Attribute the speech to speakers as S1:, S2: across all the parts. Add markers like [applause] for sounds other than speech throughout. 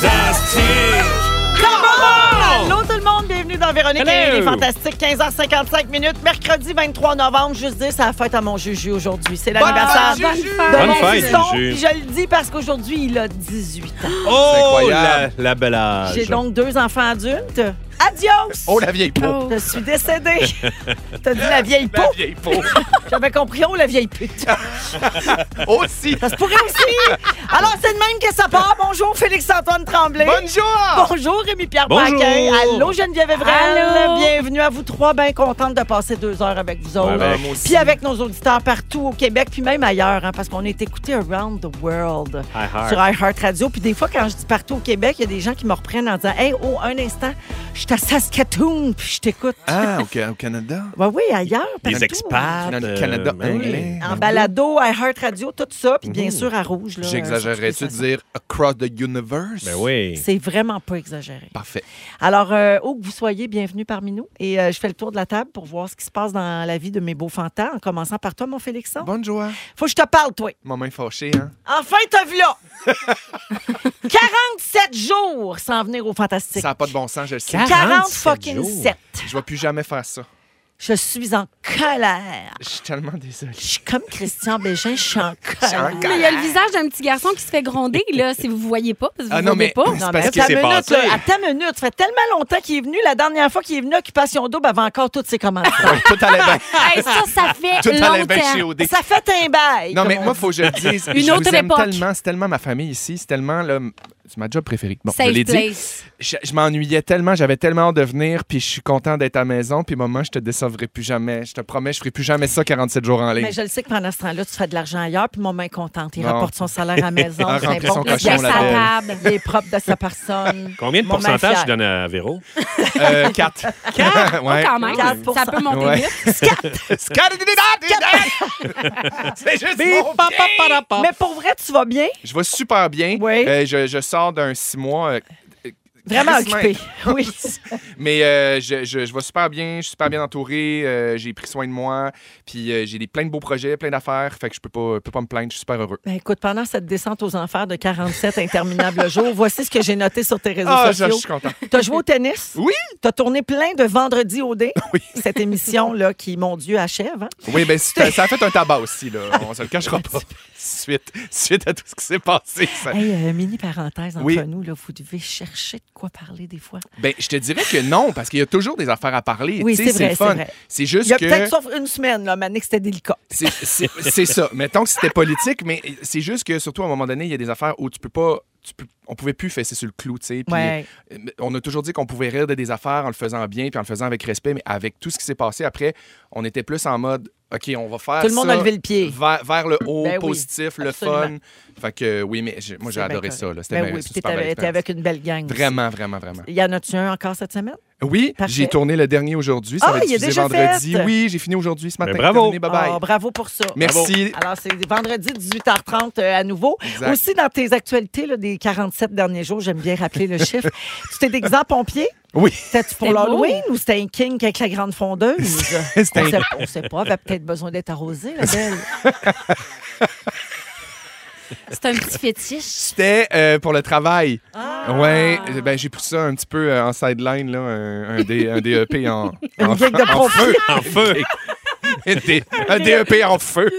S1: Fantastique!
S2: Allô tout le monde, bienvenue dans Véronique et
S1: Hello.
S2: les Fantastiques. 15h55 minutes, mercredi 23 novembre. Juste dire, c'est la fête à mon Juju aujourd'hui. C'est l'anniversaire
S1: Bonne
S2: de
S1: Bonne
S2: mon
S1: fête,
S2: fiston.
S1: Juju.
S2: Puis Je le dis parce qu'aujourd'hui, il a 18 ans.
S1: Oh,
S3: incroyable.
S1: la, la belle âge.
S2: J'ai donc deux enfants adultes. Adios!
S3: Oh, la vieille peau.
S2: Je suis décédée.
S1: [laughs]
S2: T'as dit la vieille peau?
S3: vieille
S4: [laughs]
S3: peau.
S2: J'avais compris, oh, la vieille pute.
S3: Aussi.
S2: Ça se pourrait
S1: [laughs]
S2: aussi. Alors, c'est de même que ça part. Bonjour, Félix-Antoine Tremblay.
S3: Bonjour.
S2: Bonjour Rémi-Pierre
S1: Bonjour.
S2: Paquin. Allô Geneviève Evrel.
S4: Allô.
S2: Bienvenue à vous trois. Bien contente de passer deux heures avec vous autres.
S1: Ouais,
S3: moi aussi.
S2: Puis avec nos auditeurs partout au Québec, puis même ailleurs, hein, parce qu'on est écouté around the world
S1: Hi, hi.
S2: sur iHeartRadio. Puis des fois, quand je dis partout au Québec, il y a des gens qui me reprennent en disant Hey, oh, un instant, je suis à Saskatoon, puis je t'écoute.
S3: Ah, ok, au Canada.
S2: Ouais, oui, ailleurs.
S1: Les
S2: partout.
S1: expats.
S3: Dans le
S1: euh,
S3: Canada
S1: ben oui.
S3: anglais.
S2: En balado, iHeartRadio, tout ça, puis bien sûr à rouge. là,
S3: J'exagérerais-tu
S2: euh,
S3: de dire across the universe?
S1: Ben oui.
S2: C'est vraiment pas exagéré.
S3: Parfait.
S2: Alors, euh, où que vous soyez, bienvenue parmi nous. Et euh, je fais le tour de la table pour voir ce qui se passe dans la vie de mes beaux fantas, en commençant par toi, mon Félixon.
S3: Bonjour.
S2: Faut que je te parle, toi.
S3: Maman est fâchée, hein?
S2: Enfin, te
S3: [laughs]
S2: voilà! 47 jours sans venir au Fantastique.
S3: Ça n'a pas de bon sens, je le sais.
S2: 40
S1: 47
S2: fucking
S1: jours.
S2: 7.
S3: Je vais plus jamais faire ça.
S2: Je suis en colère.
S3: Je suis tellement désolée.
S2: Je suis comme Christian Bégin, je suis en
S3: [laughs] Je suis
S2: colère.
S3: en
S4: Ah, Mais il y a le
S3: colère.
S4: visage d'un petit garçon qui se fait gronder, là, si vous voyez pas, parce que vous
S3: Ah non,
S4: voyez
S3: mais-
S4: pas.
S3: C'est parce
S2: attends
S1: qu'il s'est
S2: une minute,
S1: passé.
S2: là. Attends une minute. Ça fait tellement longtemps qu'il est venu. La dernière fois qu'il est venu, Occupation Double avait encore toutes ses commentaires.
S3: [laughs] Ouais, Tout allait bien.
S4: Hey, ça, ça fait
S3: Tout allait bien chez
S4: longtemps.
S3: OD.
S2: Ça fait un bail.
S3: Non, mais
S2: comme on
S3: moi,
S2: dit.
S3: faut que
S4: [laughs]
S3: je le dise.
S4: Une
S3: je
S4: autre
S3: vous aime
S4: époque.
S3: tellement, c'est tellement ma famille ici, c'est tellement là, c'est ma job préférée. Bon, je l'ai dit.
S4: Safe place.
S3: Je, je m'ennuyais tellement, j'avais tellement hâte de venir, puis je suis content d'être à la maison, puis maman, je te décevrai plus jamais. Je te promets, je ferai plus jamais ça 47 jours en ligne.
S2: Mais je le sais que pendant ce temps-là, tu fais de l'argent ailleurs, puis mon main est contente. Il
S3: Bon.
S2: rapporte son salaire [laughs] à la maison.
S3: Ah,
S2: c'est
S3: remplis
S2: bon
S3: son
S2: pour le
S3: cochon,
S4: Laisse
S2: gars.
S4: la
S3: la belle.
S4: table.
S2: Il est propre de sa
S3: [laughs]
S2: personne.
S1: Combien de
S2: Mon mère
S1: pourcentage
S2: fière.
S1: tu donnes à Véro?
S3: Euh,
S4: [laughs]
S3: 4. [laughs] 4?
S4: Oh, quand même,
S2: Quatre pour
S4: ça
S2: cent.
S4: peut monter
S3: Ouais.
S4: vite.
S3: [laughs] C'est juste mon pied.
S2: Mais pour vrai, tu vas bien?
S3: Je vais super bien.
S2: Oui.
S3: Euh, je, je sors d'un six mois. euh, euh,
S2: Vraiment
S3: crissement
S2: occupé. [laughs] Oui.
S3: Mais euh, je, je, je vais super bien, je suis super bien entouré, euh, j'ai pris soin de moi, puis euh, j'ai des, plein de beaux projets, plein d'affaires, fait que je peux pas, peux pas me plaindre, je suis super heureux.
S2: Ben, écoute, pendant cette descente aux enfers de 47 interminables [laughs] jours, voici ce que j'ai noté sur tes réseaux
S3: Ah, je, je
S2: sociaux.
S3: suis content.
S2: T'as joué au tennis?
S3: Oui.
S2: T'as tourné plein de vendredis au
S3: [laughs]
S2: dé? Oui. Cette émission-là qui, mon Dieu, achève. hein?
S3: Oui, ben c'est- ça a fait un tabac aussi, là. on se
S2: [laughs]
S3: le cachera pas. Suite, suite à tout ce qui s'est passé. ça-
S2: Hey, euh, mini parenthèse entre
S3: Oui.
S2: nous, là, vous devez chercher de quoi parler des fois.
S3: Ben, je te dirais que non, parce qu'il y a toujours des affaires à parler.
S2: Oui,
S3: tu sais,
S2: c'est
S3: c'est
S2: vrai,
S3: le fun.
S2: c'est vrai.
S3: C'est
S2: Il y
S3: juste
S2: a
S3: que.
S2: peut-être sauf une semaine, là, Mané, que c'était délicat.
S3: C'est- C'est c'est ça. Mettons que c'était politique, mais c'est juste que surtout à un moment donné, il y a des affaires où tu peux pas. Tu peux, on pouvait plus fesser sur le clou, tu sais. puis
S2: Ouais.
S3: euh, On a toujours dit qu'on pouvait rire de des affaires en le faisant bien puis en le faisant avec respect, mais avec tout ce qui s'est passé après, on était plus en mode OK, on va faire
S2: Tout le monde
S3: ça
S2: a levé le pied.
S3: Vers, vers le haut,
S2: Ben oui,
S3: positif, le fun.
S2: absolument.
S3: Fait que oui, mais j'ai- moi
S2: C'est
S3: j'ai
S2: bien
S3: adoré
S2: correct.
S3: ça. là. C'était
S2: Ben
S3: bien-
S2: oui,
S3: c'est
S2: puis
S3: une super
S2: t'avais-
S3: belle
S2: t'es
S3: expérience.
S2: avec une belle gang. aussi.
S3: Vraiment, vraiment, vraiment.
S2: Y en a-tu un encore cette semaine?
S3: Oui,
S2: Parfait.
S3: j'ai tourné le dernier aujourd'hui. Ça
S2: Ah,
S3: va être
S2: il est
S3: diffusé
S2: déjà
S3: vendredi.
S2: fait.
S3: Oui, j'ai fini aujourd'hui ce matin.
S1: Ben, bravo.
S3: Terminé, bye bye.
S2: Ah, bravo pour ça.
S3: Merci.
S2: Alors, c'est vendredi 18h30 euh, à nouveau.
S3: Exact.
S2: Aussi, dans tes actualités là, des 47 derniers jours, j'aime bien rappeler le
S3: [laughs]
S2: chiffre. Tu t'es déguisé en pompier?
S3: Oui.
S2: C'était-tu pour
S4: C'était beau.
S2: l'Halloween ou c'était un kink avec la grande fondeuse?
S3: [laughs] C'était
S2: on,
S3: un-
S2: sait, on sait pas, elle avait peut-être besoin d'être arrosée, la
S3: [laughs]
S2: belle.
S4: C'est un petit fétiche.
S3: C'était euh, pour le travail.
S2: Ah.
S3: Ouais, euh, ben j'ai pris ça un petit peu euh, en sideline là, un, un D- un DEP en,
S2: [laughs] Une
S3: en-
S2: gig de
S3: en
S2: pompier.
S3: feu, [laughs]
S1: En [laughs] feu.
S3: un D- un
S2: [laughs]
S3: DEP en feu.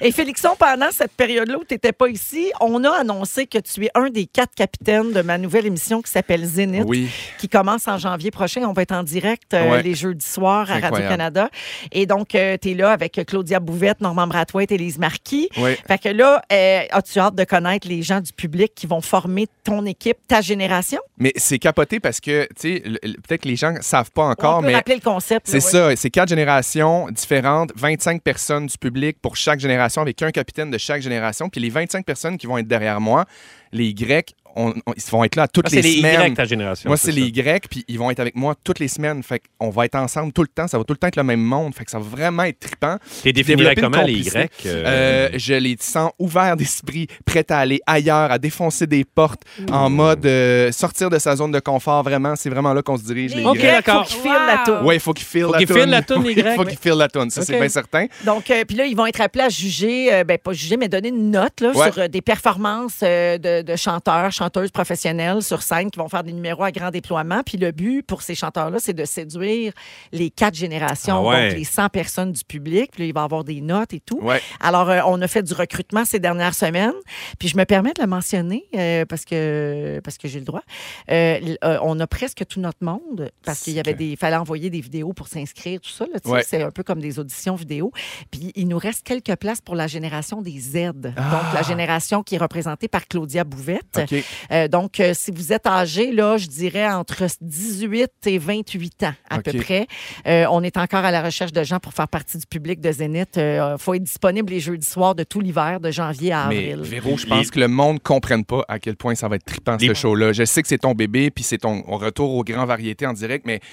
S2: Et Félixon, pendant cette période-là où tu n'étais pas ici, on a annoncé que tu es un des quatre capitaines de ma nouvelle émission qui s'appelle Zénith,
S3: Oui,
S2: qui commence en janvier prochain. On va être en direct euh,
S3: Ouais.
S2: les jeudis soirs à
S3: C'est incroyable.
S2: Radio-Canada. Et donc, tu es là avec Claudia Bouvette, Normand Bratouette, Élise Marquis.
S3: oui.
S2: Fait que là, euh, as-tu hâte de connaître les gens du public qui vont former ton équipe, ta génération?
S3: Mais c'est capoté parce que tu sais, le- le- peut-être que les gens savent pas encore,
S2: on peut
S3: mais
S2: rappeler le concept. là,
S3: c'est
S2: ouais.
S3: ça. C'est quatre générations différentes, 25 personnes du public pour chaque génération, avec un capitaine de chaque génération, puis les 25 personnes qui vont être derrière moi, les Grecs. on- on- ils vont être là toutes
S1: Ah,
S3: les
S1: c'est les
S3: semaines.
S1: Y, ta génération.
S3: Moi, c'est
S1: ça.
S3: les Y, puis ils vont être avec moi toutes les semaines. Fait qu'on va être ensemble tout le temps. Ça va tout le temps être le même monde. Fait que ça va vraiment être trippant.
S1: T'es défini
S3: développer une
S1: comment, les Y?
S3: complicité. Euh, je les sens ouverts d'esprit, prêts à aller ailleurs, à défoncer des portes, en mode euh, sortir de sa zone de confort. Vraiment, c'est vraiment là qu'on se dirige, les
S1: Ok,
S3: Y.
S2: Faut
S1: d'accord.
S2: qu'ils filent la
S4: Wow.
S2: toune.
S3: Ouais, il faut qu'ils filent
S1: Faut
S3: la
S1: qu'ils
S3: toune.
S1: filent la toune, les
S3: [laughs] Oui,
S1: Y.
S3: faut qu'ils filent la toune. Ça, c'est
S1: Ok.
S3: bien certain.
S2: Donc, euh, puis là, ils vont être appelés à juger, euh, ben pas juger, mais donner une note là,
S3: Ouais.
S2: sur euh, des performances euh, de, de chanteurs, chanteuses professionnelles sur scène qui vont faire des numéros à grand déploiement. Puis le but pour ces chanteurs-là, c'est de séduire les quatre générations,
S1: Ah ouais.
S2: donc les 100 personnes du public. Puis là, il va avoir des notes et tout.
S3: Ouais.
S2: Alors, euh, on a fait du recrutement ces dernières semaines. Puis je me permets de le mentionner euh, parce que parce que j'ai le droit. Euh, l- euh, on a presque tout notre monde parce qu'il y avait des fallait envoyer des vidéos pour s'inscrire tout ça. là, tu sais,
S3: Ouais.
S2: C'est un peu comme des auditions vidéo. Puis il nous reste quelques places pour la génération des Z, donc la génération qui est représentée par Claudia Bouvette.
S3: OK.
S2: Euh, donc, euh, si vous êtes âgé, là, je dirais entre 18 et 28 ans à
S3: OK.
S2: peu près. Euh, on est encore à la recherche de gens pour faire partie du public de Zénith. Il faut être disponible les jeudis soirs de tout l'hiver, de janvier à
S3: Mais
S2: avril.
S3: Véro, je pense que le monde ne comprenne pas à quel point ça va être trippant,
S1: Des-
S3: ce show-là. Je sais que c'est ton bébé, puis c'est ton on retour aux grands variétés en direct, mais tu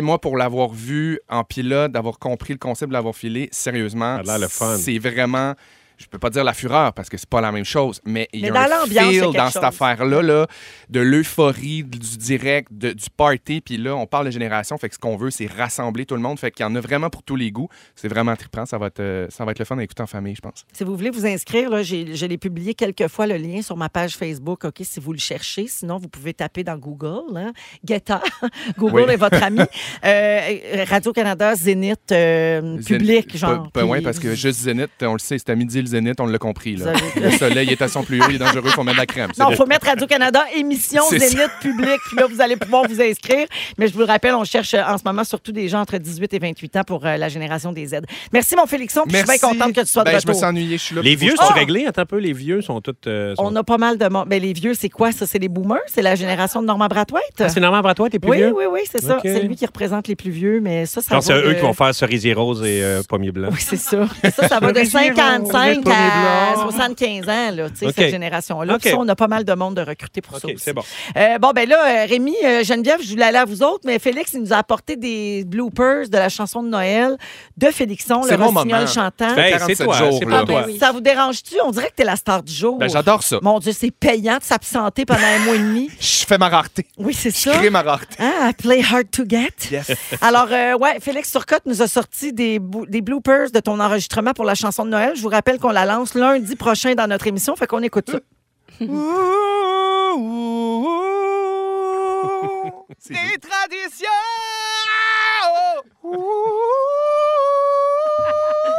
S3: sais, moi, pour l'avoir vu en pilote, d'avoir compris le concept, de l'avoir filé, sérieusement,
S1: Ça a l'air le fun.
S3: c'est vraiment... Je peux pas dire la fureur parce que c'est pas la même chose, mais il y a
S2: Mais dans
S3: un
S2: l'ambiance, il y a
S3: feel
S2: quelque
S3: dans cette
S2: chose.
S3: affaire-là, là, de l'euphorie, du direct, de- du party. Puis là, on parle de génération, fait que ce qu'on veut, c'est rassembler tout le monde. Fait qu'il y en a vraiment pour tous les goûts. C'est vraiment trippant. Ça va être, euh, ça va être le fun à écouter en famille, je pense.
S2: Si vous voulez vous inscrire, là, j'ai- je l'ai publié quelques fois le lien sur ma page Facebook, OK, si vous le cherchez. Sinon, vous pouvez taper dans Google, hein, Guetta. [laughs] Google
S3: Oui.
S2: est votre
S3: [laughs]
S2: ami. Euh, Radio-Canada, Zénith, euh,
S3: Zén-
S2: public,
S3: pas-
S2: genre.
S3: pas- ouais,
S2: Puis-
S3: parce que juste Zénith, on le sait, c'est à midi le Zénith, on l'a compris. là.
S2: Vous avez-
S3: Le soleil est à son plus haut, il est dangereux, faut mettre de la crème. c'est
S2: Non,
S3: tout.
S2: il faut mettre Radio-Canada, émission
S3: C'est ça.
S2: Zénith public. Puis là, vous allez pouvoir vous inscrire. Mais je vous le rappelle, on cherche euh, en ce moment surtout des gens entre 18 et 28 ans pour euh, la génération des Z. Merci, mon Félixon. puis Je suis bien contente que tu sois de
S3: Ben, Je me
S2: retour.
S3: suis ennuyé, je suis là.
S1: Les
S3: puis
S1: vieux
S3: faut-
S1: sont
S2: Ah!
S1: réglés, attends un peu, les vieux sont tous. euh, sont-
S2: On a pas mal de monde. Ben, les vieux, c'est quoi ça? C'est les boomers? C'est la génération de Normand Brathwaite?
S1: Ah, c'est normal à toi, t'es plus
S2: oui,
S1: vieux?
S2: oui, oui, c'est ça.
S1: Ok.
S2: C'est lui qui représente les plus vieux, mais ça, ça
S1: Genre, c'est
S2: va de-
S1: eux qui vont faire cerisier rose et euh, pommier blanc.
S2: [laughs] Oui, c'est ça. Ça, ça va de
S3: Olivier
S2: 55
S3: Roux,
S2: à
S3: Olivier Blanc.
S2: 75 ans, là, tu sais,
S1: OK.
S2: cette génération-là. Puis
S1: OK.
S2: ça, on a pas mal de monde de recruter pour ça
S1: OK,
S2: aussi.
S1: c'est bon.
S2: Euh, bon, ben là, euh, Rémi, euh, Geneviève, je voulais aller à vous autres, mais Félix, il nous a apporté des bloopers de la chanson de Noël de Félixon, le
S3: C'est mon
S2: rossignol
S3: moment.
S2: chantant. Ah, ben,
S1: Ben, c'est
S3: 47
S1: toi,
S3: jours,
S1: c'est
S3: là.
S1: pas toi.
S4: oui.
S2: Ça vous dérange-tu? On dirait que t'es la star du jour.
S3: Ben, J'adore ça.
S2: Mon Dieu, c'est payant de s'absenter pendant un mois et
S3: [laughs]
S2: demi.
S3: Je fais ma rareté.
S2: Oui, c'est ça.
S3: Je crée ma rareté.
S2: Ah, play hard to get. [laughs]
S3: Yes.
S2: Alors, euh, ouais, Félix Turcotte nous a sorti des, bou- des bloopers de ton enregistrement pour la chanson de Noël. Je vous rappelle qu'on la lance lundi prochain dans notre émission, fait qu'on écoute ça.
S3: C'est doux.
S5: traditions.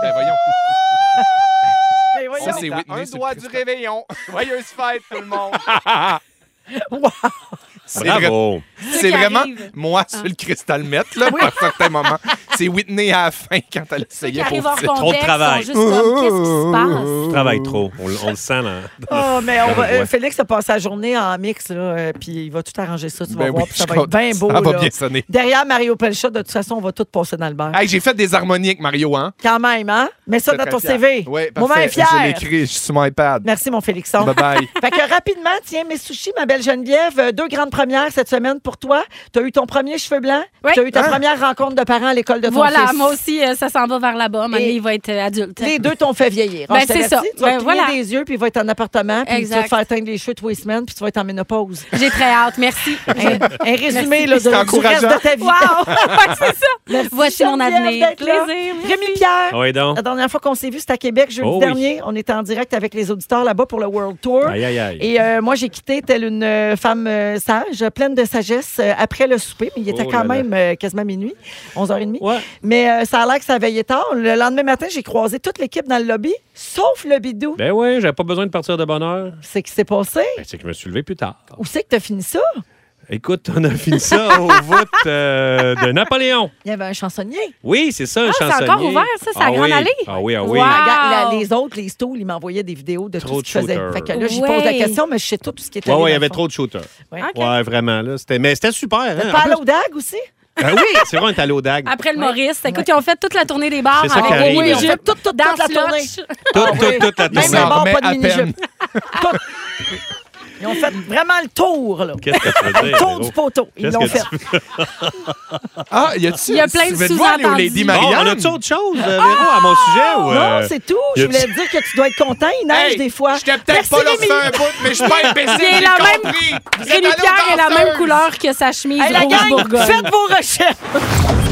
S3: Ben, voyons.
S2: Ben, voyons.
S3: Ça, c'est Whitney,
S5: un
S3: c'est
S5: doigt
S3: le
S5: du
S3: Christophe. [laughs]
S5: réveillon. Joyeuse fête, tout le monde.
S2: Wow.
S3: C'est vrai-
S1: Bravo.
S3: c'est
S4: qui
S3: vraiment
S4: arrive. Ah.
S3: moi sur le cristal mètre, là, par certains moments. C'est Whitney à la fin quand elle
S4: Qui
S3: essayait
S4: arrivent
S3: pour
S4: hors
S1: c'est trop de
S4: contexte,
S1: travail.
S4: sont juste comme, qu'est-ce qui se passe?
S1: Tu travailles trop. On, le- on le sent là.
S2: Oh, mais on va-
S1: Ouais.
S2: euh, Félix a passé la journée en mix, là, euh, puis il va tout arranger ça, tu vas
S3: Ben
S2: voir,
S3: oui,
S2: puis ça
S3: je
S2: va être
S3: comprends.
S2: bien beau.
S3: Ça va
S2: là.
S3: bien sonner.
S2: Derrière Mario Pelcha, de toute façon, on va tout passer dans le beurre.
S3: Hey, j'ai fait des harmonies avec Mario, hein?
S2: Quand même, hein? Mets ça dans ton CV.
S3: Oui,
S2: Mon
S3: parfait.
S2: mère est fière.
S3: Je l'écris, je suis sur mon iPad.
S2: Merci, mon Félixon.
S3: Bye-bye.
S2: Fait que rapidement, tiens, mes sushis, ma belle Geneviève, euh, deux grandes premières cette semaine pour toi. Tu as eu ton premier cheveu blanc,
S4: Oui.
S2: tu as eu
S3: Hein?
S2: ta première rencontre de parents à l'école de ton
S4: Voilà,
S2: fils.
S4: moi aussi, euh, ça s'en va vers là-bas. Maintenant,
S2: Et-
S4: il va être euh, adulte.
S2: Les deux t'ont fait vieillir.
S4: Ben,
S2: On se
S4: c'est
S2: laisse
S4: ça.
S2: dire, Tu vas
S4: Ben,
S2: te cligner
S4: voilà.
S2: des yeux, puis il va être en appartement, puis tu vas te
S4: Exact.
S2: faire teindre les cheveux tous les semaines, puis tu vas être en ménopause.
S4: J'ai très
S2: [laughs]
S4: hâte. Merci.
S1: [laughs]
S2: Un, un Eh, résumé là, de,
S3: C'est
S2: du reste
S3: encourageant.
S2: de ta vie.
S4: Wow!
S2: [laughs]
S4: [laughs] Ouais, c'est ça. Voici mon
S2: Geneviève
S4: avenir.
S2: d'être là.
S4: Plaisir.
S2: Rémi Pierre.
S1: Oui, Ah donc.
S2: La dernière fois qu'on s'est vu, c'était à Québec, jeudi
S1: Oh oui.
S2: dernier. On était en direct avec les auditeurs là-bas pour le World Tour.
S1: Aïe, aïe, aïe.
S2: Et euh, moi, j'ai quitté telle une euh, femme euh, sage, euh, pleine de sagesse, euh, après le souper. Mais il était
S1: Oh
S2: quand
S1: là là.
S2: même euh, quasiment minuit, 11h30.
S1: Ouais.
S2: Mais euh, ça a l'air que ça veillait tard. Le lendemain matin, j'ai croisé toute l'équipe dans le lobby, sauf le bidou.
S1: Ben oui, j'avais pas besoin de partir de bonne heure.
S2: C'est qui s'est passé?
S1: Ben, c'est que je me suis levé plus tard.
S2: Où c'est que t'as fini ça?
S1: Écoute, on a fini ça [laughs] au voûte euh, de Napoléon.
S2: Il y avait un chansonnier.
S1: Oui, c'est ça, le
S4: c'est
S1: chansonnier.
S4: encore ouvert, ça, c'est à
S1: Ah
S4: Grande
S1: oui.
S4: Allée?
S1: Ah oui, ah oui.
S4: Wow.
S2: Regarde, la- les autres, les stools, ils m'envoyaient des vidéos de
S1: Trop
S2: tout ce qu'ils
S1: de
S2: faisaient.
S1: shooters.
S2: Fait que là, j'y
S4: Ouais.
S2: pose la question, mais je sais tout ce qui était.
S1: Ouais,
S2: allé
S1: ouais, il y
S2: dans le
S1: avait
S2: fond.
S1: trop de shooters.
S2: Ouais.
S1: Ouais, vraiment, là. C'était... Mais c'était super, hein?
S2: Pas
S1: en
S2: à
S1: plus.
S2: l'Audag aussi?
S1: Ben oui, c'est vrai, on est allé au DAG.
S4: Après le Maurice. Écoute, ils ont fait toute la tournée des bars.
S1: C'est ça qui
S4: avec
S1: arrive,
S4: les
S1: hein.
S4: jupes,
S2: Toute, toute, toute
S4: dans
S2: la
S4: Slotch.
S2: tournée.
S1: Toute, toute, toute la
S2: Même
S3: On
S2: le
S1: tournée.
S3: s'en
S2: bord, [laughs]
S3: remet
S2: pas de
S3: à
S2: mini-jupe.
S3: peine.
S2: Tout. Ils ont fait vraiment le tour, là.
S1: Qu'est-ce que tu veux
S2: Le
S1: dire?
S2: tour
S1: Véro?
S2: du poteau. Ils
S1: Qu'est-ce
S2: l'ont
S1: que
S2: fait.
S1: tu-
S3: Ah, y a-tu
S4: [laughs] Il y a plein de
S3: tu veux te voir aller au
S4: sous-entendus.
S3: Lady
S4: Bon,
S1: Bon,
S3: Marianne?
S1: on a-tu autre chose, euh, Véro, à mon sujet? Ou, euh,
S2: Non, c'est tout.
S1: y
S2: Je
S1: a-
S2: voulais dire que tu dois être content. Il neige
S3: Hey,
S2: des fois.
S3: J'étais peut-être pas là
S2: Rémi.
S3: sur un bout, mais je
S4: [laughs]
S3: suis pas imbécile,
S4: Il est
S3: j'ai
S4: la même-
S3: compris. Vous êtes allés
S4: Rémi
S3: aux
S4: Pierre est la même
S3: danseuses.
S4: couleur que sa chemise
S2: Hey, la
S4: rouge
S2: gang,
S4: bourgogne.
S2: faites vos recherches.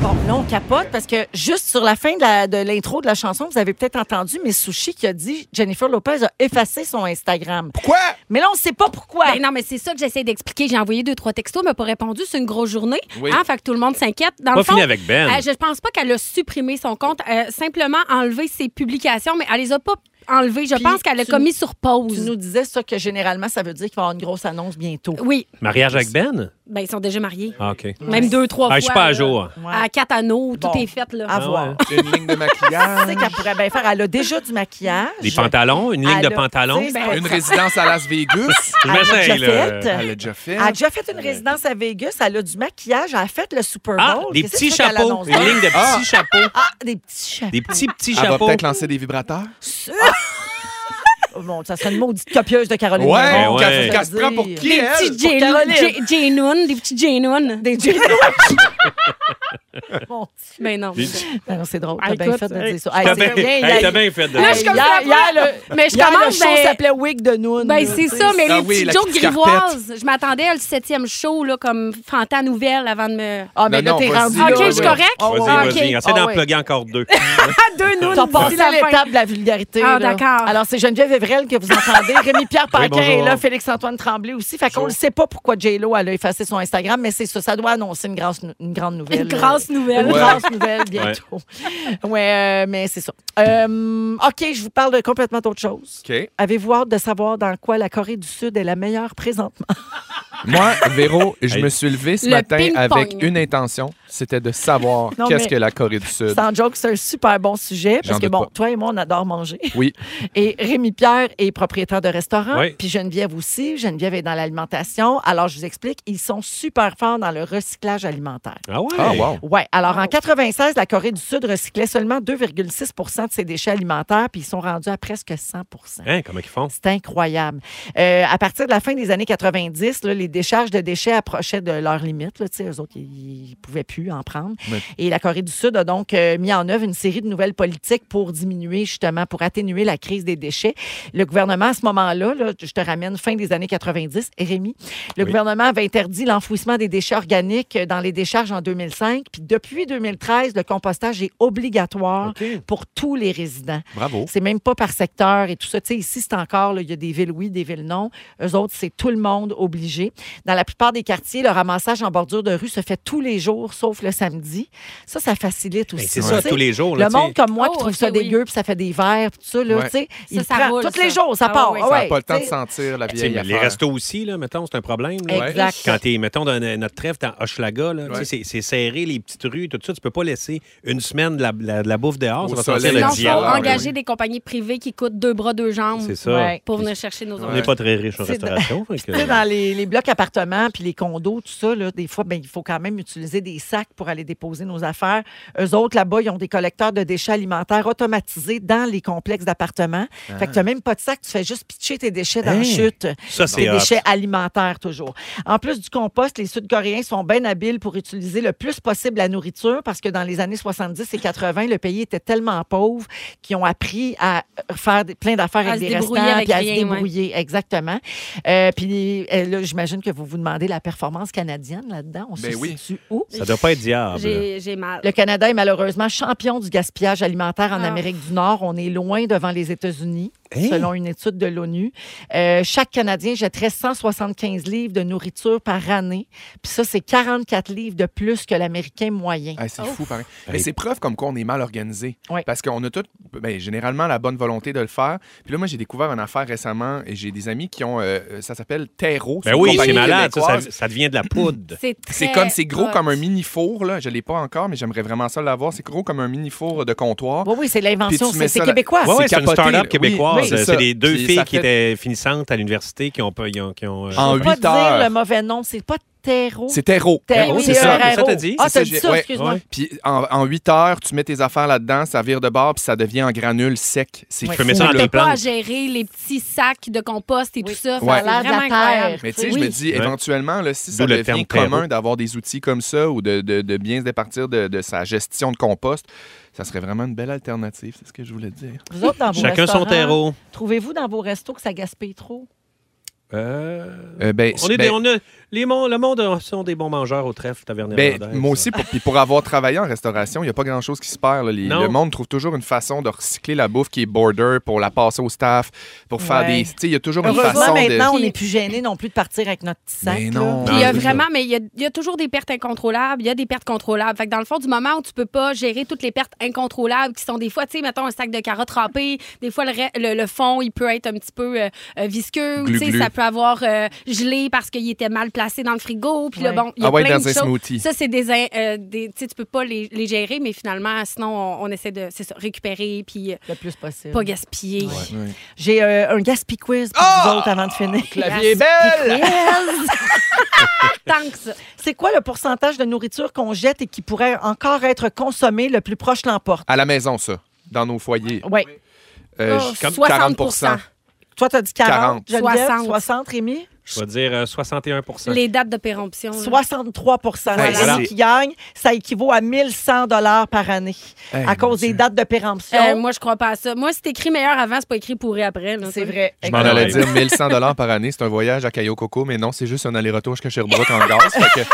S2: Bon, là, on capote parce que juste sur la fin de la- de l'intro de, la chanson, vous avez peut-être entendu, mais Sushi qui a dit Jennifer Lopez a effacé son Instagram.
S3: Quoi?
S2: Mais là, on ne sait pas pourquoi.
S4: Ben non, mais c'est ça que j'essaie d'expliquer. J'ai envoyé deux, trois textos, elle m'a pas répondu. C'est une grosse journée.
S3: Oui.
S4: Hein, fait que tout le monde s'inquiète. Dans
S1: Pas
S4: le fond,
S1: fini avec Ben.
S4: euh, je pense pas qu'elle a supprimé son compte, euh, simplement enlevé ses publications, mais elle les a pas enlevées. Je
S2: Puis
S4: pense qu'elle a
S2: tu-
S4: commis sur pause.
S2: Tu nous disais ça que généralement, ça veut dire qu'il va y avoir une grosse annonce bientôt.
S4: Oui,
S1: Mariage avec Ben?
S4: ben ils sont déjà mariés.
S1: Ah, OK.
S4: Même deux, trois
S1: Ah,
S4: fois.
S1: je suis pas à
S4: là.
S1: jour.
S4: À quatre anneaux,
S2: Bon. Ah,
S4: tout est fait, là.
S2: À voir.
S1: Ah ouais.
S3: Une ligne
S4: [laughs]
S3: de
S2: Tu
S3: maquillage.
S2: sais qu'elle pourrait bien faire. Elle a déjà du maquillage.
S1: Des pantalons, une ligne
S2: Elle
S1: de
S2: a-
S1: pantalons.
S2: tu sais, Ah, c'est
S3: Une
S2: pas-
S3: résidence à Las Vegas.
S1: Je
S2: elle l'a
S1: m'essaye, là.
S2: déjà faite.
S3: Elle l'a déjà fait. euh,
S2: Elle a déjà fait une résidence à Vegas. Elle a du maquillage. Elle a fait le Super Bowl.
S1: Ah, des
S2: Qu'est-ce que
S1: petits
S2: tu veux qu'elle
S1: chapeaux.
S2: annonce?
S1: Une ligne de
S3: Ah.
S1: petits chapeaux.
S2: Ah, des petits chapeaux.
S1: Des petits, petits
S3: Elle va
S1: chapeaux.
S3: peut-être lancer des vibrateurs.
S2: Bon, Oh, ça serait une maudite copieuse de Caroline.
S3: Ouais,
S2: Diamant,
S1: ouais.
S2: ça
S3: qu'elle-
S2: veut
S3: qu'elle se
S2: dire.
S3: prend pour qui,
S4: Des
S3: elle?
S4: petits
S2: pour Caroline.
S4: Janoun, des petits Janoun.
S2: Des Jay
S4: [laughs]
S2: Mon Dieu.
S4: Ben non.
S2: Ben non, c'est drôle.
S4: Ah,
S2: T'as bien
S4: écoute,
S2: fait de
S4: hey,
S2: dire ça.
S1: T'as
S2: Hey,
S1: bien,
S2: c'est bien.
S1: hey,
S2: hier-
S1: t'as bien fait de
S4: Là, je suis
S2: hier-
S4: comme ça,
S2: hier, le-
S4: Mais je
S2: hier, le
S4: commence,
S2: show
S4: ben-
S2: s'appelait Wig de Noon.
S4: Ben,
S2: là,
S4: c'est
S2: tu sais.
S4: ça, mais
S3: Ah
S4: les
S3: oui,
S4: petites
S3: la
S4: jokes
S3: petite carpette.
S4: grivoises. Je m'attendais à le septième show, là, comme Fanta Nouvelle avant de me.
S2: Ah, mais
S3: Non,
S2: là,
S3: non,
S2: t'es
S3: vas-y,
S2: rendu.
S3: là,
S4: Ok,
S3: ouais,
S4: je
S3: ouais.
S4: suis correct?
S2: Ah, ouais,
S1: Vas-y,
S4: ok.
S1: vas-y. Essaie
S2: Ah,
S1: d'en
S2: ouais.
S1: plugger encore deux.
S4: deux nounes.
S2: T'as passé
S4: d'ici la fin.
S2: l'étape de la vulgarité.
S4: Ah,
S2: là.
S4: d'accord.
S2: Alors, c'est Geneviève Evrel que vous
S4: [laughs]
S2: entendez. Rémi-Pierre Paquin
S1: Oui, bonjour.
S2: est là, Félix-Antoine Tremblay aussi. Fait qu'on ne sait pas pourquoi J-Lo elle a effacé son Instagram, mais c'est ça. Ça doit annoncer une, grosse nou- une grande nouvelle.
S4: [laughs]
S2: Euh,
S4: Une grosse nouvelle.
S2: Une
S3: Ouais.
S2: grosse nouvelle bientôt. Ouais, euh, mais c'est ça. Euh, OK, je vous parle de complètement d'autre chose.
S3: OK.
S2: Avez-vous hâte de savoir dans quoi la Corée du Sud est la meilleure présentement?
S3: Moi, Véro, je
S1: Hey.
S3: me suis levé ce
S4: Le
S3: matin
S4: ping-pong.
S3: avec une intention, c'était de savoir
S2: Non,
S3: qu'est-ce
S2: mais-
S3: que la Corée du Sud.
S2: Sans joke, c'est un super bon sujet
S3: Euh, J'en
S2: parce que,
S3: doute
S2: bon,
S3: pas.
S2: toi et moi, on adore manger.
S3: Oui.
S2: Et Rémi Pierre est propriétaire de restaurant,
S1: Oui.
S2: puis Geneviève aussi. Geneviève est dans l'alimentation. Alors, je vous explique, ils sont super forts dans le recyclage alimentaire.
S1: Ah ouais?
S3: Ah, wow.
S2: Ouais. Alors, en 96, la Corée du Sud recyclait seulement 2,6 de ses déchets alimentaires, puis ils sont rendus à presque 100
S1: Hein, comment ils font?
S2: c'est incroyable. Euh, à partir de la fin des années 90, là, les décharges de déchets approchaient de leur limite. Là, tu sais, eux autres, ils ne pouvaient plus en prendre.
S3: Ouais.
S2: Et la Corée du Sud a donc euh, mis en œuvre une série de nouvelles politiques pour diminuer, justement, pour atténuer la crise des déchets. Le gouvernement, à ce moment-là, là, je te ramène fin des années 90, Rémi, le
S1: Oui.
S2: gouvernement avait interdit l'enfouissement des déchets organiques euh, dans les décharges en 2005. Puis depuis 2013, le compostage est obligatoire pour tous les résidents.
S3: Bravo.
S2: C'est même pas par secteur et tout ça. Tu sais, ici, c'est encore, là, il y a des villes oui, des villes non. Eux autres, c'est tout le monde obligé. Dans la plupart des quartiers, le ramassage en bordure de rue se fait tous les jours, sauf le samedi. Ça, ça facilite aussi.
S1: Ben, c'est
S2: Tu
S1: ça,
S2: sais,
S1: tous les jours. Là,
S2: Le
S1: tu sais.
S2: monde comme moi qui
S4: Oh,
S2: trouve
S4: ok,
S2: ça
S4: oui.
S2: dégueu, puis ça fait des verres, puis tout ça, là,
S3: Ouais.
S2: tu sais, il
S4: ça
S2: prend
S4: roule,
S2: tous
S4: ça.
S2: les jours, ça
S4: Ah,
S2: part.
S4: ouais,
S2: Ah
S3: Ça n'a
S2: ouais,
S3: pas le temps de
S2: tu sais.
S3: sentir la
S1: Ah, Tu sais,
S3: vieille
S1: mais euh, les
S3: affaire.
S1: restos aussi, là, mettons, c'est un problème. là.
S3: Ouais.
S2: Exact.
S1: Quand t'es, mettons, dans euh, notre trêve, dans Hochelaga, là, tu sais,
S3: Ouais.
S1: c'est, c'est serré, les petites rues, tout ça. Tu peux pas laisser une semaine de la, la- de la bouffe dehors.
S3: Au
S1: ça va sentir le
S3: soleil.
S4: Sinon,
S3: Non,
S4: il faut
S1: diable.
S3: dialogue,
S4: engager
S3: oui.
S4: des compagnies privées qui coûtent deux bras, deux jambes
S1: C'est ça.
S2: Ouais.
S4: pour venir chercher nos
S1: On
S4: enfants.
S1: n'est pas très riche en
S2: C'est de-
S1: restauration. fait que-
S2: Tu sais, dans les, les blocs appartements puis les condos, tout ça, là, des fois, ben, il faut quand même utiliser des sacs pour aller déposer nos affaires. Eux autres, là-bas, ils ont des collecteurs de déchets alimentaires automatisés dans les complexes d'appartements. Fait que tu n'as même pas de sac, tu fais juste pitcher tes déchets
S1: Ah.
S2: dans
S1: Hein?
S2: la chute.
S1: Ça,
S2: Tes
S1: c'est hot.
S2: déchets alimentaires, toujours. En plus du compost, les Sud-Coréens sont bien habiles pour utiliser le plus possible la nourriture parce que dans les années 70 et 80, le pays était tellement pauvre qu'ils ont appris à faire des- plein d'affaires
S4: À
S2: avec
S4: se
S2: des restants
S4: débrouiller avec
S2: puis à
S4: rien,
S2: se
S4: ouais.
S2: débrouiller. Exactement. Euh, puis euh, là, j'imagine que vous vous demandez la performance canadienne là-dedans. On
S3: Ben
S2: se
S3: oui.
S2: situe où?
S1: Ça doit pas être diable. là.
S4: J'ai j'ai mal.
S2: Le Canada est malheureusement champion du gaspillage alimentaire en
S4: Ah.
S2: Amérique du Nord. On est loin devant les États-Unis,
S1: Hey!
S2: selon une étude de l'ONU. Euh, chaque Canadien jetterait 175 livres de nourriture par année. Puis ça, c'est 44 livres de plus que l'Américain moyen.
S3: Ah, c'est
S4: Oh.
S3: fou, pareil. Mais
S1: Hey.
S3: c'est preuve comme quoi on est mal organisé.
S2: Ouais.
S3: Parce qu'on a tout, ben, généralement, la bonne volonté de le faire. Puis là, moi, j'ai découvert une affaire récemment et j'ai des amis qui ont. euh, ça s'appelle Terreau.
S1: Ben
S3: une
S1: oui,
S3: compagnie
S1: c'est malade. Ça, ça-
S3: québécoise.
S1: ça devient de la poudre.
S4: C'est
S3: C'est
S4: très
S3: comme, c'est gros
S4: hot.
S3: comme un mini four, là. Je l'ai pas encore, mais j'aimerais vraiment ça l'avoir. C'est gros comme un mini four de comptoir.
S2: Oui, oui, c'est
S3: Puis
S2: l'invention.
S3: tu mets
S2: C'est c'est
S3: ça là-
S2: québécois.
S1: Ouais, ouais,
S3: Ah, c'est
S1: c'est une
S3: capoté,
S1: start-up
S3: là.
S1: québécoise.
S3: Oui, c'est
S1: c'est
S3: ça.
S1: les deux
S3: Puis
S1: filles
S3: ça
S1: qui étaient finissantes à l'université qui ont. pas- Qui ont, qui ont,
S4: Ah,
S1: euh,
S3: En
S2: Je peux pas
S3: 8 heures.
S2: dire le mauvais nom, c'est pas terreau.
S3: C'est terreau.
S2: Terreau,
S1: c'est ça,
S2: terreau.
S1: ça t'as dit?
S2: Ah,
S3: C'est
S2: t'as
S3: ça,
S2: dit
S3: j'ai-
S2: ça,
S3: ouais,
S2: excuse-moi.
S1: ouais.
S3: Puis en, en 8 heures, tu mets tes affaires là-dedans, ça vire de bord, puis ça devient en granules sec. C'est
S2: Ouais.
S1: Tu peux mettre
S3: fou,
S1: ça dans
S3: là.
S1: tes
S4: pas à
S1: plantes.
S4: gérer les petits sacs de compost et tout
S2: Oui.
S4: ça.
S3: Ouais.
S4: Ça a l'air de la terre.
S3: Mais tu sais, je
S2: Oui.
S3: me dis,
S1: Ouais.
S3: éventuellement, là, si ça
S1: D'où le
S3: devient
S1: terme
S3: commun
S1: terreau.
S3: d'avoir des outils comme ça ou de, de- de bien se départir de, de sa gestion de compost, ça serait vraiment une belle alternative, c'est ce que je voulais dire.
S2: Vous autres, dans vos
S1: Chacun son
S2: restaurants,
S1: terreau.
S2: Trouvez-vous dans vos restos que ça gaspille trop?
S1: Euh,
S3: Euh, ben,
S1: on est
S3: ben,
S1: des- on a- les mon- le monde a- sont des bons mangeurs au trèfle taverne
S3: ben,
S1: irlandaise,
S3: moi
S1: ça.
S3: aussi, pour, puis pour avoir travaillé en restauration, il n'y a pas grand-chose qui se perd. là. Les-
S1: Non.
S3: le monde trouve toujours une façon de recycler la bouffe qui est border pour la passer au staff, pour faire
S2: Ouais.
S3: des... Tu sais, il y a toujours une
S2: Heureusement,
S3: façon de...
S2: maintenant, on
S4: Puis-
S2: n'est plus gêné non plus de partir avec notre petit sac.
S3: Mais
S2: là.
S3: non.
S4: Puis il y a
S1: c'est ça.
S4: vraiment, mais il y a, il y a toujours des pertes incontrôlables. Il y a des pertes contrôlables. Fait que dans le fond, du moment où tu peux pas gérer toutes les pertes incontrôlables qui sont des fois, tu sais, mettons un sac de carottes râpées, des fois le, re- le- le fond, il peut être un petit peu euh, euh, visqueux. ou Tu sais,
S3: Glu-glu.
S4: ça peut avoir euh, gelé parce qu'il était mal placé dans le frigo. Puis là,
S2: Ouais.
S4: bon, il y a
S3: Ah ouais,
S4: plein
S3: dans
S4: de
S3: un
S4: choses.
S3: smoothie.
S4: Ça, c'est des, in- euh, des- tu sais, tu peux pas les, les gérer, mais finalement, sinon, on, on essaie de, c'est ça, récupérer puis euh,
S2: Le plus possible.
S4: pas gaspiller.
S3: Ouais.
S2: J'ai euh, un gaspi quiz pour
S3: Ah!
S2: vous autres avant de finir.
S3: Clavier belle!
S4: [laughs] Tant que ça.
S2: [laughs] C'est quoi le pourcentage de nourriture qu'on jette et qui pourrait encore être consommée le plus proche l'emporte?
S3: À la maison, ça, dans nos foyers.
S2: Oui.
S3: Euh,
S4: Oh,
S3: je- comme
S4: 60%.
S3: 40
S2: Toi, t'as dit 40.
S3: 40.
S2: Geneviève,
S4: 60.
S2: 60, Rémi?
S1: Je vais dire euh, 61
S4: Les dates de péremption. là.
S2: 63
S3: Ouais,
S2: C'est lui
S3: voilà.
S2: qui gagne. Ça équivaut à 1100 dollars par année
S3: Hey,
S2: à cause des dates de péremption.
S4: Euh, moi, je crois pas à ça. Moi, c'est écrit meilleur avant, c'est pas écrit pourri après. là,
S2: c'est
S4: tu sais.
S2: vrai.
S1: Je
S3: Je m'en
S1: Ouais.
S3: allais dire 1100 dollars par année, c'est un voyage à Cayo Coco, mais non, c'est juste un aller-retour jusqu'à Sherbrooke en gaz. fait que-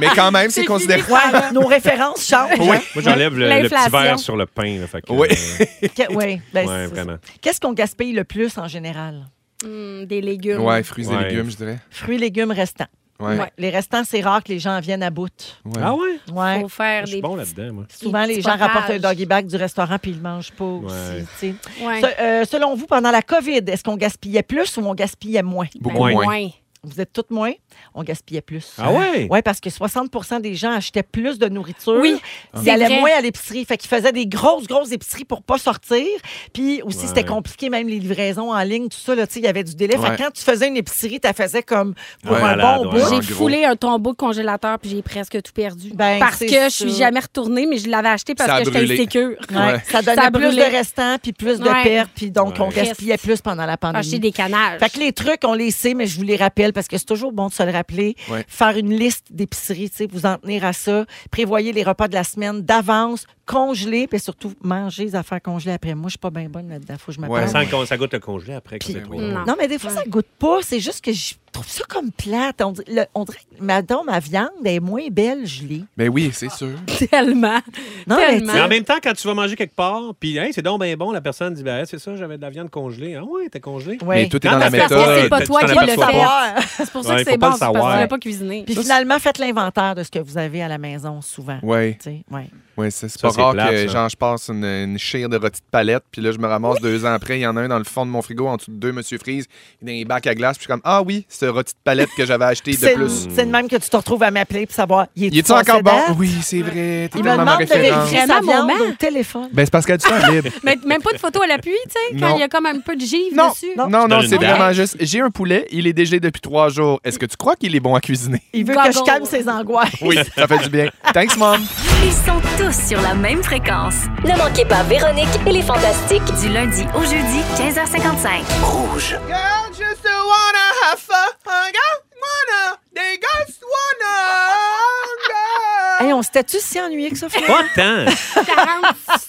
S3: Mais quand même, c'est considéré.
S2: Ouais, nos références changent.
S3: Oui.
S1: Moi, j'enlève le, le petit
S4: L'inflation.
S1: verre sur le pain. là, fait que,
S3: Oui. [laughs]
S1: euh,
S2: Que- ouais, ben,
S1: ouais,
S2: c'est-
S1: vraiment.
S2: Qu'est-ce qu'on gaspille le plus en général?
S4: Hum, des légumes.
S3: Ouais, fruits et
S1: Ouais.
S3: légumes, je dirais.
S2: Fruits, légumes restants.
S3: Ouais.
S4: Ouais.
S2: Les restants, c'est rare que les gens en viennent à bout.
S3: ouais.
S1: Ah ouais?
S2: Ouais.
S4: Faut faire
S1: Je suis
S4: des.
S1: bon
S4: petits-
S1: là-dedans, moi.
S2: Souvent,
S4: petits
S2: les gens
S4: potages.
S2: rapportent un doggy bag du restaurant puis ils le mangent pas aussi,
S1: Ouais.
S2: tu sais.
S4: Ouais.
S2: Se- euh, selon vous, pendant la COVID, est-ce qu'on gaspillait plus ou on gaspillait moins?
S3: Beaucoup
S4: Ben,
S3: moins.
S2: Vous êtes toutes moins. On gaspillait plus.
S1: Ah ouais?
S2: Oui, parce que 60 des gens achetaient plus de nourriture.
S4: Oui,
S2: Ils
S4: c'est
S2: allaient
S4: vrai.
S2: moins à l'épicerie. Fait qu'ils faisaient des grosses, grosses épiceries pour pas sortir. Puis aussi,
S1: Ouais.
S2: c'était compliqué, même les livraisons en ligne, tout ça. là, tu sais, Il y avait du délai. Fait
S3: Ouais.
S2: que quand tu faisais une épicerie, tu faisais comme pour
S1: Ouais,
S2: un
S1: malade,
S2: bon
S1: ouais.
S2: bout.
S4: J'ai
S3: En gros.
S4: foulé un tombeau de congélateur puis j'ai presque tout perdu.
S2: Ben,
S4: parce
S2: c'est
S4: que je suis
S2: ça.
S4: jamais retournée, mais je l'avais acheté
S3: Ça
S4: parce
S3: a
S4: que j'étais
S3: brûlé.
S4: insécure.
S2: Ouais.
S3: Ouais.
S2: Ça donnait
S4: Ça
S2: plus
S4: brûlait.
S2: de restants, puis plus de
S4: Ouais. Ah,
S2: pertes, puis donc on
S1: Ouais.
S2: gaspillait plus pendant la pandémie.
S4: Acheter des canages.
S2: Fait que les trucs, on les sait, mais je vous les rappelle parce que c'est toujours bon de se le rappeler.
S3: Ouais.
S2: Faire une liste d'épiceries, tu sais, vous en tenir à ça. Prévoyez les repas de la semaine d'avance, congeler, puis surtout manger les affaires congelées après. Moi, je suis pas bien bonne là-dedans, faut que je
S3: Ouais.
S2: m'apprenne.
S1: Sans qu'on- ça goûte le congelé après. quand
S2: Puis-
S1: c'est trop
S4: Non.
S1: long.
S2: Non, mais des fois, ça goûte pas. C'est juste que je trouve ça comme plate. On, dirait- le- on dirait que, madame, ma viande est moins belle gelée.
S3: Ben oui, c'est sûr.
S4: [laughs] Tellement.
S2: Non, mais tu
S4: Tellement.
S2: sais,
S1: Mais en même temps, quand tu vas manger quelque part, puis hey, c'est donc bien bon, la personne dit ben, hey, c'est ça, j'avais de la viande congelée. Ah ouais, t'es congelé.
S2: ouais.
S3: Mais tout est dans
S1: Non,
S3: la
S1: mais c'est parce que
S3: méthode.
S4: c'est pas
S1: tu
S4: toi
S1: t'en
S4: qui le
S1: aperçois
S4: fais.
S1: pas.
S4: C'est pour ça
S1: Ouais,
S4: que
S1: faut
S4: c'est
S1: pas
S4: bon,
S1: le
S4: c'est parce
S1: savoir.
S4: qu'on l'a pas cuisiné.
S2: Puis finalement, faites l'inventaire de ce que vous avez à la maison souvent.
S3: Ouais,
S2: Tu sais, ouais.
S3: ouais, ça, c'est
S1: Ça,
S3: pas
S1: c'est
S3: rare
S1: plate,
S3: que
S1: ça.
S3: genre, je passe une, une chire de rôti de palette, puis là, je me ramasse deux ans après. Il y en a un dans le fond de mon frigo, en dessous de deux Monsieur Freeze, dans les bacs à glace. Puis je suis comme, ah oui, ce rôti de palette que j'avais acheté
S2: Puis C'est
S3: de plus.
S2: c'est de même que tu te retrouves à m'appeler pour savoir, y
S3: Il est-tu encore bon? Oui, c'est vrai. T'es
S2: Il me
S3: tellement ma
S2: demande de
S3: référence.
S2: vérifier sa
S4: Vraiment,
S2: viande
S4: maman?
S2: au téléphone.
S3: Ben, c'est parce qu'elle a du temps
S2: [laughs]
S3: libre.
S4: Mais même pas de photo à l'appui, tu sais, quand
S3: Non.
S4: il y a comme un peu de givre
S3: Non,
S4: dessus.
S3: non,
S1: Je
S3: non,
S1: donne
S3: c'est
S1: une date.
S3: vraiment juste. J'ai un poulet, il est dégelé depuis trois jours. Est-ce que tu crois qu'il est bon à cuisiner?
S2: Il veut que
S4: Goggle.
S2: je calme ses angoisses.
S3: Oui, [laughs] ça fait du bien. Thanks, mom.
S6: Ils sont tous sur la même fréquence.
S7: Ne manquez pas Véronique et les Fantastiques.
S6: Du lundi au jeudi, 15h55.
S2: [laughs] Hey, on s'était-tu si ennuyé que ça, Florent?
S1: Pas
S4: [laughs]
S1: tant. 47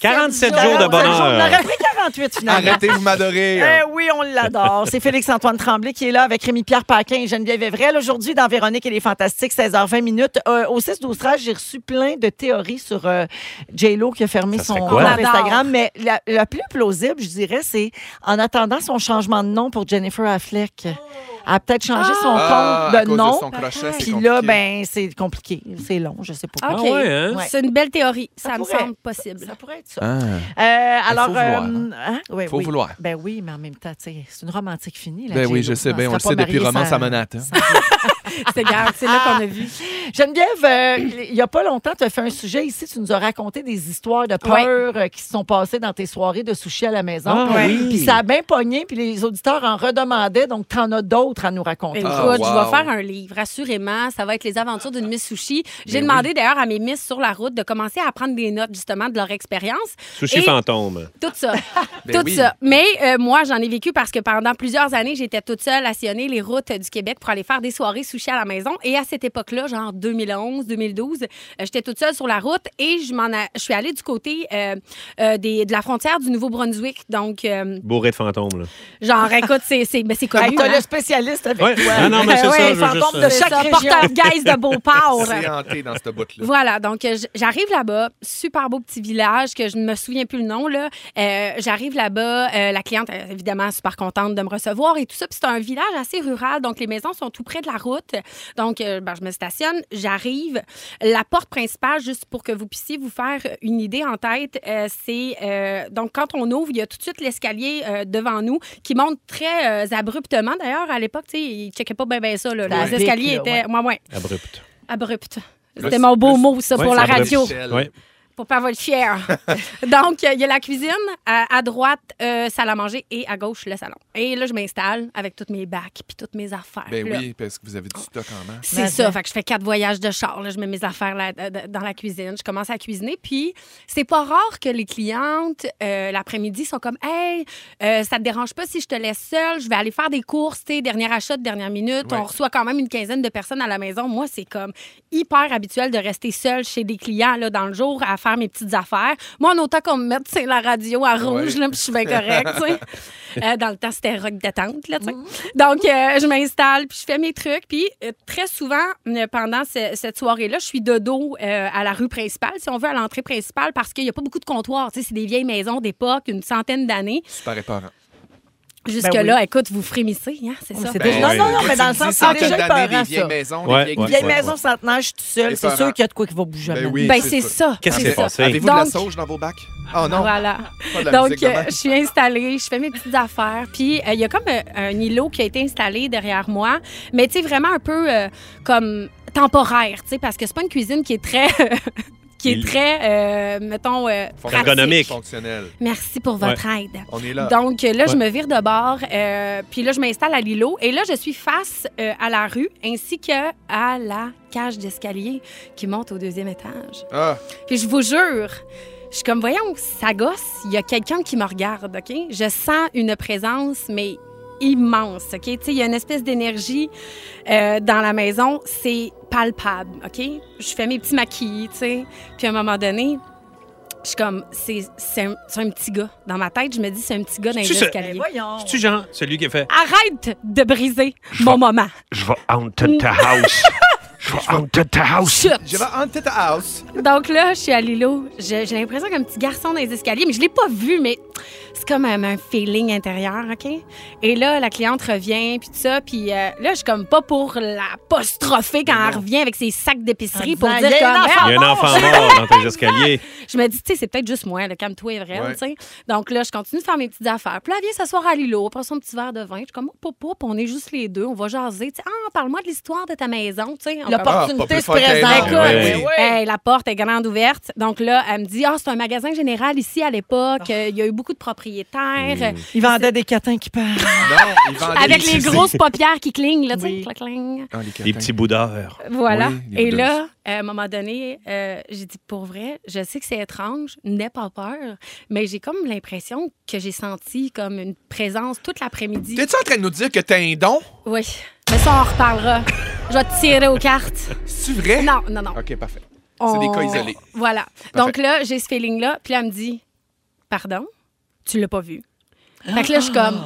S2: Quarante-
S1: jours de
S2: On
S1: bonheur.
S2: aurait pris 48, finalement.
S3: Arrêtez, vous m'adorez.
S2: Eh oui, on l'adore. C'est Félix-Antoine Tremblay qui est là avec Rémi-Pierre Paquin et Geneviève Evrel. Aujourd'hui, dans Véronique et les Fantastiques, 16h20 minutes. Euh, au 6 12 13 j'ai reçu plein de théories sur euh, J-Lo qui a fermé
S1: Ça
S2: son
S1: serait
S2: compte
S1: quoi? On
S4: adore.
S2: Instagram. Mais la, la plus plausible, je dirais, c'est en attendant son changement de nom pour Jennifer Affleck. Elle a peut-être changé son
S3: Ah, à
S2: compte de
S3: cause
S2: nom.
S3: son crochet, c'est
S2: Puis là,
S3: compliqué.
S2: ben, c'est compliqué. C'est long, je sais pas.
S4: Ah,
S1: Ah
S4: OK.
S1: ouais, hein?
S2: Ouais.
S4: C'est une belle théorie. Ça, me
S2: pourrait.
S4: semble possible.
S2: Ça pourrait être ça.
S3: Ah.
S2: Euh, alors,
S3: faut vouloir,
S2: euh, hein? Oui,
S3: Faut
S2: oui.
S3: vouloir.
S2: Ben oui, mais en même temps, tu sais, c'est une romantique finie. La
S3: Ben oui,
S2: J.Lo.
S3: je sais
S2: Elle
S3: bien,
S2: sera
S3: on le
S2: pas
S3: sait depuis
S2: mariée [laughs]
S3: Romance
S2: sans-
S3: à Manhattan.
S2: sans-
S4: C'est grave, c'est là qu'on a vu.
S2: Geneviève, euh, il n'y a pas longtemps, tu as fait un sujet ici. Tu nous as raconté des histoires de peur euh, qui se sont passées dans tes soirées de sushi à la maison.
S1: Ah oui.
S2: Puis ça a bien pogné, puis les auditeurs en redemandaient. Donc, tu en as d'autres à nous raconter.
S4: Ben, Écoute,
S3: Ah,
S4: je vais
S3: wow.
S4: faire un livre, assurément. Ça va être les aventures d'une Miss Sushi. J'ai
S3: Ben
S4: demandé d'ailleurs à mes Miss sur la route de commencer à prendre des notes justement de leur expérience.
S1: Sushi
S4: Et-
S1: fantôme.
S4: Tout
S3: [laughs]
S4: ça.
S3: Ben
S4: tout
S3: oui.
S4: ça. Mais euh, moi, j'en ai vécu parce que pendant plusieurs années, j'étais toute seule à sillonner les routes du Québec pour aller faire des soirées sushi à la maison. Et à cette époque-là, genre 2011, 2012, euh, j'étais toute seule sur la route et je m'en a- je suis allée du côté euh, euh, des- de la frontière du Nouveau-Brunswick. Donc, euh,
S1: Bourré de fantômes, là.
S4: genre, écoute, c'est c'est- ben, c'est
S2: Hey,
S4: connu.
S2: t'as
S4: hein.
S2: le spécialiste avec
S1: Ouais.
S2: toi.
S1: Ah non, mais c'est
S2: Euh,
S1: ça,
S2: ouais,
S1: je veux
S2: fantôme
S1: juste, euh,
S2: de
S4: C'est
S2: chaque
S4: ça,
S2: région.
S4: porteur de guise de Beauport.
S3: [laughs] C'est hanté dans ce bout-là.
S4: Voilà, donc euh, j- j'arrive là-bas, super beau petit village que je ne me souviens plus le nom là. Euh, j'arrive là-bas, euh, la cliente euh, évidemment super contente de me recevoir et tout ça. Puis c'est un village assez rural, donc les maisons sont tout près de la route. Donc euh, ben, je me stationne, j'arrive. La porte principale, juste pour que vous puissiez vous faire une idée en tête, euh, c'est euh, donc quand on ouvre, il y a tout de suite l'escalier euh, devant nous qui monte très euh, abruptement. D'ailleurs à l'époque, tu sais, ils checkaient pas bien ben ça. là.
S2: La
S4: Les
S2: bique,
S4: escaliers
S2: là,
S4: étaient, moi, ouais,
S1: Abrupt.
S4: abrupts.
S3: Là,
S4: C'était
S3: c'est
S4: mon beau
S3: plus-
S4: mot, ça,
S1: Ouais,
S4: pour la
S1: c'est abrupt.
S4: radio
S3: Michel.
S1: Ouais.
S4: pour pas avoir le fier. [laughs] Donc, euh, il y a la cuisine, à, à droite, euh, salle à manger et à gauche, le salon. Et là, je m'installe avec toutes mes bacs puis toutes mes affaires.
S3: Ben
S4: là.
S3: oui, parce que vous avez du stock en main.
S4: C'est ça. Fait que je fais quatre voyages de char. là. Je mets mes affaires là- d- d- dans la cuisine. Je commence à cuisiner. Puis, c'est pas rare que les clientes, euh, l'après-midi, sont comme Hey, euh, ça te dérange pas si je te laisse seule. Je vais aller faire des courses. tu sais, Dernier achat de dernière minute.
S3: Ouais.
S4: On reçoit quand même une quinzaine de personnes à la maison. Moi, c'est comme hyper habituel de rester seule chez des clients là, dans le jour à faire mes petites affaires. Moi, en autant qu'on me mette tu sais, la radio à rouge,
S3: Ouais.
S4: là, puis je suis bien correcte. tu sais.
S3: [laughs]
S4: Euh, dans le temps, c'était rock détente. Là, tu sais.
S3: Mm-hmm.
S4: Donc, euh, je m'installe, puis je fais mes trucs. Puis euh, très souvent, euh, pendant ce- cette soirée-là, je suis de dos euh, à la rue principale, si on veut, à l'entrée principale, parce qu'il n'y a pas beaucoup de comptoirs. Tu sais, C'est des vieilles maisons d'époque, une centaine d'années.
S3: Super épeurant.
S4: Jusque-là, écoute, vous frémissez, hein, c'est ça?
S2: c'est
S3: Ben,
S2: non,
S3: ouais.
S2: non, non,
S3: Tu
S2: mais dans le
S3: dis
S2: sens, c'est
S3: centaines
S2: déjà
S3: d'années,
S2: épeurant,
S3: Les vieilles
S2: ça.
S3: maisons,
S1: Ouais,
S3: les vieilles
S1: ouais,
S2: Vieille
S1: ouais.
S2: maison centenaire, je suis toute seule.
S3: Les
S2: C'est sûr
S3: parents.
S2: qu'il y a de quoi qui va bouger.
S3: Ben
S2: maintenant.
S3: oui,
S4: Ben, c'est ça.
S1: Qu'est-ce qui
S4: c'est
S1: s'est
S4: ça.
S1: passé?
S3: Avez-vous de la
S4: Donc-
S3: sauge dans vos bacs? Oh non,
S4: Voilà.
S3: pas de la
S4: Donc,
S3: musique de
S4: euh,
S3: même.
S4: je suis installée, je fais mes petites affaires. Puis, euh, il y a comme euh, un îlot qui a été installé derrière moi, mais tu sais, vraiment un peu euh, comme temporaire, tu sais, parce que c'est pas une cuisine qui est très. [laughs] qui est
S1: Il-
S4: très, euh, mettons, euh, pratique.
S1: Ergonomique.
S3: Fonctionnel.
S4: Merci pour votre aide.
S3: On est là.
S4: Donc euh, là, je
S1: Ouais.
S4: me vire de bord, euh, puis là, je m'installe à l'îlot, et là, je suis face euh, à la rue ainsi que à la cage d'escalier qui monte au deuxième étage.
S3: Ah,
S4: Puis je vous jure, je suis comme, voyons, ça gosse, il y a quelqu'un qui me regarde, OK? Je sens une présence, mais immense, OK? Tu sais, il y a une espèce d'énergie euh, dans la maison, c'est palpable, OK? Je fais mes petits maquillis, tu sais. Puis à un moment donné, je suis comme, c'est c'est un, c'est un petit gars. Dans ma tête, je me dis, c'est un petit gars dans les
S1: C'est ça.
S4: escaliers.
S2: Voyons.
S1: C'est-tu Jean, celui qui a fait
S4: Arrête de briser mon moment.
S8: Je vais haunted ta house. Je vais haunted ta house.
S4: Chut!
S3: je vais en tête à house.
S4: Donc là, je suis à Lilo. J'ai j'ai l'impression qu'un petit garçon dans les escaliers, mais je l'ai pas vu, mais c'est comme un, un feeling intérieur, OK? Et là, la cliente revient, puis tout ça. Puis euh, là, je suis comme pas pour l'apostropher quand elle revient avec ses sacs d'épicerie
S2: En
S4: pour
S2: disant,
S4: dire
S2: Ah, Il y a un
S4: comme,
S2: enfant
S1: Il
S4: Hey,
S1: y a un enfant mort
S4: [laughs]
S1: dans tes escaliers.
S4: je me dis, tu sais, c'est peut-être juste moi, le calme-toi est vrai,
S3: Ouais.
S4: tu sais. Donc là, je continue de faire mes petites affaires. Puis là, elle vient s'asseoir à Lilo, prend son petit verre de vin. Je suis comme, oh, papa, puis on est juste les deux, on va jaser. Tu sais, ah, parle-moi de l'histoire de ta maison, tu sais. On commence-
S3: Ah, pas
S2: L'opportunité
S3: plus
S2: se
S3: fort qu'un
S2: présente.
S3: homme.
S4: Écoute,
S1: Ouais,
S2: Ben oui,
S1: ouais.
S2: oui.
S4: hey, la porte est grande ouverte. Donc là, elle me dit, ah, c'est un magasin général ici à l'époque.
S2: Ah.
S4: Euh, Il y a eu beaucoup de propriétaires. euh,
S2: Il vendait des catins qui parlent.
S3: Non, ils vendent
S4: Ah. Avec
S3: des-
S4: les grosses paupières qui clignent, là, tu sais,
S2: Oui.
S4: clac, cling.
S3: Ah, les
S1: Les
S3: catins.
S1: petits boudeurs.
S4: Voilà.
S3: Oui, les
S4: Et
S3: bouddhas.
S4: là, euh, à un moment donné, euh, j'ai dit pour vrai, je sais que c'est étrange, n'aie pas peur, mais j'ai comme l'impression que j'ai senti comme une présence toute l'après-midi.
S3: T'es-tu en train de nous dire que t'as un don?
S4: Oui. Mais ça, on en reparlera. je vais te tirer aux cartes.
S3: C'est-tu vrai?
S4: Non, non, non.
S3: OK, parfait. C'est des
S4: On-
S3: cas isolés.
S4: Voilà.
S3: Parfait.
S4: Donc là, j'ai ce feeling-là. Puis là, elle me dit Pardon, tu l'as pas vu. Fait que là, je suis comme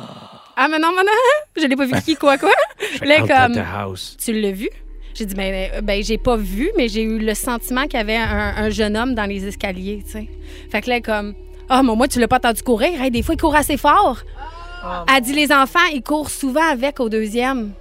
S4: Ah, mais non, [laughs] mais non, je l'ai pas vu qui,
S3: [laughs]
S4: quoi, quoi. là,
S3: Oh,
S4: elle est
S1: Haunted
S4: comme
S1: ta house.
S4: Tu l'as vu J'ai dit Ben, euh, ben j'ai pas vu, mais j'ai eu le sentiment qu'il y avait un, un jeune homme dans les escaliers, tu sais. Fait que là, elle est comme Ah, mais moi, tu l'as pas entendu courir. Hey, des fois, il court assez fort. Elle dit Les enfants, ils courent souvent avec au deuxième.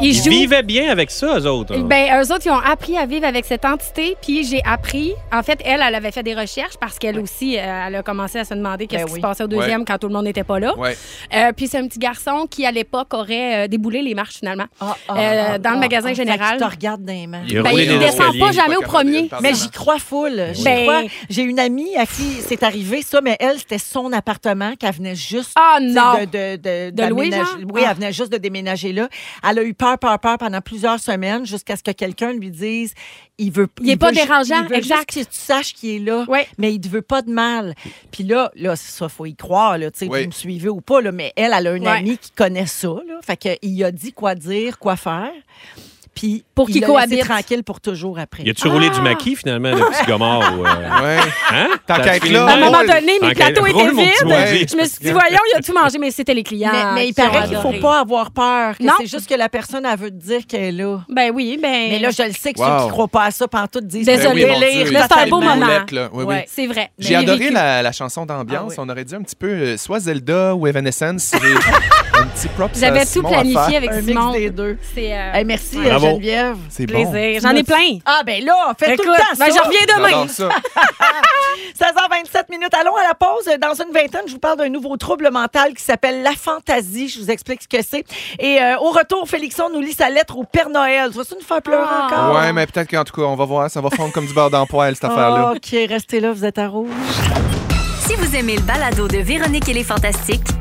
S4: Ils
S1: Ils
S4: jouent.
S1: vivaient bien avec ça, eux
S3: Euh.
S1: autres. hein.
S4: Ben, eux autres, ils ont appris à vivre avec cette entité, puis j'ai appris. En fait, elle, elle avait fait des recherches parce qu'elle aussi, euh, elle a commencé à se demander qu'est-ce
S2: Ben
S4: qui
S2: oui.
S4: se passait au deuxième quand tout le monde n'était pas là.
S3: Ouais.
S4: Euh, puis c'est un petit garçon qui, à l'époque, aurait euh, déboulé les marches finalement.
S2: Ah, ah,
S4: Euh,
S2: ah,
S4: dans le
S2: ah,
S4: magasin
S2: ah.
S4: général.
S2: Fait qu'il te regarde dans les mains.
S3: Il a
S4: Ben,
S3: roulé
S4: il
S3: dans
S4: descend
S3: l'escalier,
S4: pas
S3: il est
S4: jamais au
S3: capable de
S4: premier.
S3: parler.
S2: Mais j'y crois full. J'y
S4: Ben-
S2: crois. J'ai une amie à qui c'est arrivé ça, mais elle, c'était son appartement qu'elle venait juste
S4: Ah
S2: tu sais,
S4: non!
S2: de, de, de,
S4: De louer,
S2: d'aménager-
S4: genre?
S2: Oui,
S4: Ah.
S2: elle venait juste de déménager là. Elle a eu peur, peur, peur pendant plusieurs semaines jusqu'à ce que quelqu'un lui dise il veut
S4: Il est pas
S2: veut ju-
S4: dérangeant,
S2: il veut juste
S4: exact.
S2: que tu saches qu'il est là,
S4: Ouais.
S2: mais il ne veut pas de mal. Puis là, là c'est ça, faut y croire, là, tu sais,
S3: Oui.
S2: vous me suivez ou pas, là, mais elle, elle a un
S4: Ouais.
S2: ami qui connaît ça. Là, fait qu'il a dit quoi dire, quoi faire. Puis
S4: Pour
S2: il
S4: qu'il
S2: l'a laissé
S4: cohabite.
S2: tranquille pour toujours après.
S1: Y a-tu
S4: ah!
S1: roulé du maquis, finalement, le petit gomard? ou, euh,
S3: Ouais.
S1: Hein?
S3: Tant qu'à être là,
S4: À un moment
S3: Drôle.
S4: donné, mes
S1: Ok,
S4: plateaux étaient
S1: drôle, mon petit
S4: vides.
S3: maudit.
S4: Je me suis dit, voyons, il a tout mangé, mais c'était les clients.
S2: Mais, mais il
S4: qui ont
S2: paraît qu'il ne
S4: adoré.
S2: faut pas avoir peur. que
S4: Non.
S2: C'est juste que la personne, elle veut te dire qu'elle est là.
S4: Ben oui, ben.
S2: Mais là, je le sais que ceux
S3: Wow.
S2: qui ne croient pas à ça, pantoute, disent
S3: Ben
S4: [laughs] Désolé.
S3: oui, mon
S2: délire
S3: Dieu,
S4: Là, c'est un
S3: les
S4: beau moment.
S3: boulettes, là. Oui, oui.
S2: Ouais.
S4: C'est vrai.
S3: J'ai
S4: Ben,
S3: adoré
S4: vécu.
S3: la, la chanson d'ambiance.
S2: Ah oui.
S3: On aurait dit un petit peu euh, soit Zelda ou Evanescence. J'ai un petit prop.
S4: J'avais tout planifié avec
S2: Un
S4: Simon.
S2: mix des deux.
S4: C'est. euh,
S2: Hey, merci,
S1: Ouais. Bravo.
S2: Geneviève.
S3: C'est bon.
S4: plaisir. J'en ai plein.
S2: Ah, ben là, fais
S4: Écoute,
S2: tout le temps
S4: ben,
S2: ça.
S4: je reviens demain.
S3: J'adore ça.
S2: 16h27 minutes. Allons à la pause. Dans une vingtaine, je vous parle d'un nouveau trouble mental qui s'appelle la fantaisie. Je vous explique ce que c'est. Et euh, au retour, Félixon nous lit sa lettre au Père Noël. Tu vas-tu nous faire pleurer
S4: Ah.
S2: encore?
S3: Ouais, mais peut-être qu'en tout cas, on va voir. Ça va fondre comme du beurre dans le poêle,
S4: Oh,
S3: cette affaire-là.
S2: OK, restez là, vous êtes à rouge.
S6: Si vous aimez le balado de Véronique et les Fantastiques,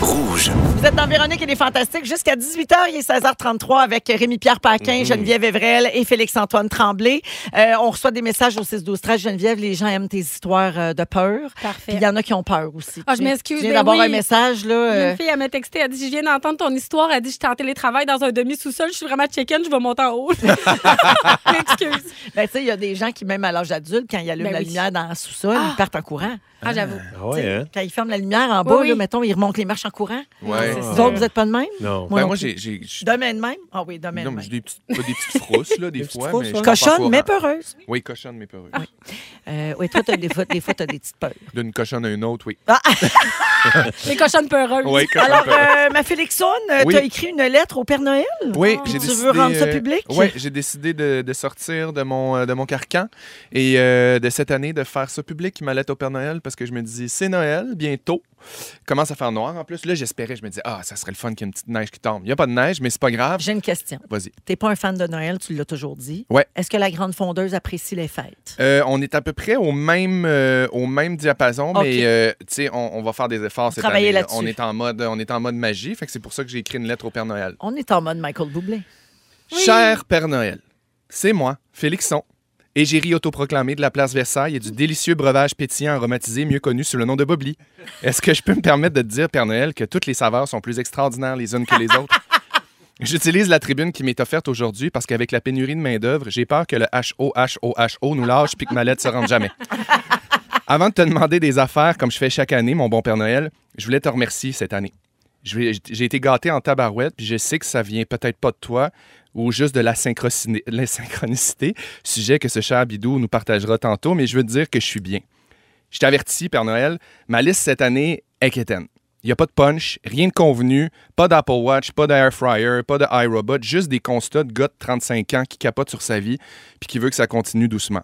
S2: Vous êtes dans Véronique et les Fantastiques jusqu'à 18h. Il est 16h33 avec Rémi-Pierre
S3: Mm-hmm.
S2: Paquin, Geneviève Evrel et Félix-Antoine Tremblay. Euh, on reçoit des messages au 6-12-13. Geneviève, les gens aiment tes histoires euh, de peur. Puis
S4: Parfait.
S2: il y en a qui ont peur aussi.
S4: Ah, je m'excuse,
S2: Je viens
S4: ben
S2: d'avoir
S4: oui.
S2: un message, là.
S4: Il y a
S2: euh,
S4: Une fille, elle m'a texté, elle dit Je viens d'entendre ton histoire. Elle dit Je suis en télétravail dans un demi-sous-sol, je suis vraiment chicken, je vais monter en haut. [laughs] Je m'excuse.
S2: ben, tu sais, il y a des gens qui, même à l'âge adulte, quand ils allument
S4: Ben
S2: la
S4: oui.
S2: lumière dans le sous-sol, ils partent en courant.
S4: Ah,
S2: [laughs]
S4: j'avoue.
S1: Ah
S2: Tu
S1: ouais,
S2: sais,
S1: hein?
S2: Quand ils ferment la lumière en bas,
S4: Oui, oui.
S2: là, mettons, ils remontent les marches en courant.
S3: Ouais.
S2: Vous
S1: Ah.
S2: autres, vous n'êtes pas de même?
S1: Non.
S2: Moi
S3: Ben,
S2: non
S3: moi,
S2: plus.
S3: j'ai. j'ai- je-
S2: Demain de même? Ah oui, demain de
S3: Non, mais
S2: même.
S3: j'ai des petites, pas des petites frousses, là, des
S1: Des petites
S3: fois.
S1: frousses,
S3: mais je
S1: ouais.
S3: suis pas
S2: Cochonne,
S3: courant.
S2: mais peureuse.
S3: Oui, cochonne, mais peureux.
S2: Euh, oui, toi, t'as des fois, des fois, t'as des petites peurs.
S3: D'une cochonne à une autre, oui.
S4: Les cochonnes peureuses.
S3: Oui, cochonne
S2: [laughs] Alors,
S3: peureuse.
S2: euh, ma Félixone, euh,
S3: Oui.
S2: t'as écrit une lettre au Père Noël?
S3: Oui, j'ai
S2: Oh, Tu
S3: décidé.
S2: veux rendre ça public?
S3: Oui, j'ai décidé de, de sortir de mon, euh, de mon carcan et euh, de cette année de faire ça public, ma lettre au Père Noël, parce que je me dis, c'est Noël, bientôt. Commence à faire noir en plus. Là, j'espérais, je me dis, ah, ça serait le fun qu'il y ait une petite neige qui tombe. Il n'y a pas de neige, mais c'est pas grave.
S2: J'ai une question.
S3: Vas-y.
S2: T'es pas un fan de Noël, tu l'as toujours dit.
S3: Ouais.
S2: Est-ce que la grande fondeuse apprécie les fêtes?
S3: Euh, on est à peu près au même, euh, au même diapason,
S2: Ok.
S3: mais euh, tu sais, on, on va faire des efforts cette
S2: Travailler
S3: année. là.
S2: là-dessus.
S3: On est en mode, on est en mode magie, fait que c'est pour ça que j'ai écrit une lettre au Père Noël.
S2: On est en mode Michael Bublé.
S3: Cher Père Noël, c'est moi, Félixon, et j'ai ri autoproclamé de la place Versailles et du délicieux breuvage pétillant aromatisé mieux connu sous le nom de Bobli. Est-ce que je peux me permettre de te dire, Père Noël, que toutes les saveurs sont plus extraordinaires les unes que les autres? J'utilise la tribune qui m'est offerte aujourd'hui parce qu'avec la pénurie de main-d'œuvre, j'ai peur que le HOHOHO nous lâche puis que ma lettre se rende jamais. Avant de te demander des affaires comme je fais chaque année, mon bon Père Noël, je voulais te remercier cette année. Je vais- J'ai été gâté en tabarouette, puis je sais que ça vient peut-être pas de toi ou juste de la synchrociné- [laughs] la synchronicité, sujet que ce cher Bidou nous partagera tantôt, mais je veux te dire que je suis bien. Je t'avertis, Père Noël, ma liste cette année est quétaine. Il n'y a pas de punch, rien de convenu, pas d'Apple Watch, pas d'Air Fryer, pas de iRobot, juste des constats de gars de 35 ans qui capote sur sa vie puis qui veut que ça continue doucement.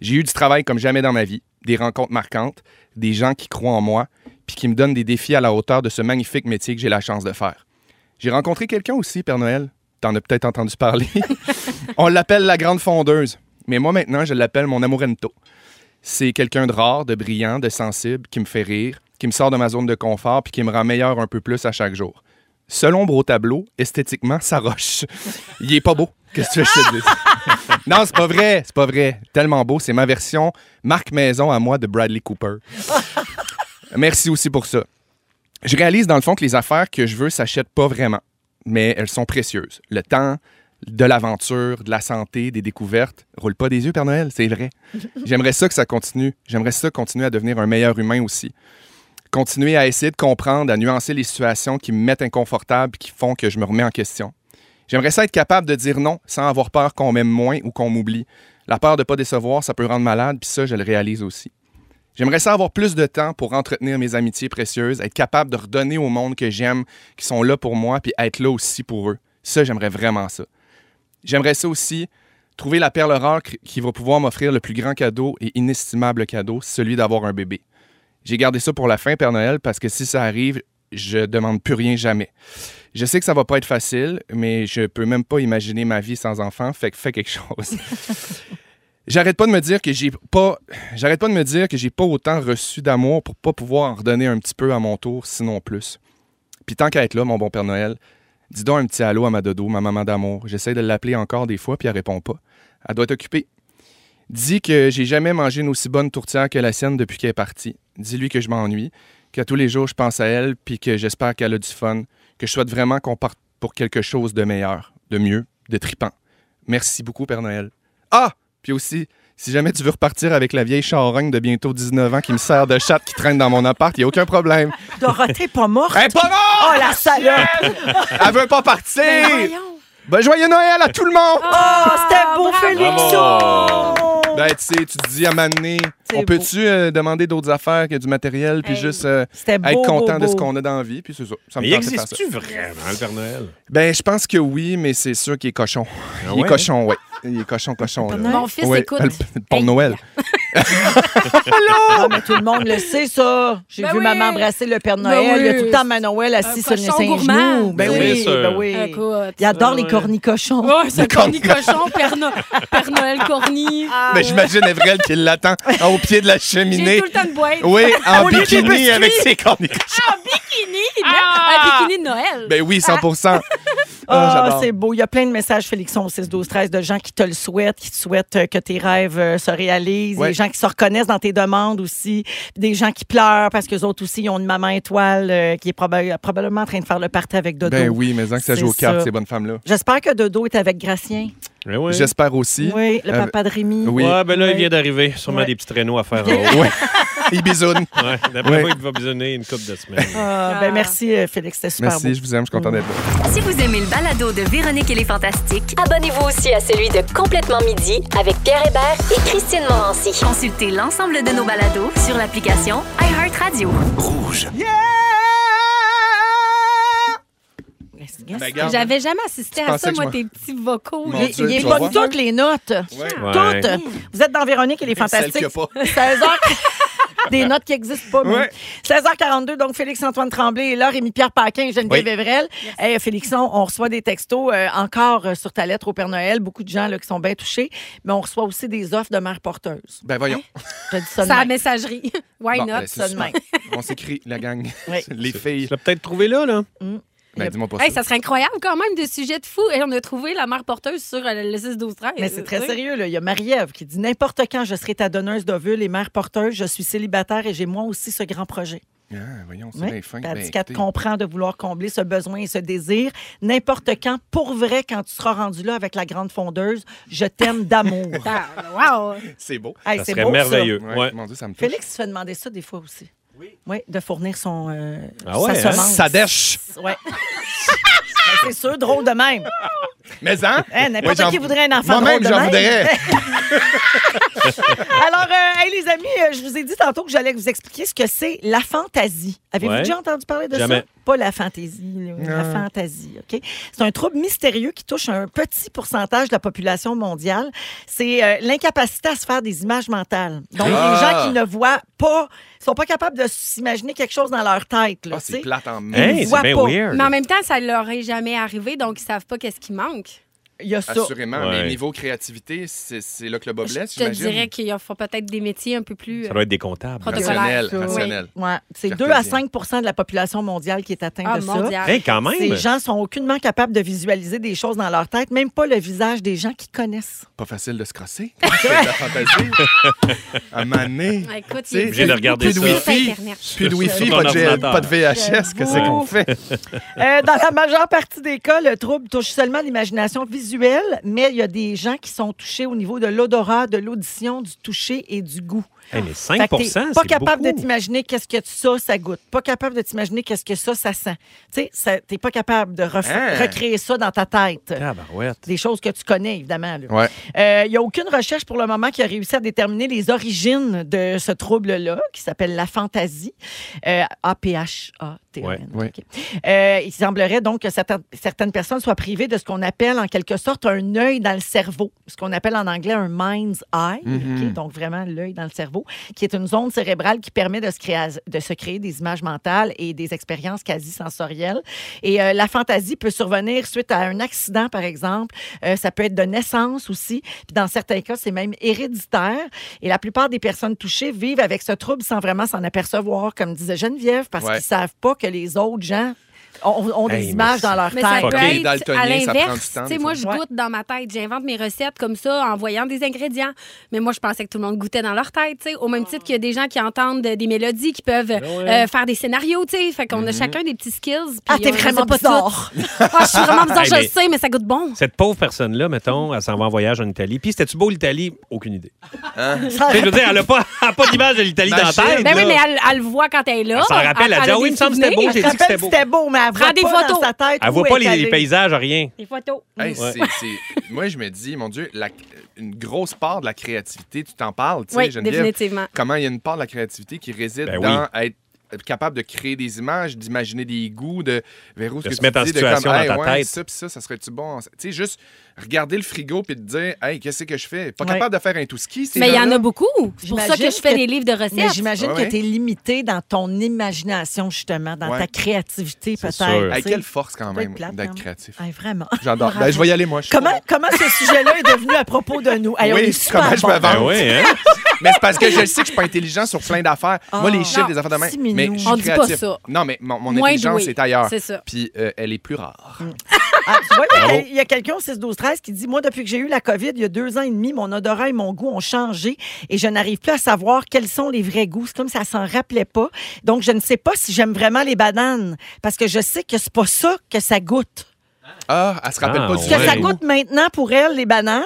S3: J'ai eu du travail comme jamais dans ma vie, des rencontres marquantes, des gens qui croient en moi, puis qui me donnent des défis à la hauteur de ce magnifique métier que j'ai la chance de faire. J'ai rencontré quelqu'un aussi, Père Noël. T'en as peut-être entendu parler. On l'appelle la grande fondeuse, mais moi maintenant, je l'appelle mon amourento. C'est quelqu'un de rare, de brillant, de sensible, qui me fait rire, qui me sort de ma zone de confort, puis qui me rend meilleur un peu plus à chaque jour. Seul ombre au tableau, esthétiquement, ça roche. Il est pas beau. Qu'est-ce que tu veux que je te dise? Non, c'est pas vrai, c'est pas vrai. Tellement beau, c'est ma version Marc Maison à moi de Bradley Cooper. Merci aussi pour ça. Je réalise dans le fond que les affaires que je veux s'achètent pas vraiment, mais elles sont précieuses. Le temps, de l'aventure, de la santé, des découvertes. Roule pas des yeux, Père Noël, c'est vrai. J'aimerais ça que ça continue. J'aimerais ça continuer à devenir un meilleur humain aussi. Continuer à essayer de comprendre, à nuancer les situations qui me mettent inconfortable, qui font que je me remets en question. J'aimerais ça être capable de dire non sans avoir peur qu'on m'aime moins ou qu'on m'oublie. La peur de ne pas décevoir, ça peut rendre malade, puis ça, je le réalise aussi. J'aimerais ça avoir plus de temps pour entretenir mes amitiés précieuses, être capable de redonner au monde que j'aime, qui sont là pour moi, puis être là aussi pour eux. Ça, j'aimerais vraiment ça. J'aimerais ça aussi trouver la perle rare cr- qui va pouvoir m'offrir le plus grand cadeau et inestimable cadeau, celui d'avoir un bébé. J'ai gardé ça pour la fin, Père Noël, parce que si ça arrive, je demande plus rien jamais. Je sais que ça va pas être facile, mais je peux même pas imaginer ma vie sans enfant, fait que fais quelque chose. J'arrête pas de me dire que j'ai pas j'arrête pas de me dire que j'ai pas autant reçu d'amour pour pas pouvoir en redonner un petit peu à mon tour, sinon plus. Puis tant qu'à être là, mon bon Père Noël, dis donc un petit allô à ma dodo, ma maman d'amour. J'essaie de l'appeler encore des fois, puis elle répond pas. Elle doit être occupée. Dis que j'ai jamais mangé une aussi bonne tourtière que la sienne depuis qu'elle est partie. Dis-lui que je m'ennuie, qu'à tous les jours je pense à elle, puis que j'espère qu'elle a du fun, que je souhaite vraiment qu'on parte pour quelque chose de meilleur, de mieux, de tripant. Merci beaucoup, Père Noël. Ah! Puis aussi, si jamais tu veux repartir avec la vieille charogne de bientôt 19 ans qui me sert de chatte qui traîne dans mon appart, il n'y a
S1: [laughs]
S3: aucun problème.
S2: Dorothée pas morte.
S3: Elle est pas morte!
S2: Oh, la salope!
S3: Elle veut pas partir! Ben, joyeux Noël à tout le monde!
S2: Oh, c'était beau,
S4: bravo.
S2: Félixon!
S3: Ben, tu sais, tu te dis à m'amener,
S2: C'est
S3: on peut-tu euh, demander d'autres affaires que du matériel, puis
S4: Hey.
S3: juste euh,
S2: C'était beau,
S3: être content
S2: beau,
S3: de ce
S2: beau.
S3: qu'on a dans la vie, puis c'est ça. Ça me
S1: Mais
S3: tente de faire ça.
S1: existe-tu vraiment, le Père Noël?
S3: Ben, je pense que oui, mais c'est sûr qu'il est cochon. il est
S1: Ah ouais,
S3: cochon, ouais. Il est cochon, cochon. là.
S4: Mon fils
S3: Ouais, [laughs]
S4: écoute.
S3: Le, le Père Noël.
S2: Ah, mais tout le monde le sait, ça. J'ai
S4: Ben
S2: vu
S4: oui.
S2: maman embrasser le Père
S4: Ben
S2: Noël. Il y a
S4: oui.
S2: tout le temps ma Noël assise sur
S4: Un
S2: les
S4: cochon
S2: saint
S4: gourmand.
S2: genoux. Ben
S1: Bien
S2: oui,
S1: sûr.
S2: ben oui.
S4: Écoute.
S2: Il adore les
S1: ouais.
S2: cornicochons.
S4: Ouais, c'est un corny cochon, Père, No- Père Noël corny.
S3: Mais Ben, j'imagine Evrel qui l'attend au pied de la
S4: J'ai
S3: cheminée.
S4: tout le temps de boîte. Ah,
S3: Oui, en
S2: Au lieu des
S3: bikini
S2: biscuits.
S3: avec ses cornicochons.
S4: Bikini,
S2: Ah.
S4: là. Un bikini de Noël.
S3: Ben oui, 100 Ah,
S2: Ah,
S3: j'adore.
S2: c'est beau. Il y a plein de messages, Félixon, au 6, 12, 13, de gens qui te le souhaitent, qui te souhaitent euh, que tes rêves euh, se réalisent,
S3: Ouais.
S2: des gens qui se reconnaissent dans tes demandes aussi, des gens qui pleurent parce qu'eux autres aussi, ils ont une maman étoile euh, qui est proba- probablement en train de faire le party avec Dodo.
S3: Ben oui, mais en que ça joue aux
S2: C'est
S3: cartes,
S2: ça.
S3: ces bonnes femmes-là.
S2: J'espère que Dodo est avec Gracien.
S1: Ben oui.
S3: J'espère aussi.
S2: Oui, le
S3: Euh,
S2: papa de Rémi.
S3: oui.
S1: Ouais, ben là,
S2: Oui.
S1: il vient d'arriver. Sûrement
S2: Ouais.
S1: des petits traîneaux à
S4: [laughs]
S1: faire en haut.
S3: [laughs] Ouais. Il bisoune.
S1: Ouais, D'après
S3: Ouais.
S1: moi, il va bisonner une coupe de semaines.
S2: Ah, ben merci, euh, Félix. C'était super beau.
S3: Merci, je vous aime, je suis content d'être là.
S6: Si vous aimez le balado de Véronique et les Fantastiques,
S7: Abonnez-vous aussi à celui de Complètement Midi avec Pierre Hébert et Christine Morancy.
S6: consultez l'ensemble de nos balados sur l'application iHeartRadio.
S2: Merci.
S3: Ben, garde.
S4: J'avais jamais assisté
S3: Tu
S4: à
S3: pensais
S4: ça,
S3: que
S4: moi,
S3: je
S4: tes petits vocaux.
S3: Mon
S4: là.
S3: Dieu,
S2: Il est
S3: tu
S2: bon
S3: vas voir.
S2: toutes les notes.
S3: Ouais.
S1: Ouais.
S4: euh,
S2: Toutes. Vous êtes dans Véronique et les
S3: Même celle
S2: Fantastiques.
S3: qu'il y a
S2: [laughs]
S3: pas.
S2: 16 h Des notes qui n'existent pas. mais-
S3: Ouais.
S2: 16h42, donc Félix-Antoine Tremblay est là, Rémi-Pierre Paquin, et Geneviève
S3: Oui.
S2: Evrel. Hey, Félixon, on reçoit des textos euh, encore euh, sur ta lettre au Père Noël. Beaucoup de gens là, qui sont bien touchés, mais on reçoit aussi des offres de mères porteuses.
S3: Ben voyons.
S2: Je dis ça
S4: C'est
S2: de
S4: la
S2: même.
S4: messagerie. [laughs] Why
S3: Bon,
S4: not?
S3: ben, c'est
S2: ça de
S3: super.
S2: même.
S3: [laughs] On s'écrit, la gang.
S2: Oui.
S3: [laughs] Les
S1: Tu
S3: filles.
S1: l'as peut-être trouvé là, là.
S3: Ben dis-moi pas
S4: Hey,
S3: ça.
S4: ça serait incroyable quand même de sujets de fou. Et on a trouvé la mère porteuse sur euh, le 6 12 13.
S2: Mais c'est très
S4: Tu sais.
S2: sérieux. Là. Il y a Marie-Ève qui dit N'importe quand je serai ta donneuse d'ovules et mère porteuse, je suis célibataire et j'ai moi aussi ce grand projet.
S3: Ah, voyons, c'est
S2: Oui.
S3: bien fin.
S2: Tandis
S3: Ben,
S2: qu'elle te
S3: écoutez.
S2: comprend de vouloir combler ce besoin et ce désir. N'importe quand, pour vrai, quand tu seras rendu là avec la grande fondeuse, je
S1: [laughs]
S2: t'aime d'amour.
S4: Ah, Wow!
S3: C'est beau.
S2: Hey,
S1: Ça
S2: c'est
S1: serait
S2: beau, ça.
S1: merveilleux.
S3: Ouais,
S1: Ouais.
S3: Mon Dieu, ça me touche.
S2: Félix se fait demander ça des fois aussi. Oui. de fournir son, euh,
S1: Ah ouais,
S2: sa
S1: hein?
S2: semence.
S3: Ça dèche.
S2: Ouais. [laughs] Ben, c'est sûr, drôle de même.
S3: Mais hein?
S2: Hein, n'importe
S3: Ouais, j'en-
S2: qui voudrait un enfant drôle
S3: Moi-même,
S2: de
S3: j'en
S2: même.
S3: voudrais.
S2: [laughs]
S3: [laughs]
S2: Alors, euh, hey, les amis, euh, je vous ai dit tantôt que j'allais vous expliquer ce que c'est la fantaisie. Avez-vous
S1: Ouais.
S2: déjà entendu parler de ça?
S1: Jamais.
S2: Pas la fantaisie, là, la fantaisie, OK? C'est un trouble mystérieux qui touche un petit pourcentage de la population mondiale. C'est euh, l'incapacité à se faire des images mentales. Donc,
S3: Ah.
S2: les gens qui ne voient pas, sont pas capables de s'imaginer quelque chose dans leur tête, là,
S3: Ah,
S2: tu
S3: c'est
S2: sais.
S3: plate en main.
S1: Hey,
S2: voit
S1: c'est bien
S2: pas.
S1: weird.
S4: Mais en même temps, ça leur est jamais arrivé, donc ils savent pas qu'est-ce qui manque.
S2: Il y a ça.
S3: Assurément, mais
S1: Ouais.
S3: niveau créativité, c'est c'est là que le bas blesse,
S4: Je te
S3: j'imagine.
S4: dirais qu'ils font peut-être des métiers un peu plus. euh,
S1: Ça doit être des comptables.
S4: Protocole.
S3: Rationnel,
S2: Ça, oui.
S3: rationnel.
S2: Ouais. C'est 2
S3: Cartésien.
S2: à 5 de la population mondiale qui est atteinte
S4: Ah,
S2: de ça.
S4: mondial.
S1: Hey, quand
S2: Ces
S1: même.
S2: gens sont aucunement capables de visualiser des choses dans leur tête, même pas le visage des gens qu'ils connaissent.
S3: Pas facile de se crosser. C'est de la fantaisie. à maner.
S4: Ah, Écoute,
S3: Tu sais,
S4: il-
S1: J'ai de regarder
S3: Plus de
S1: ça.
S3: wifi,
S4: Internet.
S3: plus de wifi,
S1: Sur ton
S3: pas de, GL,
S1: ordinateur.
S3: pas de VHS, qu'est-ce
S2: J'avoue.
S3: qu'on fait?
S2: Euh, dans la majeure partie des cas, le trouble touche seulement l'imagination visu- visuel, mais il y a des gens qui sont touchés au niveau de l'odorat, de l'audition, du toucher et du goût.
S1: Hey, mais 5
S2: Fait que t'es
S1: c'est
S2: pas capable de
S1: beaucoup.
S2: t'imaginer qu'est-ce que ça, ça goûte. Pas capable de t'imaginer qu'est-ce que ça, ça sent. Tu sais, ça- t'es pas capable de ref-
S3: Hein?
S2: recréer ça dans ta tête.
S1: Ah. Tabarouette.
S2: Des choses que tu connais, évidemment. là.
S3: Ouais.
S2: Euh, Il n'y a aucune recherche pour le moment qui a réussi à déterminer les origines de ce trouble-là, qui s'appelle la fantaisie. Euh, A-P-H-A-T-E-N.
S1: Ouais,
S3: ouais.
S2: OK. Euh, il semblerait donc que certaines, certaines personnes soient privées de ce qu'on appelle en quelque sorte un œil dans le cerveau, ce qu'on appelle en anglais un mind's eye,
S3: Mhm.
S2: OK, donc vraiment l'œil dans le cerveau, qui est une zone cérébrale qui permet de se créer, de se créer des images mentales et des expériences quasi sensorielles. Et euh, la fantaisie peut survenir suite à un accident, par exemple. Euh, ça peut être de naissance aussi. Puis dans certains cas, c'est même héréditaire. Et la plupart des personnes touchées vivent avec ce trouble sans vraiment s'en apercevoir, comme disait Geneviève, parce
S3: Ouais.
S2: qu'ils savent pas que les autres gens ont, ont
S1: Hey,
S2: des
S1: mais
S2: images
S1: ça-
S2: dans leur
S4: Mais ça
S2: tête.
S4: peut
S3: Fucké,
S4: être
S3: daltonien,
S4: à
S3: ça prend
S4: l'inverse.
S3: du temps,
S4: Tu sais,
S3: des
S4: moi,
S3: fois.
S4: je
S2: Ouais.
S4: goûte dans ma tête. J'invente mes recettes comme ça en voyant des ingrédients. Mais moi, je pensais que tout le monde goûtait dans leur tête. tu sais. Au même titre qu'il y a des gens qui entendent de- des mélodies, qui peuvent
S3: Ben
S1: ouais.
S4: euh, faire des scénarios. tu sais. Fait qu'on a
S3: Mhm.
S4: chacun des petits skills. puis
S2: Ah,
S4: on
S2: t'es
S4: les a
S2: vraiment
S4: pas
S2: bizarre.
S4: [laughs] toutes. Ah, je suis vraiment
S3: [laughs]
S4: bizarre,
S1: Hey,
S4: je le
S1: mais-
S4: sais, mais ça goûte bon.
S1: Cette pauvre personne-là, mettons, elle s'en va en voyage en Italie. Puis c'était-tu beau l'Italie? Aucune idée.
S2: Ça-
S1: Tu sais, je veux dire, elle n'a pas, [laughs] elle a pas d'image de l'Italie dans la
S3: Imagine.
S1: tête.
S4: Ben oui,
S1: là.
S4: mais elle, elle le voit quand elle est là.
S1: Elle s'en rappelle, elle dit,
S4: a
S1: ah oui,
S4: des
S1: il me semble que c'était beau,
S4: souvenirs.
S1: j'ai-
S2: Elle se
S1: dit que c'était
S2: rappelle que
S1: beau.
S2: c'était beau, mais elle voit
S4: Prends des
S2: pas dans
S4: photos.
S2: sa tête.
S1: Elle
S2: où
S1: voit pas
S2: est
S1: les, les
S2: allée.
S1: paysages, rien.
S4: Des photos.
S3: Hey,
S1: Ouais.
S3: c'est- c'est- Moi, je me dis, mon Dieu, la- une grosse part de la créativité, tu t'en parles, tu sais,
S4: Oui,
S3: Geneviève,
S4: définitivement.
S3: Comment il y a une part de la créativité qui réside
S1: Ben
S3: dans être capable de créer des images, d'imaginer des goûts, de Véro, ce
S1: De
S3: que
S1: se
S3: tu
S1: mettre en
S3: dis,
S1: situation
S3: de comme,
S1: dans
S3: Hey,
S1: ta
S3: ouais,
S1: tête.
S3: Ça, pis ça, ça serait-tu bon? en- Tu sais, juste regarder le frigo puis te dire, hey, qu'est-ce que je fais? Pas
S2: Ouais.
S3: capable de faire un tout ski,
S4: Mais il y en a beaucoup. C'est pour ça que
S2: J'imagine
S4: je fais
S2: que-
S4: des livres de
S2: Mais
S4: recettes.
S2: j'imagine
S3: Ah Ouais, ouais.
S2: que tu es limité dans ton imagination, justement, dans
S3: Ouais.
S2: ta créativité,
S1: sûr.
S2: peut-être.
S3: Hey,
S2: tu sais.
S3: quelle force quand
S2: peut être
S3: même
S2: plate,
S3: d'être
S2: hein.
S3: créatif.
S2: Hey, vraiment. [laughs]
S3: J'adore. Ben,
S2: Bravo.
S3: je vais y aller, moi. je suis
S2: Comment,
S3: pas
S2: comment ce sujet-là est devenu à propos de nous? Hey, on
S3: Oui,
S2: est super
S3: comment je me
S2: bons.
S1: Ben
S3: vends?
S1: oui, hein?
S3: Mais c'est parce que je le sais que je suis pas intelligent sur plein d'affaires.
S2: Oh.
S3: Moi, les chiffres,
S4: Non,
S3: des affaires de même.
S2: si
S3: Mais
S2: mignon.
S3: je suis
S4: On dit pas
S3: créatif.
S4: ça.
S3: Non, mais mon, mon
S4: Moins
S3: intelligence
S4: doué.
S3: est ailleurs.
S4: C'est ça.
S3: Puis euh, elle est plus rare.
S2: Ah, tu vois, il y a- il y a quelqu'un au 6-12-13 qui dit Moi, depuis que j'ai eu la COVID, il y a deux ans et demi, mon odorat et mon goût ont changé et je n'arrive plus à savoir quels sont les vrais goûts. C'est comme ça, s'en rappelait pas. Donc, je ne sais pas si j'aime vraiment les bananes parce que je sais que c'est pas ça que ça goûte.
S3: Ah, elle se rappelle
S1: Ah,
S3: pas du
S2: Ce
S1: ouais.
S2: que ça
S3: vrai goût.
S2: goûte maintenant pour elle, les bananes,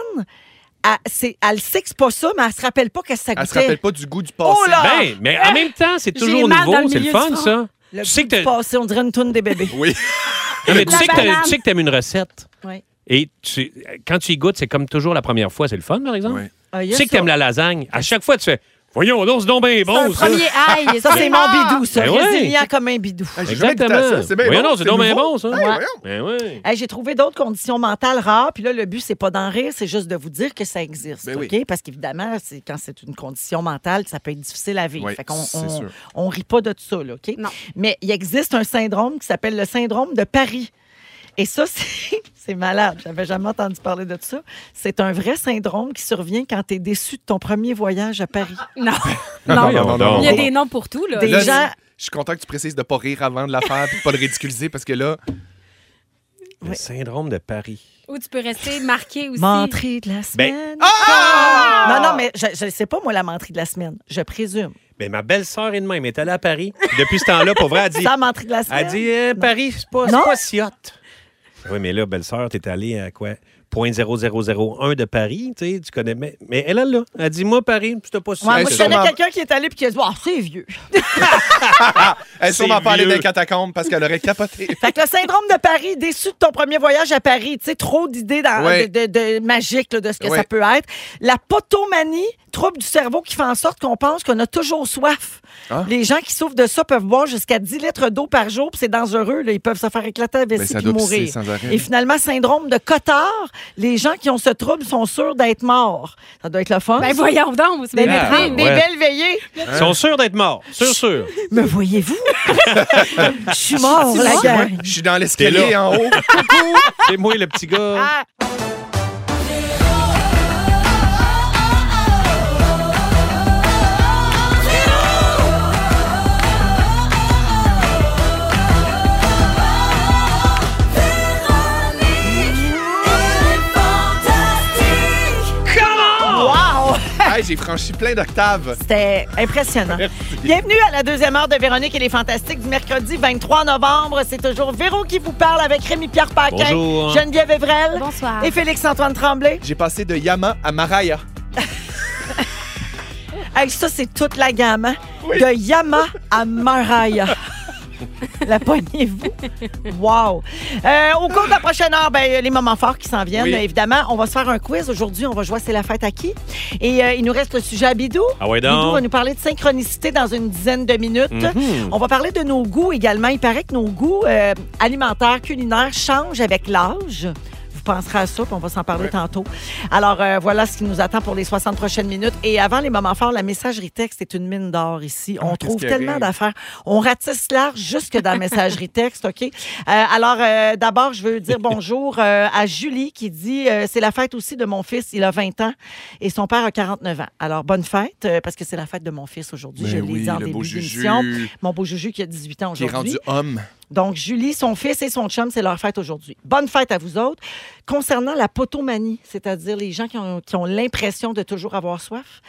S2: elle, c'est- elle sait que c'est pas ça, mais elle se rappelle pas que ça
S3: Elle se
S2: goûtait.
S3: rappelle pas du goût du passé.
S2: Oh là! Ah!
S1: Ben, mais en même temps, c'est
S4: J'ai
S1: toujours
S4: mal dans le
S1: nouveau. C'est le
S4: milieu du
S1: fun,
S4: front.
S1: ça.
S2: Le
S1: Tu sais
S2: goût
S1: que
S2: du
S1: t'as-
S2: passé, on dirait une toune des bébés.
S3: Oui. [laughs]
S1: Non, mais tu
S4: La
S1: sais, que t'as-
S4: banane.
S1: tu sais que t'aimes une recette.
S2: Ouais.
S1: Et tu- quand tu y goûtes, c'est comme toujours la première fois. C'est le fun, par exemple.
S3: Ouais.
S2: Ah, il y
S1: Tu
S2: a
S1: sais que
S2: ça.
S1: t'aimes la lasagne. À chaque fois, tu fais Voyons, non, c'est donc bien
S4: C'est un
S1: bon, ça.
S4: premier aïe.
S2: Ça, c'est mon bidou, ça.
S1: Ben ouais.
S2: Résilient comme un bidou.
S3: Ah, j'ai jamais goûté à
S1: Exactement.
S3: ça. C'est bien
S1: Voyons,
S3: bon,
S1: non, c'est donc bien
S3: nouveau.
S1: bon, ça.
S3: Hey, voyons.
S1: Ben oui.
S2: Hey, J'ai trouvé d'autres conditions mentales rares. Puis là, le but, c'est pas d'en rire, c'est juste de vous dire que ça existe.
S3: Ben oui.
S2: OK? Parce qu'évidemment, c'est- quand c'est une condition mentale, ça peut être difficile à vivre.
S3: Oui,
S2: fait qu'on
S3: c'est
S2: on,
S3: sûr.
S2: on rit pas de tout ça. là, OK?
S4: Non.
S2: Mais il existe un syndrome qui s'appelle le syndrome de Paris. Et ça, [laughs] c'est c'est malade. J'avais jamais entendu parler de ça. C'est un vrai syndrome qui survient quand tu es déçu de ton premier voyage à Paris.
S4: Non. [laughs] Non.
S1: Voyons donc.
S3: non, non.
S4: Il y a des noms pour tout, là.
S2: Des
S3: Là,
S2: gens-
S3: Je suis content que tu précises de pas rire avant de la faire puis de pas le ridiculiser parce que là,
S1: Le syndrome de Paris.
S4: Où tu peux rester marqué aussi.
S2: Mentrée de la
S1: Ben-
S2: semaine.
S3: Ah!
S2: Non, non, mais je ne sais pas, moi, la mentrée de la semaine. Je présume.
S1: Mais Ben, ma belle-sœur est de même. Elle est allée à Paris. Depuis ce temps-là, pour vrai, elle dit,
S2: Ça, mentrée de la semaine.
S1: elle dit Eh, Paris, c'est pas, c'est
S2: Non.
S1: pas si hot. Oui, mais là, belle-sœur, t'es allée à quoi? 0.0001 de Paris, tu sais, tu connais. Mais, mais elle, elle, là, elle dit, moi, Paris, c'était pas si
S2: Ouais,
S3: Ouais,
S2: moi,
S3: c'est
S2: je connais
S3: sûrement-
S2: quelqu'un qui est allé et qui a dit, Ah, c'est vieux.
S3: elle
S1: C'est
S3: est sûrement pas allée
S1: vieux.
S3: dans les catacombes parce qu'elle aurait capoté.
S2: Fait que le syndrome de Paris, déçu de ton premier voyage à Paris, tu sais, trop d'idées dans-
S3: Ouais.
S2: de, de- de magique là, de ce que
S3: Ouais.
S2: ça peut être. La potomanie, trouble du cerveau qui fait en sorte qu'on pense qu'on a toujours soif.
S3: Ah.
S2: Les gens qui souffrent de ça peuvent boire jusqu'à 10 litres d'eau par jour, puis c'est dangereux, là. ils peuvent se faire éclater la vessie
S3: Ben, ça
S2: puis
S3: doit pisser
S2: mourir.
S3: sans arrêt.
S2: Et finalement, syndrome de Cotard, les gens qui ont ce trouble sont sûrs d'être morts. Ça doit être le fun.
S4: Ben voyons donc, c'est
S2: des,
S4: bien
S1: Ah,
S4: étrange.
S2: des- des
S1: ouais.
S2: belles veillées.
S1: Ils sont sûrs d'être morts. Sûr, [laughs] sûr.
S2: Me [laughs] voyez-vous? Je suis mort, la
S3: Moi,
S2: gang.
S3: je suis dans l'escalier
S1: là.
S3: en haut. [laughs]
S1: C'est moi, le petit gars.
S2: Wow!
S3: Hey, j'ai franchi plein d'octaves.
S2: C'était impressionnant. Bienvenue à la deuxième heure de Véronique et les Fantastiques du mercredi 23 novembre. C'est toujours Véro qui vous parle avec Rémi-Pierre Paquin,
S1: Bonjour.
S2: Geneviève Evrel
S4: Bonsoir.
S2: et Félix-Antoine Tremblay.
S3: J'ai passé de Yama à Maraya.
S2: Hey, ça, c'est toute la gamme. hein? De Yama à Maraya. La pognez-vous? Wow! Euh, au cours de la prochaine heure, ben, les moments forts qui s'en viennent,
S3: Oui.
S2: évidemment. On va se faire un quiz aujourd'hui. On va jouer à C'est la fête à qui? Et euh, il nous reste le sujet à Bidou.
S1: Ah ouais,
S2: Bidou va
S1: donc.
S2: nous parler de synchronicité dans une dizaine de minutes.
S3: Hmm.
S2: On va parler de nos goûts également. Il paraît que nos goûts euh, alimentaires, culinaires changent avec l'âge. Vous penserez à ça, puis on va s'en parler tantôt. Alors, euh, voilà ce qui nous attend pour les 60 prochaines minutes. Et avant les moments forts, la messagerie texte est une mine d'or ici. On trouve
S3: Ah, qu'est-ce qui
S2: tellement
S3: arrive?
S2: d'affaires. On ratisse large jusque dans la messagerie texte, OK? Euh, alors, euh, d'abord, je veux dire bonjour euh, à Julie qui dit euh, C'est la fête aussi de mon fils. Il a 20 ans et son père a 49 ans. Alors, bonne fête, euh, parce que c'est la fête de mon fils aujourd'hui. Je
S3: Ben
S2: l'ai
S3: oui,
S2: dit en
S3: le
S2: début
S3: beau
S2: d'émission.
S3: Juju.
S2: Mon beau Juju qui a 18 ans
S3: Qui est rendu
S2: aujourd'hui.
S3: homme.
S2: Donc, Julie, son fils et son chum, c'est leur fête aujourd'hui. Bonne fête à vous autres. Concernant la potomanie, c'est-à-dire les gens qui ont, qui ont l'impression de toujours avoir soif,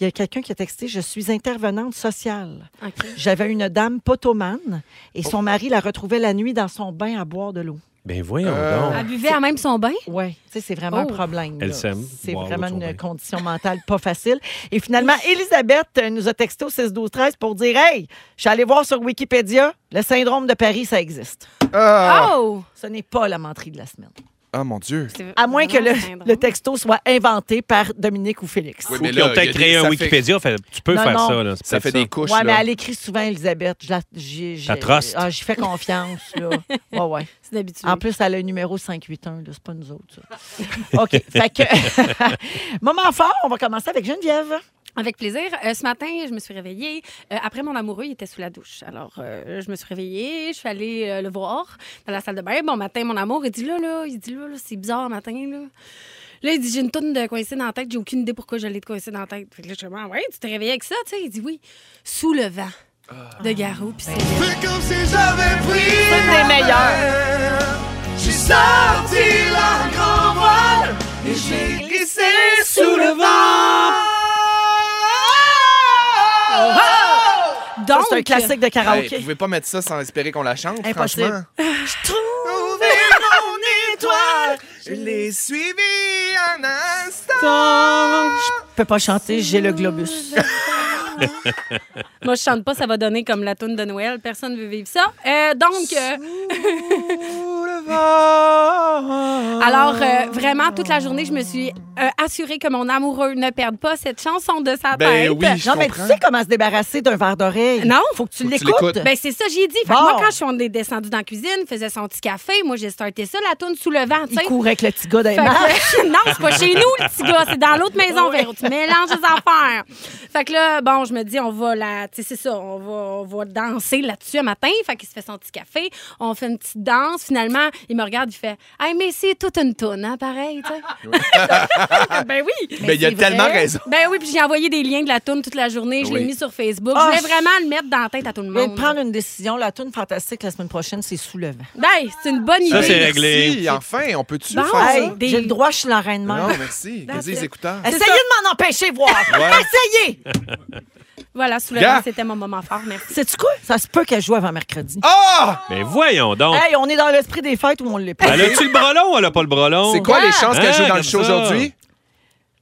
S2: il y a quelqu'un qui a texté Je suis intervenante sociale.
S4: OK.
S2: J'avais une dame potomane et
S3: Oh.
S2: son mari la retrouvait la nuit dans son bain à boire de l'eau.
S1: Ben voyons
S3: Euh,
S1: donc.
S4: Elle buvait à même son bain.
S2: Oui, tu sais, c'est vraiment un
S4: Oh.
S2: problème. là.
S1: Elle s'aime,
S2: C'est
S1: boire
S2: vraiment
S1: de son
S2: une
S1: bain.
S2: condition mentale pas facile. Et finalement, Elisabeth euh, nous a texté au 16 12 13 pour dire Hey, je suis allée voir sur Wikipédia, le syndrome de Paris, ça existe.
S3: Ah,
S4: Oh!
S2: Ce n'est pas la menterie de la semaine.
S3: Ah, mon Dieu.
S4: C'est
S2: À moins que le,
S4: vraiment un syndrome.
S2: le texto soit inventé par Dominique ou Félix.
S3: Oui,
S1: Ou
S3: mais
S1: qu'ils ont
S3: là, il y
S1: peut-être
S3: a des-
S1: créé un
S3: ça fait-
S1: Wikipédia. fait- tu peux
S2: Non,
S1: faire
S2: non.
S1: ça. Là, c'est
S3: Ça
S1: peut-être
S3: fait des couches.
S2: Ouais, mais
S3: là.
S2: elle écrit souvent, Elisabeth. Je la- j'ai- j'ai-
S1: La trust.
S2: Ah, j'y fais confiance,
S4: [laughs]
S2: là. Ouais, ouais.
S4: C'est d'habitude.
S2: En plus, elle a le numéro 581, là. C'est pas nous autres, ça. OK. fait que. [laughs] Moment fort, on va commencer avec Geneviève.
S4: Avec plaisir. Euh, ce matin, je me suis réveillée. Euh, après, mon amoureux, il était sous la douche. Alors, euh, je me suis réveillée. Je suis allée euh, le voir dans la salle de bain. Bon matin, mon amour, il dit là, là, il dit là, là c'est bizarre matin, là. Là, il dit, j'ai une tonne de coïncide dans la tête. J'ai aucune idée pourquoi je l'ai de coïncide dans la tête. Fait que là, je suis comme, Ah ouais, tu t'es réveillée avec ça, tu sais. Il dit, oui, sous le vent de Garou. Puis c'est
S5: C'est comme si j'avais
S2: C'est
S5: pris
S2: une des meilleures.
S5: J'ai sorti la grand voile Et j'ai glissé sous le vent
S2: Ça,
S4: Donc,
S2: C'est un classique de
S3: Hey,
S2: karaoké.
S3: vous pouvez pas mettre ça sans espérer qu'on la chante,
S2: Ah, Impossible.
S3: franchement.
S2: [laughs] Je trouve
S3: Trouver mon étoile, je l'ai suivi un instant.
S2: Je peux pas chanter, j'ai le globus.
S4: Moi, je chante pas, ça va donner comme la toune de Noël. Personne veut vivre ça. Euh, donc, euh, alors, euh, vraiment, toute la journée, je me suis euh, assurée que mon amoureux ne perde pas cette chanson de sa
S3: Ben
S4: tête.
S3: oui, je
S2: Non, mais tu
S3: comprends.
S2: sais comment se débarrasser d'un verre d'oreille.
S4: Non.
S2: Faut que tu
S3: Faut que tu
S2: l'écoutes.
S3: l'écoutes.
S4: Ben, c'est ça, j'ai dit. Fait que
S2: Bon.
S4: moi, quand je suis descendue dans la cuisine, faisait son petit café, moi, j'ai starté ça, la toune sous le vent, tu
S2: Il
S4: sais.
S2: court avec le petit gars
S4: Fait
S2: d'un
S4: que- [laughs] non, c'est pas chez nous, le petit gars. C'est dans l'autre maison, Véro. Tu mélanges les affaires. Fait que là, bon, je me dis, on va la. Tu sais, c'est ça, on va, on va danser là-dessus un matin. Fait qu'il se fait son petit café. On fait une petite danse. Finalement, il me regarde, il fait Hey, mais c'est toute une toune, hein, pareil, tu sais. ben oui.
S3: Mais il y
S2: [laughs]
S3: a
S2: c'est
S3: tellement
S2: vrai. [laughs]
S3: raison.
S4: Ben oui, puis j'ai envoyé des liens de la toune toute la journée. Je l'ai
S3: Oui.
S4: mis sur Facebook.
S2: Ah,
S4: je
S2: je-
S4: voulais vraiment le mettre dans la tête à tout le
S2: Je viens
S4: monde.
S2: de prendre une décision. La toune fantastique la semaine prochaine, c'est soulevant.
S4: Ben, c'est une bonne
S1: Ça,
S4: idée.
S1: c'est réglé.
S3: Merci, enfin, on peut-tu
S4: Bon.
S3: faire ça?
S2: Hey,
S4: Ah, des-
S2: j'ai le droit, je suis la reine mère.
S3: Non, merci. Vas-y, les écouteurs.
S2: Essayez de m'en empêcher, voir.
S3: Ouais. [laughs]
S2: Essayez.
S4: Voilà, sous le
S3: Gars.
S4: vent, c'était mon moment fort. Merci.
S2: Sais-tu quoi? Ça se peut qu'elle joue avant mercredi.
S4: Oh!
S3: Ah!
S1: Mais voyons donc.
S2: Hey, on est dans l'esprit des fêtes où on l'est pas.
S1: Elle a-tu le brelon ou elle a pas le
S2: Oh,
S1: brelon?
S3: C'est quoi les chances
S1: Ah,
S3: qu'elle joue dans
S1: comme
S3: le show
S1: ça.
S3: aujourd'hui?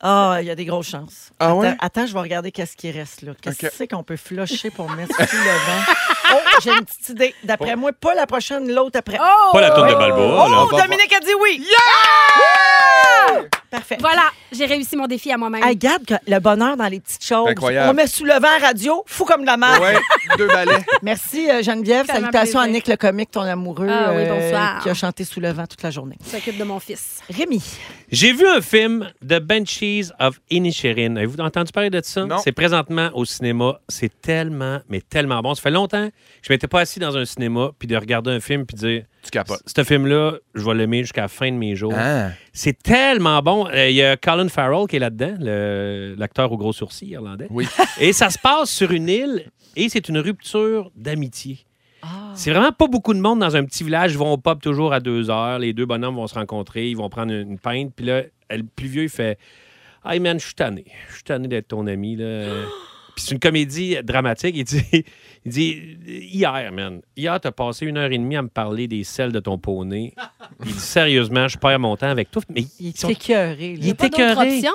S2: Ah, il y a des grosses chances.
S3: Ah
S2: attends,
S3: ouais?
S2: attends, je vais regarder qu'est-ce qui reste là. Qu'est-ce que
S3: Ok.
S2: c'est qu'on peut flusher pour mettre sous le vent? [laughs] Oh, j'ai une petite idée. D'après moi, pas la prochaine, l'autre après. Oh,
S1: Pas la toune de Balboa, là.
S3: on va
S2: Dominique a dit oui. Parfait.
S4: Voilà, j'ai réussi mon défi à moi-même.
S2: Hey, regarde que- le bonheur dans les petites choses.
S3: Incroyable.
S2: On met sous le vent radio, fou comme la mer.
S3: Ah Ouais, deux balais.
S2: Merci euh, Geneviève.
S4: Tellement
S2: Salutations à
S4: plaisir.
S2: Nick le comique, ton amoureux, euh,
S4: Ah oui, bonsoir.
S2: qui a chanté sous le vent toute la journée.
S4: Je s'occupe de mon fils.
S2: Rémi,
S1: J'ai vu un film, The Banshees of Inisherin. Avez-vous entendu parler de ça?
S3: Non.
S1: C'est présentement au cinéma. C'est tellement, mais tellement bon. Ça fait longtemps que je m'étais pas assis dans un cinéma puis de regarder un film puis dire,
S3: Tu
S2: [laughs]
S3: capotes.
S1: ce film-là, je vais l'aimer jusqu'à la fin de mes jours.
S3: Ah.
S1: C'est tellement bon. Euh, Il y a Colin Farrell qui est là-dedans, le- l'acteur au gros sourcil irlandais.
S3: Oui.
S1: Et ça se passe sur une île et c'est une rupture d'amitié. C'est vraiment pas beaucoup de monde dans un petit village. Ils vont au pub toujours à deux heures. Les deux bonhommes vont se rencontrer. Ils vont prendre une, une pinte. Puis là, le plus vieux, il fait Hey man, je suis tanné. Je suis tanné d'être ton ami. Là. Puis c'est une comédie dramatique. Il dit, [laughs] il dit Hier, man, hier, t'as passé une heure et demie à me parler des selles de ton poney. Il dit Sérieusement, je perds mon temps avec toi. Mais ils
S2: T'es
S1: sont
S2: écœuré, là.
S1: Il est
S4: Il n'y a pas d'autre
S1: écœuré.
S4: option.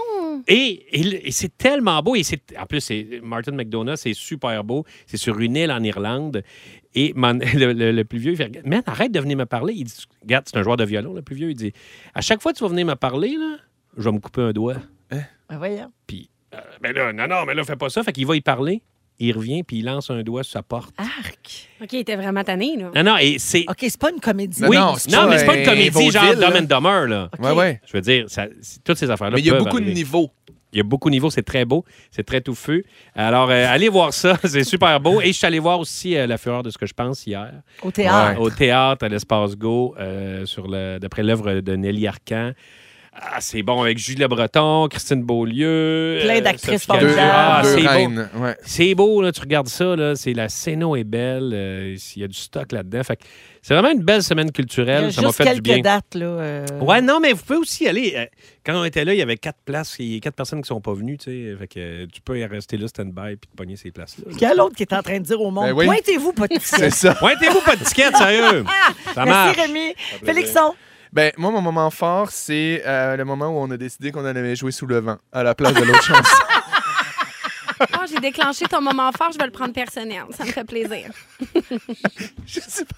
S1: et, et le- et c'est tellement beau. Et c'est, en plus, c'est, Martin McDonough, c'est super beau. C'est sur une île en Irlande. Et mon- [laughs] le, le- le plus vieux, il fait Man, arrête de venir me parler. Il dit Regarde, c'est un joueur de violon, le plus vieux. Il dit À chaque fois que tu vas venir me parler, là, je vais me couper un doigt.
S2: Ah, voyons.
S1: Puis, euh, ben là, non, non, mais là, fais pas ça. Fait qu'il va y parler. Il revient, puis il lance un doigt sur sa porte.
S2: Arc.
S4: OK, il était vraiment
S1: [laughs]
S4: tanné, là.
S1: Non, non, et c'est.
S2: OK, c'est pas une comédie.
S3: Non,
S1: oui,
S3: non,
S1: non,
S3: c'est pas
S1: mais c'est pas
S3: un
S1: une comédie genre
S3: vaudeville, là.
S1: Dumb and Dumber, là.
S3: Ouais, ouais.
S1: Je veux dire, ça- c'est- toutes ces affaires-là.
S3: Mais il y a
S1: peuvent
S3: beaucoup de
S1: arriver.
S3: niveaux.
S1: Il y a beaucoup de niveaux, c'est très beau, c'est très touffu. Alors, euh, allez voir ça, [laughs] c'est super beau. Et je suis allé voir aussi euh, La Fureur de ce que je pense hier.
S2: Au théâtre.
S1: Au théâtre, à l'espace Go, euh, sur le- d'après l'œuvre de Nelly Arcan. Ah, c'est bon, avec Julie Le Breton, Christine Beaulieu.
S2: Plein
S1: euh,
S2: d'actrices
S1: Sophie
S3: Deux,
S1: Cadio.
S2: formidables.
S1: Ah,
S3: deux
S1: c'est beau.
S3: reines. Ouais.
S1: C'est beau, là, tu regardes ça, là, c'est la scéno est belle, euh, il y a du stock là-dedans. Fait que c'est vraiment une belle semaine
S2: Il y a
S1: culturelle, ça m'a
S2: juste
S1: fait du bien.
S2: quelques dates, là. euh,
S1: Ouais, non, mais vous pouvez aussi aller. euh, Quand on était là, il y avait quatre places, il y a quatre personnes qui sont pas venues, tu sais. Fait que euh, tu peux y rester là, stand-by, puis te pogner ces places-là.
S2: Puis il y a l'autre qui est en train de dire au monde,
S3: Ben oui.
S2: pointez-vous, pas de
S3: C'est ça.
S1: Pointez-vous pas de ticket, sérieux! Ça marche!
S2: Merci, Rémi. Félixon.
S3: Ben, moi, mon moment fort, c'est euh, le moment où on a décidé qu'on allait jouer sous le vent à la place
S2: [laughs]
S3: de l'autre chanson.
S4: Ah, j'ai déclenché ton moment fort, je vais le prendre personnel. Ça me
S2: [laughs]
S4: fait plaisir.
S3: Je sais pas.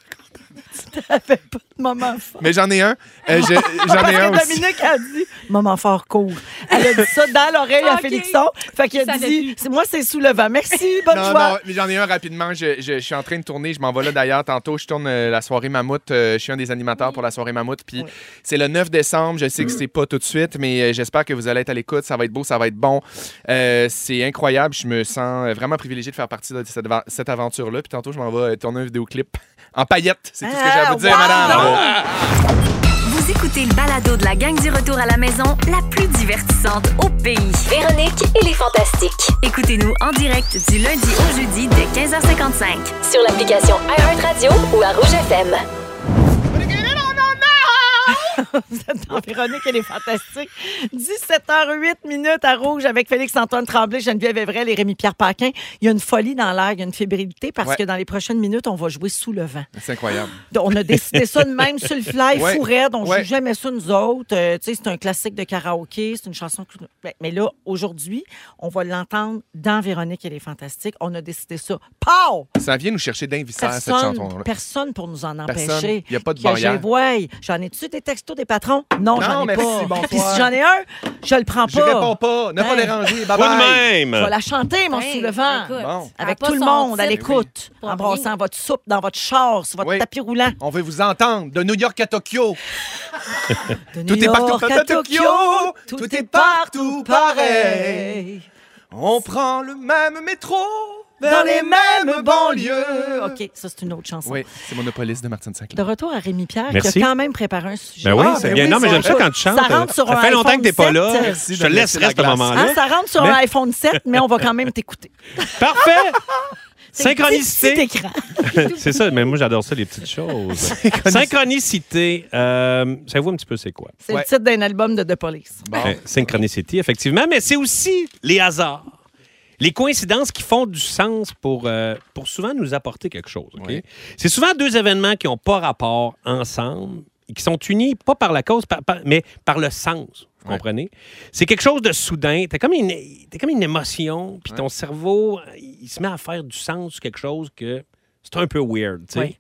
S2: [laughs] T'avais pas de moment fort.
S3: Mais j'en ai un. Euh, je- j'en
S2: Parce
S3: ai un
S2: que
S3: aussi.
S2: Dominique a dit moment fort court. Elle a dit ça dans l'oreille à
S4: Ok.
S2: Félixon. Fait qu'il a
S4: Ça
S2: dit c'est- moi, c'est sous le vent. Merci, bonne
S3: Non,
S2: joie. [laughs]
S3: non, mais j'en ai un rapidement. Je, je- je suis en train de tourner. Je m'en vais là d'ailleurs tantôt. Je tourne euh, la soirée Mammouth. Euh, je suis un des animateurs pour la soirée Mammouth. Puis
S2: Oui.
S3: c'est le 9 décembre. Je sais que c'est pas tout de suite, mais euh, j'espère que vous allez être à l'écoute. Ça va être beau, ça va être bon. Euh, c'est incroyable. Je me sens euh, vraiment privilégié de faire partie de cette, ava- cette aventure-là. Puis tantôt, je m'en vais euh, tourner un vidéoclip en paillettes. C'est tout ce que j'ai à
S2: Ah,
S3: vous dire,
S2: wow!
S3: madame.
S2: Donc,
S6: Vous écoutez le balado de la gang du retour à la maison, la plus divertissante au pays.
S7: Véronique et les Fantastiques.
S6: Écoutez-nous en direct du lundi au jeudi dès 15h55.
S7: Sur l'application iHeartRadio ou à Rouge FM.
S2: Vous êtes dans Véronique, elle est fantastique. 17h08 minutes à Rouge avec Félix-Antoine Tremblay, Geneviève Evrel et Rémi-Pierre Paquin. Il y a une folie dans l'air, il y a une fébrilité parce
S3: Ouais.
S2: que dans les prochaines minutes, on va jouer sous le vent.
S3: C'est incroyable.
S2: Donc, On a décidé ça de même sur le fly,
S3: Ouais.
S2: fou raide, on
S3: Ouais.
S2: joue jamais ça nous autres. Euh, tu sais, c'est un classique de karaoké, c'est une chanson... que- Ben, Mais là, aujourd'hui, on va l'entendre dans Véronique, elle est fantastique. On a décidé ça. Pow!
S3: Ça vient nous chercher d'invissère, cette
S2: Personne,
S3: chanson-là.
S2: personne pour nous en empêcher.
S3: Personne. Il y a pas de
S2: Que
S3: barrière.
S2: j'ai- ouais, j'en ai-tu des textos des patrons? Non,
S3: Non,
S2: j'en ai
S3: merci,
S2: pas.
S3: bonsoir.
S2: Puis si j'en ai un, je le prends pas.
S3: Je réponds pas. Ne
S2: Ben.
S3: pas déranger. Bye
S1: Pas de
S3: bye.
S2: Je vais
S1: même!
S2: la chanter, mon
S4: Hey,
S2: sous le vent.
S4: Ben, écoute,
S3: Bon.
S4: elle a
S2: Avec
S4: pas
S2: tout le
S4: son
S2: monde, à
S4: titre.
S2: l'écoute.
S4: Pour
S2: En brassant
S4: rien.
S2: votre soupe dans votre char, sur votre
S3: Oui.
S2: tapis roulant.
S3: On veut vous entendre de New York à Tokyo.
S2: De
S3: Tout
S2: New
S3: est partout,
S2: York à
S3: partout, Tokyo. Tout est partout pareil. On prend le même métro
S2: Dans les mêmes banlieues. OK, ça, c'est une autre chanson.
S3: Oui, c'est Monopolis de Martine
S2: De
S3: Sinclair.
S2: retour à Rémi Pierre,
S1: Merci.
S2: qui a quand même préparé un sujet.
S1: Ben oui,
S3: Ah,
S1: c'est
S3: ben
S1: bien.
S3: oui,
S1: non, mais
S3: ça
S1: j'aime ça
S2: rentre-
S1: quand tu chantes.
S2: ça rentre sur un
S1: fait longtemps
S2: iPhone
S1: que t'es pas
S2: 7.
S1: là.
S3: Merci
S1: je te
S3: de me laisser
S1: laisserai
S3: la
S1: ce
S3: glace.
S2: Hein,
S1: moment-là.
S2: ça rentre sur
S1: Mais-
S2: un iPhone 7, mais on va quand même t'écouter.
S1: [laughs] Parfait!
S2: Petit
S1: Synchronicité.
S2: écran.
S1: [laughs] c'est ça, mais moi, j'adore ça, les petites choses. Synchronicité. euh, Savez-vous un petit peu c'est quoi?
S2: C'est le
S3: Ouais.
S2: titre d'un album de The Police.
S1: Ben, synchronicité, effectivement, mais c'est aussi les hasards. Les coïncidences qui font du sens pour, euh, pour souvent nous apporter quelque chose. OK?
S3: Oui.
S1: C'est souvent deux événements qui n'ont pas rapport ensemble et qui sont unis pas par la cause, par- par- mais par le sens. Vous
S3: Ouais.
S1: comprenez? C'est quelque chose de soudain. T'as comme, une- t'as comme une émotion, puis ton cerveau, il se met à faire du sens sur quelque chose que c'est un peu weird. tu sais.
S2: Ouais.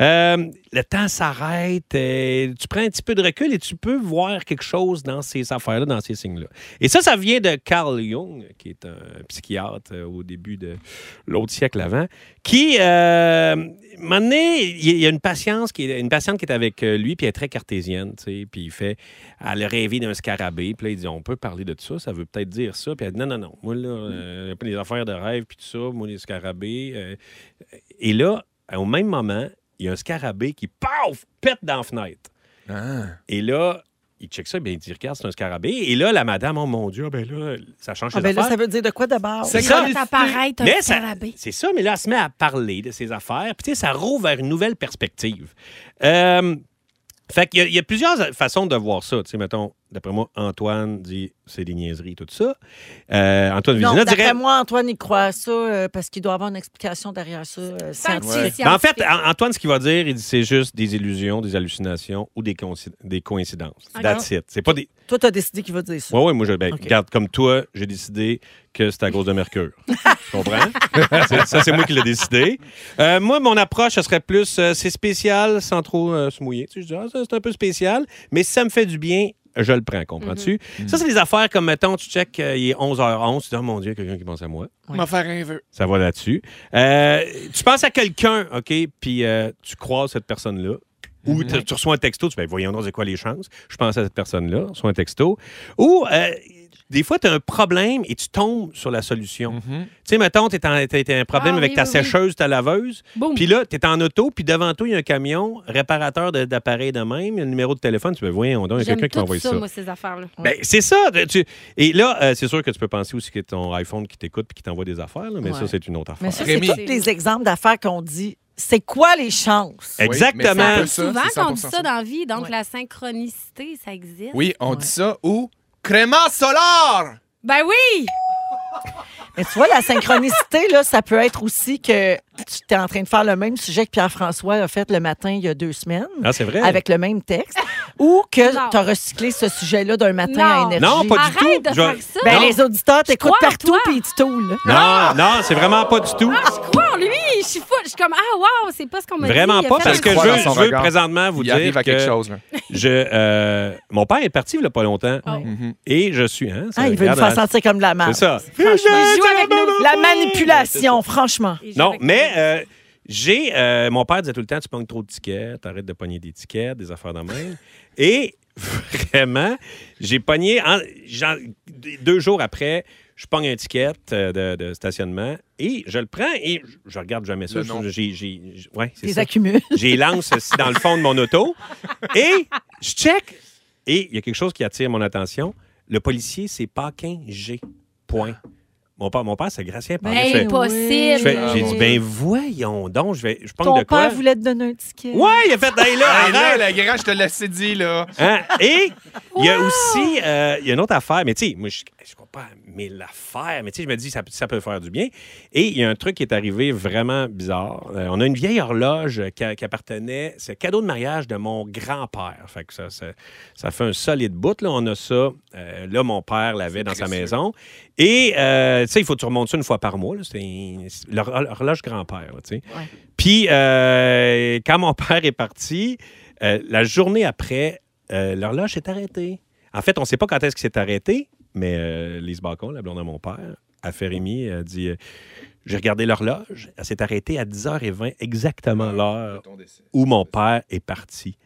S1: Euh, le temps s'arrête, euh, tu prends un petit peu de recul et tu peux voir quelque chose dans ces affaires-là, dans ces signes-là. Et ça, ça vient de Carl Jung, qui est un psychiatre euh, au début de l'autre siècle avant, qui, euh, un moment donné, il y a- il y a une, patience qui est, une patiente qui est avec euh, lui, puis elle est très cartésienne, tu sais, puis il fait, elle a rêvé d'un scarabée, puis là, il dit, on peut parler de ça, ça veut peut-être dire ça, puis elle dit, non, non, non, moi, là, euh, les affaires de rêve, puis tout ça, moi, les scarabées, euh, et là, au même moment, il y a un scarabée qui, paf, pète dans la fenêtre. Et là, il check ça, bien, il dit, regarde, c'est un scarabée. Et là, la madame, oh mon Dieu, ah ben là, ça change
S2: Ah,
S1: ses
S2: ben là,
S1: affaires.
S2: ça veut dire de quoi d'abord?
S1: C'est
S4: Ça,
S1: ça.
S4: ça paraît être un
S1: Mais ça-
S4: scarabée.
S1: c'est ça, mais là, elle se met à parler de ses affaires. Puis, tu sais, ça rouvre vers une nouvelle perspective. Euh, fait qu'il y a- il y, a plusieurs façons de voir ça, tu sais, mettons, D'après moi, Antoine dit c'est des niaiseries, tout ça. Euh, Antoine
S2: Non,
S1: Vézina dirait.
S2: d'après moi, Antoine, il croit à ça euh, parce qu'il doit avoir une explication derrière ça. euh, scientifique.
S1: Ben, en fait, An- Antoine, ce qu'il va dire, il dit c'est juste des illusions, des hallucinations ou des, conci- des coïncidences.
S4: Ok.
S1: That's it. C'est pas des.
S2: Toi, t'as décidé qu'il va dire ça.
S1: Oui, oui, moi, je, ben,
S2: Ok.
S1: regarde, comme toi, j'ai décidé que c'est à cause de Mercure. tu comprends? [laughs] C'est- ça, c'est moi qui l'ai décidé. Euh, moi, mon approche, ce serait plus euh, c'est spécial sans trop euh, se mouiller. Tu sais, je dis, ah, ça, c'est un peu spécial, mais si ça me fait du bien, je le prends, comprends-tu? Ça, c'est des affaires comme, mettons, tu check, euh, il est 11h11, tu dis, oh mon Dieu, quelqu'un qui pense à moi.
S2: Ouais.
S5: M'en faire un vœu.
S1: Ça va là-dessus. Euh, tu penses à quelqu'un, OK, puis euh, tu croises cette personne-là. Ou tu- tu reçois un texto, tu fais, Ben, voyons donc, c'est quoi les chances? Je pense à cette personne-là, reçois un texto. Ou euh, des fois, tu as un problème et tu tombes sur la solution. Tu sais, mettons, tu as un problème
S4: Ah,
S1: avec
S4: oui,
S1: ta
S4: oui, oui.
S1: sécheuse, ta laveuse.
S4: Boum.
S1: Puis là, tu es en auto, puis devant toi, il y a un camion, réparateur de- d'appareils de, même, il y a le numéro de téléphone, tu fais, voyons donc, il y a
S4: J'aime
S1: quelqu'un qui m'a
S4: tout
S1: envoyé
S4: ça,
S1: ça.
S4: moi, ces affaires-là.
S1: Ben, c'est ça. de- tu- Et là, euh, c'est sûr que tu peux penser aussi que ton iPhone qui t'écoute puis qui t'envoie des affaires, là, mais
S2: Ouais.
S1: ça, c'est une autre affaire.
S2: Mais ça, c'est
S3: Rémi.
S2: tous les exemples d'affaires qu'on dit. C'est quoi les chances?
S3: Oui, mais c'est
S1: Exactement.
S3: un peu ça,
S4: Souvent,
S3: c'est
S4: quand on dit
S3: 100%
S4: ça dans la vie, donc
S2: Ouais.
S4: la synchronicité, ça existe.
S3: Oui, on dit ça ou créma solar!
S4: Ben oui!
S2: Mais tu vois, la synchronicité, là, ça peut être aussi que tu es en train de faire le même sujet que Pierre-François a fait le matin il y a deux semaines.
S1: Ah, c'est vrai.
S2: Avec le même texte, ou que
S4: Non.
S2: tu as recyclé ce sujet-là d'un matin à
S4: Non.
S2: énergie.
S1: Non, pas du
S4: Arrête
S1: tout.
S4: de
S1: Je-
S4: faire ça.
S2: Ben,
S1: non.
S2: les auditeurs t'écoutent
S4: Crois en
S2: partout
S4: toi.
S2: puis ils te toulent.
S1: Non, non, c'est vraiment pas du tout.
S4: Je crois en lui! Je suis fou! Je suis comme, ah, wow, c'est pas ce qu'on m'a dit.
S1: Vraiment
S4: Ah, il a
S1: pas,
S4: fait
S1: parce
S4: un
S1: que je
S3: crois
S1: veux,
S3: dans son
S1: je veux
S3: regard.
S1: présentement vous
S3: Il
S1: dire
S3: arrive à quelque
S1: que
S3: chose. là.
S1: je, euh, mon père est parti il n'y a pas longtemps
S4: Oh.
S1: et je suis... Hein, ça,
S2: Ah, il veut nous
S1: regarde,
S2: faire
S1: hein,
S2: sentir comme de la merde.
S1: C'est ça.
S4: Il joue avec nous.
S2: La manipulation, franchement.
S4: Et je
S1: Non,
S4: vais-
S1: mais euh, j'ai. euh, mon père disait tout le temps tu pognes trop de tickets, t'arrêtes de pogner des tickets, des affaires de même. Et vraiment, j'ai pogné. en- j'en- deux jours après, je pogne un ticket euh, de, de stationnement et je le prends et je, je regarde jamais ça.
S3: Le nom.
S1: Je- J'ai. j'ai- j'ai- ouais, c'est
S2: Ils
S1: ça.
S2: accumulent.
S1: [laughs] J'ai les lance aussi dans le fond de mon auto et je check. Et il y a quelque chose qui attire mon attention. Le policier, c'est Paquin G. Point. Mon père, mon père c'est Gracien Paquin. Ben, Je fais-
S4: Ben, Impossible.
S1: je fais-
S3: Ah,
S1: j'ai
S3: mon
S1: dit,
S3: Dieu.
S1: ben voyons donc, je vais, je pense
S2: Ton
S1: de quoi.
S2: père voulait te donner un ticket.
S1: Ouais, il a fait, hey là,
S3: Ah, là,
S1: arrête.
S3: la grand, je te laissais dire, là.
S1: Hein? Et il y a aussi, euh, il y a une autre affaire, mais tu sais, moi, je ne comprends pas mille affaires, mais tu sais, je me dis, ça, ça peut faire du bien. Et il y a un truc qui est arrivé vraiment bizarre. Euh, on a une vieille horloge qui, a- qui appartenait, c'est un cadeau de mariage de mon grand-père. Fait que ça, ça, ça fait un solide bout, là, on a ça. Euh, là, mon père l'avait dans sa
S3: précieux.
S1: maison. Et, euh, tu sais, il faut que tu remontes ça une fois par mois. là. C'est un- c'est l'hor- l'horloge grand-père, là, tu sais. Puis, euh, quand mon [laughs] père est parti, euh, la journée après, euh, l'horloge s'est arrêtée. En fait, on ne sait pas quand est-ce qu'il s'est arrêté, mais euh, Lise Bacon, la blonde à mon père, a
S3: Oh.
S1: fait Rémi, a dit euh, J'ai regardé l'horloge, elle s'est arrêtée à 10h20,
S3: Ah,
S1: exactement l'heure où mon père est parti.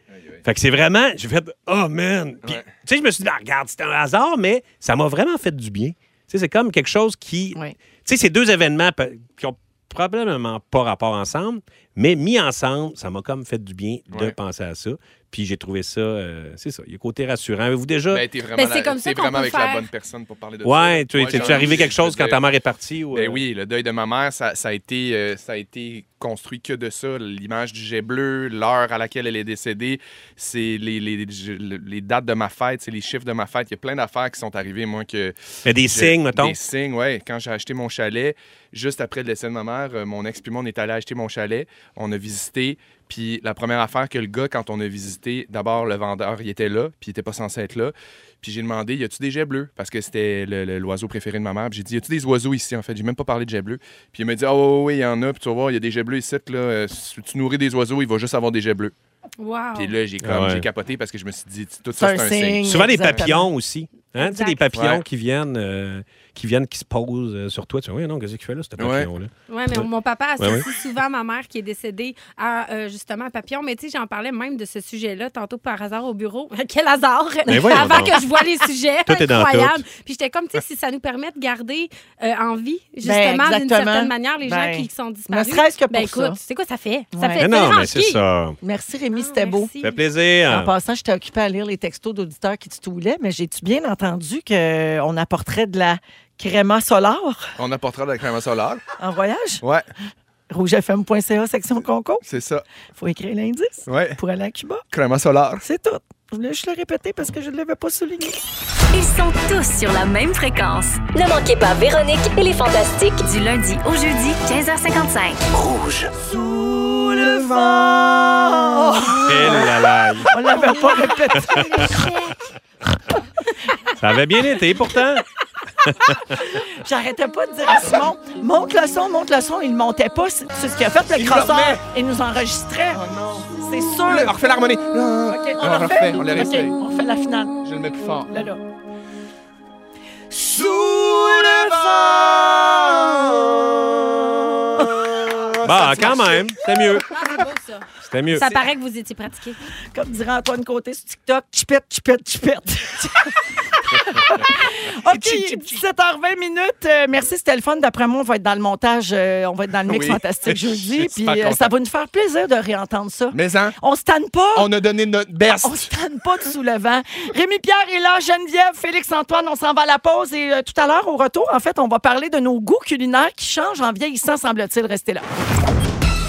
S1: Fait que c'est vraiment, j'ai fait Oh man! Puis,
S3: Ouais.
S1: tu sais, je me suis dit, Ah, regarde, c'était un hasard, mais ça m'a vraiment fait du bien. Tu sais, c'est comme quelque chose qui.
S2: Ouais.
S1: Tu sais, ces deux événements pe- qui ont probablement pas rapport ensemble, mais mis ensemble, ça m'a comme fait du bien de
S3: Ouais.
S1: penser à ça. Puis j'ai trouvé ça, euh, c'est ça, il y a côté rassurant. Avez-vous déjà.
S3: Ben, t'es vraiment,
S4: Ben, c'est
S3: la-
S4: comme
S3: t'es
S4: ça qu'on
S3: vraiment
S4: peut
S3: avec
S4: faire.
S3: la bonne personne pour parler de
S1: ouais,
S3: ça.
S1: tu tu- tu es arrivé quelque chose quand ta mère est partie? Ou,
S3: Ben
S1: euh,
S3: oui, le deuil de ma mère, ça, ça a été, euh, ça a été construit que de ça. L'image du jet bleu, l'heure à laquelle elle est décédée, c'est les, les, je- les dates de ma fête, c'est les chiffres de ma fête. Il y a plein d'affaires qui sont arrivées, moi, que...
S1: mais ben, des
S3: je-
S1: signes, mettons.
S3: Des signes, oui. Quand j'ai acheté mon chalet, juste après le décès de ma mère, euh, mon ex puis moi, on est allé acheter mon chalet. On a visité. Puis la première affaire que le gars, quand on a visité, d'abord, le vendeur, il était là, puis il était pas censé être là. Puis j'ai demandé, y a-tu des jets bleus? Parce que c'était le- le- l'oiseau préféré de ma mère. Puis j'ai dit, y a-tu des oiseaux ici, en fait? J'ai même pas parlé de jets bleus. Puis il m'a dit, ah oui, oui, il y en a. Puis tu vas voir, il y a des jets bleus ici. Là. Euh, Si tu nourris des oiseaux, il va juste avoir des jets bleus.
S4: Wow.
S3: Puis là, j'ai comme,
S1: Ah ouais.
S3: j'ai capoté parce que je me suis dit, tout
S2: C'est
S3: ça,
S2: un
S3: c'est un signe.
S2: signe.
S1: Souvent des
S2: Exactement.
S1: papillons aussi. Hein? Tu sais, des
S4: Exact.
S1: papillons
S3: Ouais.
S1: qui viennent. euh, qui viennent, qui se posent euh, sur toi. Tu sais, oui, non, qu'est-ce qu'il fait là, ce papillon-là?
S4: Oui, mais mon papa
S1: Ouais,
S4: associe souvent ma mère qui est décédée à euh, justement à Papillon. Mais tu sais, j'en parlais même de ce sujet-là tantôt par hasard au bureau. [laughs] Quel hasard!
S1: Mais voyons
S4: [laughs] Avant
S1: donc.
S4: que je vois les sujets.
S1: [laughs] Tout est dans
S4: Incroyable.
S1: tout.
S4: Puis j'étais comme, tu sais, si ça nous permet de garder euh, en vie, justement, d'une
S2: Ben, exactement.
S4: certaine manière, les
S2: Ben,
S4: gens qui sont
S2: Ne
S4: disparus.
S2: serait-ce que pour
S4: ben
S2: ça.
S4: écoute, c'est quoi ça fait? Ça
S2: Ouais.
S4: fait
S1: Mais non,
S4: dérange
S1: mais c'est
S4: qui?
S1: ça.
S2: Merci
S4: Ah,
S2: Rémi, c'était beau.
S4: merci.
S1: Ça fait plaisir.
S2: En passant, j'étais occupée à lire les textos d'auditeurs qui tutoulaient, mais j'ai-tu bien entendu qu'on apporterait de la créma solaire
S3: On apportera de la crème solaire.
S2: en voyage?
S3: Ouais.
S2: rougefm.ca, section concours.
S3: C'est ça.
S2: faut écrire l'indice
S3: Ouais.
S2: pour aller à Cuba.
S3: Crème solaire.
S2: C'est tout. Je voulais juste le répéter parce que je ne l'avais pas souligné.
S6: Ils sont tous sur la même fréquence.
S7: Ne manquez pas Véronique et les Fantastiques.
S6: Du lundi au jeudi, 15h55.
S1: Eh là là.
S2: On l'avait pas répété.
S1: Ça avait bien été pourtant.
S2: J'arrêtais pas de dire à Simon, monte le son, monte le son. Il ne montait pas. C'est c'est ce qu'il a fait, le crosseur.
S3: remet.
S2: Il nous enregistrait.
S4: Oh
S2: C'est
S3: On
S2: sûr.
S3: refait l'harmonie.
S2: OK, on,
S3: on
S2: le
S3: refait,
S2: refait.
S3: on le refait.
S2: OK, on fait la finale.
S3: Je le mets plus fort.
S2: Là, là.
S3: Sous le vent.
S1: Bah, quand même, c'était mieux.
S4: Ah, ça.
S1: [laughs] C'était mieux.
S4: Ça paraît que vous étiez pratiqué.
S2: Comme dirait Antoine Côté sur TikTok, chipette, chipette, chipette.
S3: [laughs]
S2: OK, il est 17h20 minutes. Euh, merci, c'était le fun. D'après moi, on va être dans le montage, euh, on va être dans le mix
S3: Oui. [laughs]
S2: fantastique jeudi.
S3: Je suis
S2: Puis
S3: super
S2: euh,
S3: content.
S2: ça va nous faire plaisir de réentendre ça.
S3: Mais hein,
S2: On se tanne pas.
S3: on a donné notre best.
S2: On se tanne pas de soulevant. Rémi Pierre est là, Geneviève, Félix Antoine, on s'en va à la pause et euh, tout à l'heure au retour, en fait, on va parler de nos goûts culinaires qui changent en vieillissant, semble-t-il. Restez là.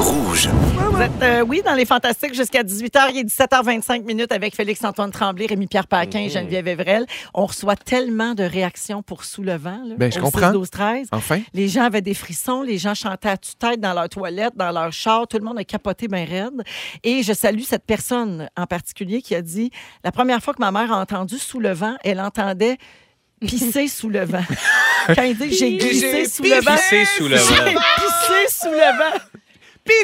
S2: Vous êtes, euh, oui, dans les fantastiques jusqu'à 18h. Il est 17h25 minutes avec Félix-Antoine Tremblay, Rémi-Pierre Paquin et Geneviève Evrel. On reçoit tellement de réactions pour Soulevant. Là,
S3: Ben, je
S2: au
S3: comprends.
S2: 6-12-13.
S3: Enfin.
S2: Les gens avaient des frissons, les gens chantaient à tue-tête dans leur toilette, dans leur char, tout le monde a capoté bien raide. Et je salue cette personne en particulier qui a dit La première fois que ma mère a entendu sous le vent, elle entendait pisser sous le vent. Quand il dit J'ai glissé sous le vent.
S1: Pisser sous le
S2: J'ai [laughs]
S1: vent.
S2: pissé sous le vent.
S3: Pisser sous le vent. [laughs]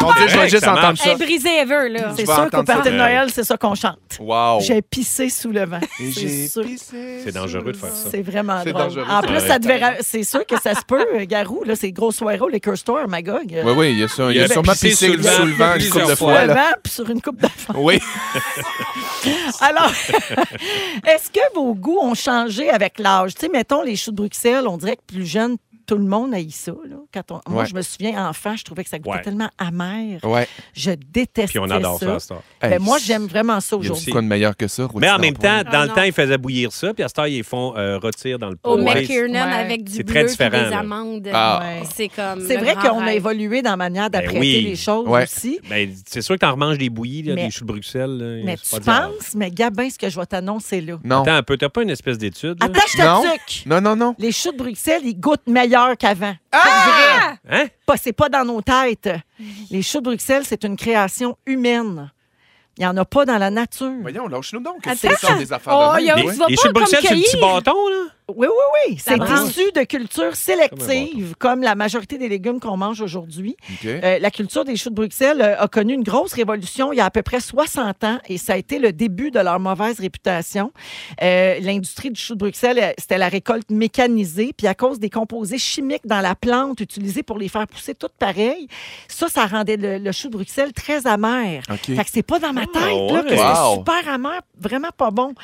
S3: Mon Dieu, je vais
S1: Hey,
S3: juste
S1: ça
S3: entendre
S4: Elle
S3: ça.
S4: est brisée ever, là.
S2: C'est
S3: vas
S2: sûr
S3: entendre
S2: qu'au party
S1: ça.
S2: de Noël, c'est ça qu'on chante.
S3: Wow.
S2: J'ai pissé sous le vent.
S3: Et
S2: C'est
S3: j'ai
S2: sûr.
S3: pissé
S1: C'est
S3: sous
S1: dangereux de
S3: le
S1: faire ça.
S2: C'est vraiment
S3: C'est
S2: drôle.
S3: dangereux,
S2: en
S3: c'est
S2: plus,
S3: vrai.
S2: ça devrait. C'est sûr que ça se peut, euh, Garou. Là, c'est gros soirée, les Curstor, Magog. euh,
S3: Oui, oui, il y a ça. Il
S1: Il
S3: y
S1: a
S3: a sûrement
S1: pissé
S3: pissé
S1: sous le
S3: sous le
S1: vent
S3: vent une couple de
S1: plusieurs
S3: fois.
S2: le
S3: là. Oh.
S2: vent, puis sur une coupe d'enfants.
S3: Oui.
S2: Alors, [laughs] est-ce que vos goûts ont changé avec l'âge? Tu sais, mettons les choux de Bruxelles, on dirait que plus jeune, tout le monde haït ça. là. Quand on- Moi,
S3: Ouais. Oh.
S2: je me souviens, enfant, je trouvais que ça goûtait
S1: Ouais.
S2: tellement amer.
S3: Ouais.
S2: Je détestais
S1: Puis on adore ça, ça.
S2: Ben,
S3: Hey,
S2: moi, j'aime vraiment ça
S3: Il y a
S2: aujourd'hui.
S3: quoi de meilleur que ça?
S1: Mais en même temps,
S4: Ah,
S1: dans le
S4: non.
S1: temps, ils faisaient bouillir ça, puis à ce temps, ils font euh, rôtir dans le pot.
S4: Au
S1: Ouais.
S4: McKiernan
S2: Ouais.
S4: avec du
S1: C'est
S4: bleu
S1: très
S4: puis
S1: différent,
S4: des
S1: là.
S4: amandes. euh,
S3: Ah.
S2: Ouais.
S4: C'est comme
S2: C'est
S4: le
S2: vrai
S4: grand
S2: qu'on a
S4: rêve.
S2: évolué dans la manière d'apprécier
S1: Ben oui.
S2: les choses
S3: Ouais.
S2: aussi.
S1: Ben, c'est sûr que t'en remanges des bouillies, là,
S2: Mais-
S1: des choux de Bruxelles. là,
S2: Mais
S1: c'est
S2: tu
S1: pas dire,
S2: penses, mais Gabin, ce que je vais t'annoncer là.
S1: ah,
S3: Non.
S1: Attends un peu, t'as pas une espèce d'étude? là?
S2: Attache ta
S3: Non.
S2: tuque.
S3: Non, non, non.
S2: Les choux de Bruxelles, ils goûtent meilleur qu'avant.
S1: Hein?
S2: Pas- C'est pas dans nos têtes. Les choux de Bruxelles, c'est une création humaine. Il n'y en a pas dans la nature.
S3: Voyons, lâche-nous donc.
S4: Attends.
S3: C'est ça, des affaires
S4: Oh,
S3: de
S4: il y a-
S3: même.
S4: tu vas
S1: Les
S4: pas
S1: choux de
S4: comme
S1: Bruxelles, c'est le petit
S4: cueillir.
S1: bâton, là?
S2: Oui, oui, oui. C'est
S4: branche.
S2: issu de cultures sélectives, comme la majorité des légumes qu'on mange aujourd'hui.
S3: OK.
S2: Euh, la culture des choux de Bruxelles euh, a connu une grosse révolution il y a à peu près 60 ans et ça a été le début de leur mauvaise réputation. Euh, L'industrie du chou de Bruxelles, euh, c'était la récolte mécanisée, puis à cause des composés chimiques dans la plante utilisés pour les faire pousser toutes pareilles, ça, ça rendait le, le chou de Bruxelles très amer.
S3: OK.
S2: Fait que c'est pas dans ma tête
S1: Ah
S2: là, que
S1: ouais.
S3: Wow.
S2: c'était super amer, vraiment pas bon.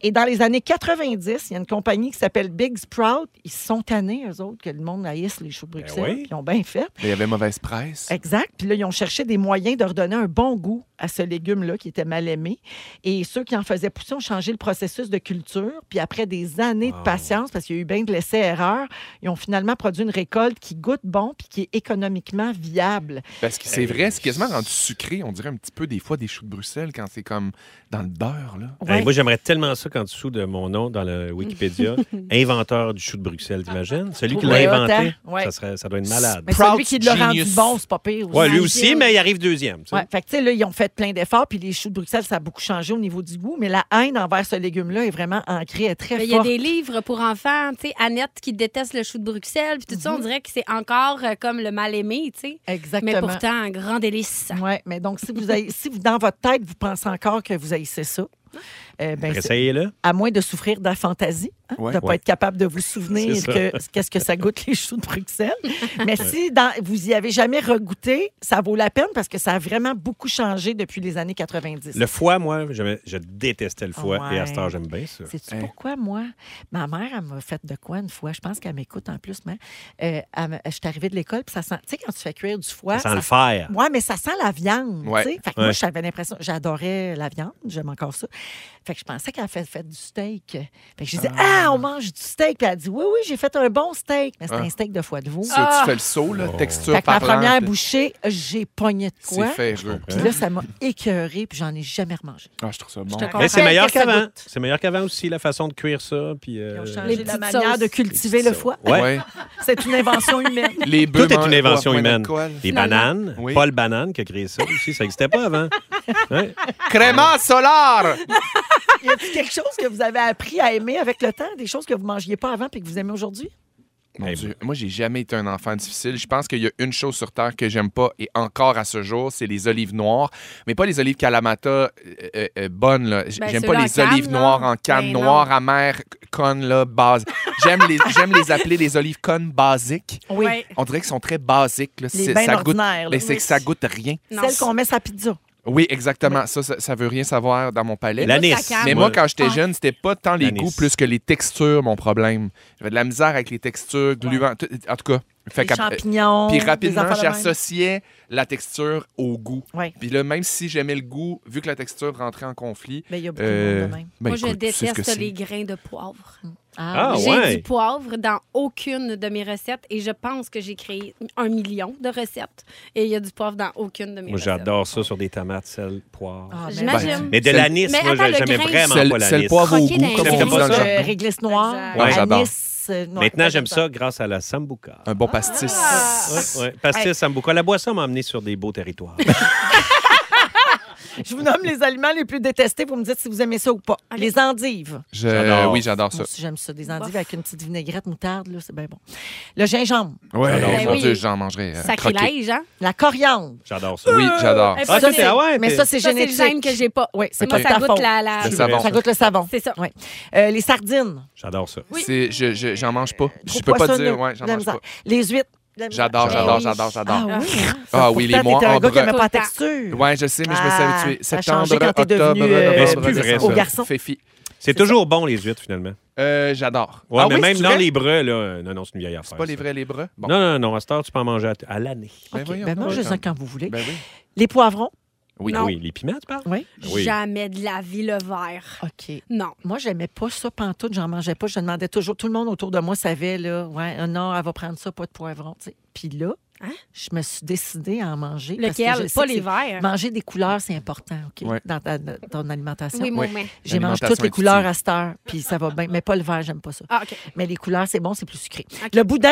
S2: Et dans les années 90, il y a une compagnie qui s'appelle Big Sprout. Ils se sont tannés, eux autres, que le monde haïsse les choux de Bruxelles.
S1: Ben oui.
S2: puis Ils ont bien fait.
S3: Mais il y avait mauvaise presse.
S2: Exact. Puis là, ils ont cherché des moyens de redonner un bon goût à ce légume-là qui était mal aimé. Et ceux qui en faisaient pousser ont changé le processus de culture. Puis après des années de patience, parce qu'il y a eu bien de l'essai-erreur, ils ont finalement produit une récolte qui goûte bon puis qui est économiquement viable.
S3: Parce que c'est vrai, c'est quasiment rendu sucré. On dirait un petit peu des fois des choux de Bruxelles quand c'est comme dans le beurre, là.
S1: Hey, moi, j'aimerais tellement ça qu'en dessous de mon nom, dans le
S2: [laughs]
S1: Wikipédia, inventeur du chou de Bruxelles, t'imagines? Celui qui
S2: Ouais,
S1: l'a inventé,
S2: autant, ouais.
S1: ça, serait- ça doit être malade.
S2: Mais
S3: Proud
S2: celui qui l'a rendu
S3: genius.
S2: bon, c'est pas pire. aussi.
S1: Ouais, lui aussi, mais il arrive deuxième. tu sais.
S2: Ouais, fait que, tu sais, là, ils ont fait plein d'efforts, puis les choux de Bruxelles, ça a beaucoup changé au niveau du goût, mais la haine envers ce légume-là est vraiment ancrée, est très
S4: Mais il y a
S2: forte.
S4: des livres pour enfants, tu sais, Annette qui déteste le chou de Bruxelles, puis tout
S2: Mm-hmm.
S4: ça, on dirait que c'est encore euh, comme le mal aimé, tu sais.
S2: Exactement.
S4: Mais pourtant, un grand délice.
S2: Oui, mais donc, si vous, avez- si vous- dans votre tête, vous pensez encore que vous haïssez ça, euh, ben, c'est-
S1: Essayez-le.
S2: à moins de souffrir de la fantaisie, hein,
S3: Ouais.
S2: de ne pas
S1: Ouais.
S2: être capable de vous souvenir
S1: C'est ça.
S2: que- qu'est-ce que ça goûte les choux de
S1: [laughs]
S2: Bruxelles. Mais si dans- vous y avez jamais regoûté, ça vaut la peine parce que ça a vraiment beaucoup changé depuis les années 90.
S1: Le foie, moi, j'aimais- je détestais le foie.
S2: Ah ouais.
S1: Et à cette heure, j'aime bien ça.
S2: Sais-tu
S3: Hein.
S2: pourquoi, moi? Ma mère, elle m'a fait de quoi une fois? Je pense qu'elle m'écoute en plus, mais euh, elle me- je suis arrivée de l'école, puis ça sent. Tu sais, quand tu fais cuire du foie.
S1: Sans
S2: ça-
S1: le faire.
S2: Ouais, mais ça sent la viande.
S3: Ouais.
S2: tu sais. Fait que
S1: Ouais.
S2: moi, j'avais l'impression, j'adorais la viande, j'aime encore ça. Fait que je pensais qu'elle fait, fait du steak. Fait que je disais, ah. on mange du steak. Puis elle dit, oui, oui, j'ai fait un bon steak. Mais c'était
S3: Ah.
S2: un steak de foie de veau.
S3: Ça, Tu fais le saut, là, texture
S2: Ah! Fait que ma
S3: parlante,
S2: première
S3: puis
S2: bouchée, j'ai pogné de
S3: C'est
S2: quoi.
S3: hein. ferreux.
S2: Puis là, ça m'a écœuré, puis j'en ai jamais remangé.
S3: Ah, je trouve ça bon.
S4: te comprends.
S1: Mais c'est
S2: Rappelle
S1: meilleur
S2: que ça
S1: qu'avant.
S2: goûte.
S1: C'est meilleur qu'avant aussi, la façon de cuire ça. Puis, euh,
S2: Ils ont
S4: les
S2: changé
S4: petites
S2: la manière
S4: sauces.
S2: de cultiver le foie.
S1: Ouais.
S3: Ouais.
S2: C'est une invention [laughs] humaine.
S3: Les bœufs
S1: Tout est
S3: mangent
S1: une
S3: pas
S1: invention
S3: point
S1: humaine.
S3: d'alcool.
S1: Les
S4: Finalement.
S1: bananes,
S3: Oui.
S1: Paul Banane qui a créé ça aussi, ça n'existait pas
S4: [laughs]
S1: avant. Ouais.
S3: Créma solaire!
S2: Y a-t-il quelque chose que vous avez appris à aimer avec le temps? Des choses que vous mangiez pas avant puis que vous aimez aujourd'hui?
S3: Mon
S1: Hey,
S3: Dieu, Moi, j'ai jamais été un enfant difficile. Je pense qu'il y a une chose sur Terre que j'aime pas, et encore à ce jour, c'est les olives noires. Mais pas les olives Kalamata euh, euh, euh, bonnes, là. J-
S4: Ben,
S3: J'aime
S4: ceux-là
S3: pas
S4: en
S3: les
S4: canne,
S3: olives
S4: là.
S3: noires en canne,
S4: Ben non.
S3: noires, amères, connes, là, base. J'aime
S4: [laughs]
S3: les, j'aime les appeler les olives connes basiques.
S2: Oui.
S4: Ouais.
S3: On dirait qu'elles sont très basiques. Là.
S2: Les
S3: C'est-
S2: bien
S3: ça goûte,
S2: ordinaires, là.
S3: mais c'est que ça goûte rien.
S4: Non.
S2: Celle qu'on met sa pizza.
S3: Oui, exactement. Ça, ça, ça veut rien savoir dans mon palais.
S1: L'anis.
S2: Ah,
S4: ça calme.
S3: Mais moi, quand j'étais jeune, c'était pas tant les
S1: L'anis.
S3: goûts plus que les textures, mon problème. J'avais de la misère avec les textures, gluants, tout- en tout cas. Fait
S2: les
S3: qu'ap-
S2: champignons.
S3: puis
S2: des
S3: rapidement,
S2: affaires de même.
S3: j'associais la texture au goût.
S2: Ouais.
S3: Puis là, même si j'aimais le goût, vu que la texture rentrait en conflit.
S2: Ben, il y a beaucoup de
S3: euh,
S2: monde de même.
S3: ben,
S4: Moi, je
S3: écoute, tu sais ce que
S4: déteste
S3: c'est.
S4: les grains de poivre.
S1: Ah,
S4: j'ai
S1: ouais.
S4: du poivre dans aucune de mes recettes et je pense que j'ai créé un million de recettes et il y a du poivre dans aucune de mes
S1: Moi,
S4: recettes.
S1: j'adore ça sur des tomates, sel, poivre.
S2: Ah,
S4: J'imagine.
S1: Mais de
S3: C'est-
S1: l'anis,
S4: Mais
S1: moi,
S4: attends,
S1: j'ai-
S4: le
S1: j'aimais
S4: grain-
S1: vraiment
S3: C'est le-
S1: pas
S3: c'est le
S1: l'anis.
S3: poivre au
S4: Croquer
S3: goût,
S4: dans
S3: comme
S4: les
S3: on dit
S1: ailes.
S3: dans le
S1: J'aime
S2: Euh,
S3: jargon.
S2: réglisse noire,
S4: Exact.
S3: Ouais, j'adore.
S2: anis, euh, non,
S1: Maintenant,
S2: pas
S1: j'aime
S2: j'adore.
S1: ça grâce à la sambuca.
S2: euh,
S3: Un bon pastis.
S2: Ah!
S1: Ouais, ouais. Pastis, sambuca. La boisson m'a amené sur des beaux
S4: [laughs]
S1: territoires.
S2: Je vous nomme les aliments les plus détestés. Vous me dites si vous aimez ça ou pas. Les endives.
S3: Je-
S1: J'adore.
S3: Oui, j'adore ça.
S2: Moi aussi, j'aime ça. Des endives avec une petite vinaigrette moutarde, là, c'est bien bon. Le gingembre,
S3: Ouais,
S1: J'adore
S2: Ben
S3: mon
S4: ça.
S3: Dieu, j'en mangerais. euh, croqué.
S4: Sacrilège, hein?
S2: la coriandre.
S1: J'adore ça.
S3: Oui, j'adore.
S4: Eh,
S1: Ah,
S4: ça,
S1: ça, c'est- ah ouais,
S2: mais
S1: t'es-
S2: ça, c'est
S4: ça, c'est le
S2: génétique.
S4: gène que j'ai pas.
S2: Oui,
S4: C'est
S2: c'est
S4: moi,
S2: pas
S4: ça
S2: ta
S4: goûte
S2: faute.
S4: la... la-
S3: Le savon.
S2: Ça goûte le savon.
S4: C'est ça.
S2: Ouais. Euh, les sardines.
S1: J'adore ça.
S3: C'est- je- je- J'en mange pas. Je
S2: Trop
S3: peux pas
S2: poissonneux,
S3: dire. Ouais,
S2: de
S3: j'en
S2: la
S3: mange
S2: misère.
S3: pas.
S2: Les huîtres. de la misère.
S3: J'adore,
S4: Ben
S3: j'adore,
S4: oui.
S3: j'adore, j'adore.
S2: Ah oui, hein?
S3: Ah
S2: Ça,
S3: oui,
S2: pourtant,
S3: les mois
S2: t'étais un
S3: en
S2: gars qui aimait
S3: brun.
S2: pas la texture.
S3: Ouais, je sais, mais je me suis
S2: Ah,
S3: habitué.
S2: ça a
S3: Septembre,
S2: changé quand t'es
S3: octobre,
S2: devenu, euh,
S3: novembre,
S1: Mais c'est plus vrai,
S3: décembre.
S1: ça.
S2: Au garçon.
S3: Fifi.
S1: C'est toujours bon, les huîtres, finalement.
S3: Euh, J'adore.
S1: Ouais,
S3: Ah
S1: mais
S3: oui,
S1: même
S3: c'est
S1: dans
S3: vrai?
S1: les bras, là. euh, Non, non, c'est une vieille affaire.
S3: C'est pas les
S1: ça.
S3: vrais les bras? Bon.
S1: Non, non, non. À cette heure, tu peux en manger à, à l'année.
S3: Ben voyons
S2: Ben,
S3: donc.
S2: mangez-en quand vous voulez.
S3: Ben oui.
S2: Les poivrons.
S3: Oui,
S4: Non. Ben
S1: Oui, les piments, tu parles?
S2: Oui.
S1: Oui.
S4: Jamais de la vie le verre.
S2: OK.
S4: Non.
S2: Moi, j'aimais pas ça pantoute, j'en mangeais pas. Je demandais toujours, tout le monde autour de moi savait, là, ouais, euh, non, elle va prendre ça, pas de poivron. tu sais. Puis là,
S4: Hein?
S2: je me suis décidée à en manger. parce que je
S4: Lequel?
S2: sais
S4: Pas
S2: que
S4: les
S2: c'est-
S4: verres.
S2: Manger des couleurs, c'est important, OK,
S3: Ouais.
S2: dans ta- dans ton alimentation.
S4: Oui,
S3: moi,
S4: mon
S3: Oui.
S4: main.
S2: J'ai mangé toutes les couleurs à cette heure, puis ça va bien. Mais pas le vert, j'aime pas ça.
S4: Ah, OK.
S2: Mais les couleurs, c'est bon, c'est plus sucré.
S4: OK.
S2: Le boudin,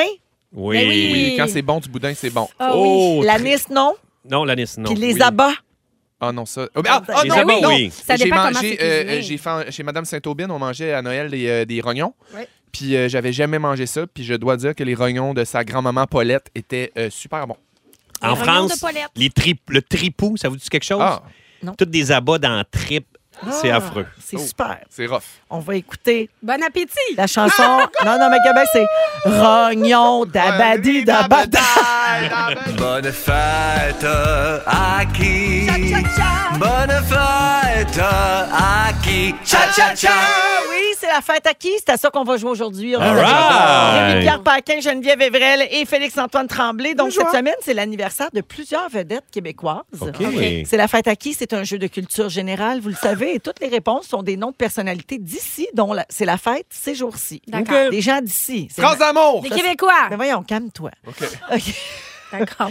S1: Oui.
S4: Ben oui.
S3: Oui, quand c'est bon, du boudin, c'est bon.
S4: Ah oui.
S1: Oh, très-
S2: l'anis, non.
S1: Non, l'anis, non.
S2: Puis les
S1: Oui.
S2: abats.
S3: Ah non, ça. Oh, mais- ah, ah,
S1: Les
S3: non,
S1: abats,
S3: oui, non.
S1: oui.
S4: ben Ça
S3: J'ai
S4: dépend comment
S3: mangé,
S4: c'est cuisiné.
S3: euh, j'ai fait- chez Madame Saint-Aubin, on mangeait à Noël des, euh, des rognons.
S2: Ouais.
S3: Puis euh, j'avais jamais mangé ça. Puis je dois dire que les rognons de sa grand-maman Paulette étaient euh, super bons.
S1: En
S4: Les rognons de
S1: France,
S4: Paulette.
S1: les tri- le tripou, ça vous dit quelque chose?
S3: Ah,
S1: Toutes des abats dans la tripe, c'est
S2: Ah,
S1: affreux.
S2: C'est
S3: Oh.
S2: super.
S3: c'est rough.
S2: On va écouter
S4: Bon appétit!
S2: la chanson. non, non, mais Gabin, c'est Rognon d'Abadi d'Abada.
S5: Bonne fête à qui Bonne fête à qui Cha cha cha
S2: Ah Oui, c'est la fête à qui? C'est à ça qu'on va jouer aujourd'hui. On
S1: All
S2: a-
S1: right.
S2: Rémi-Pierre Paquin, Geneviève Évrel et Félix-Antoine Tremblay. Donc, cette semaine, c'est l'anniversaire de plusieurs vedettes québécoises.
S1: OK.
S2: C'est la fête à qui? C'est un jeu de culture générale, vous le savez, et toutes les réponses sont des noms de personnalités d'ici, dont la- c'est la fête ces jours-ci.
S4: D'accord.
S2: OK. Des gens d'ici. C'est-
S3: Trans amour!
S4: Les Québécois!
S2: Mais voyons, calme-toi. OK.
S4: D'accord.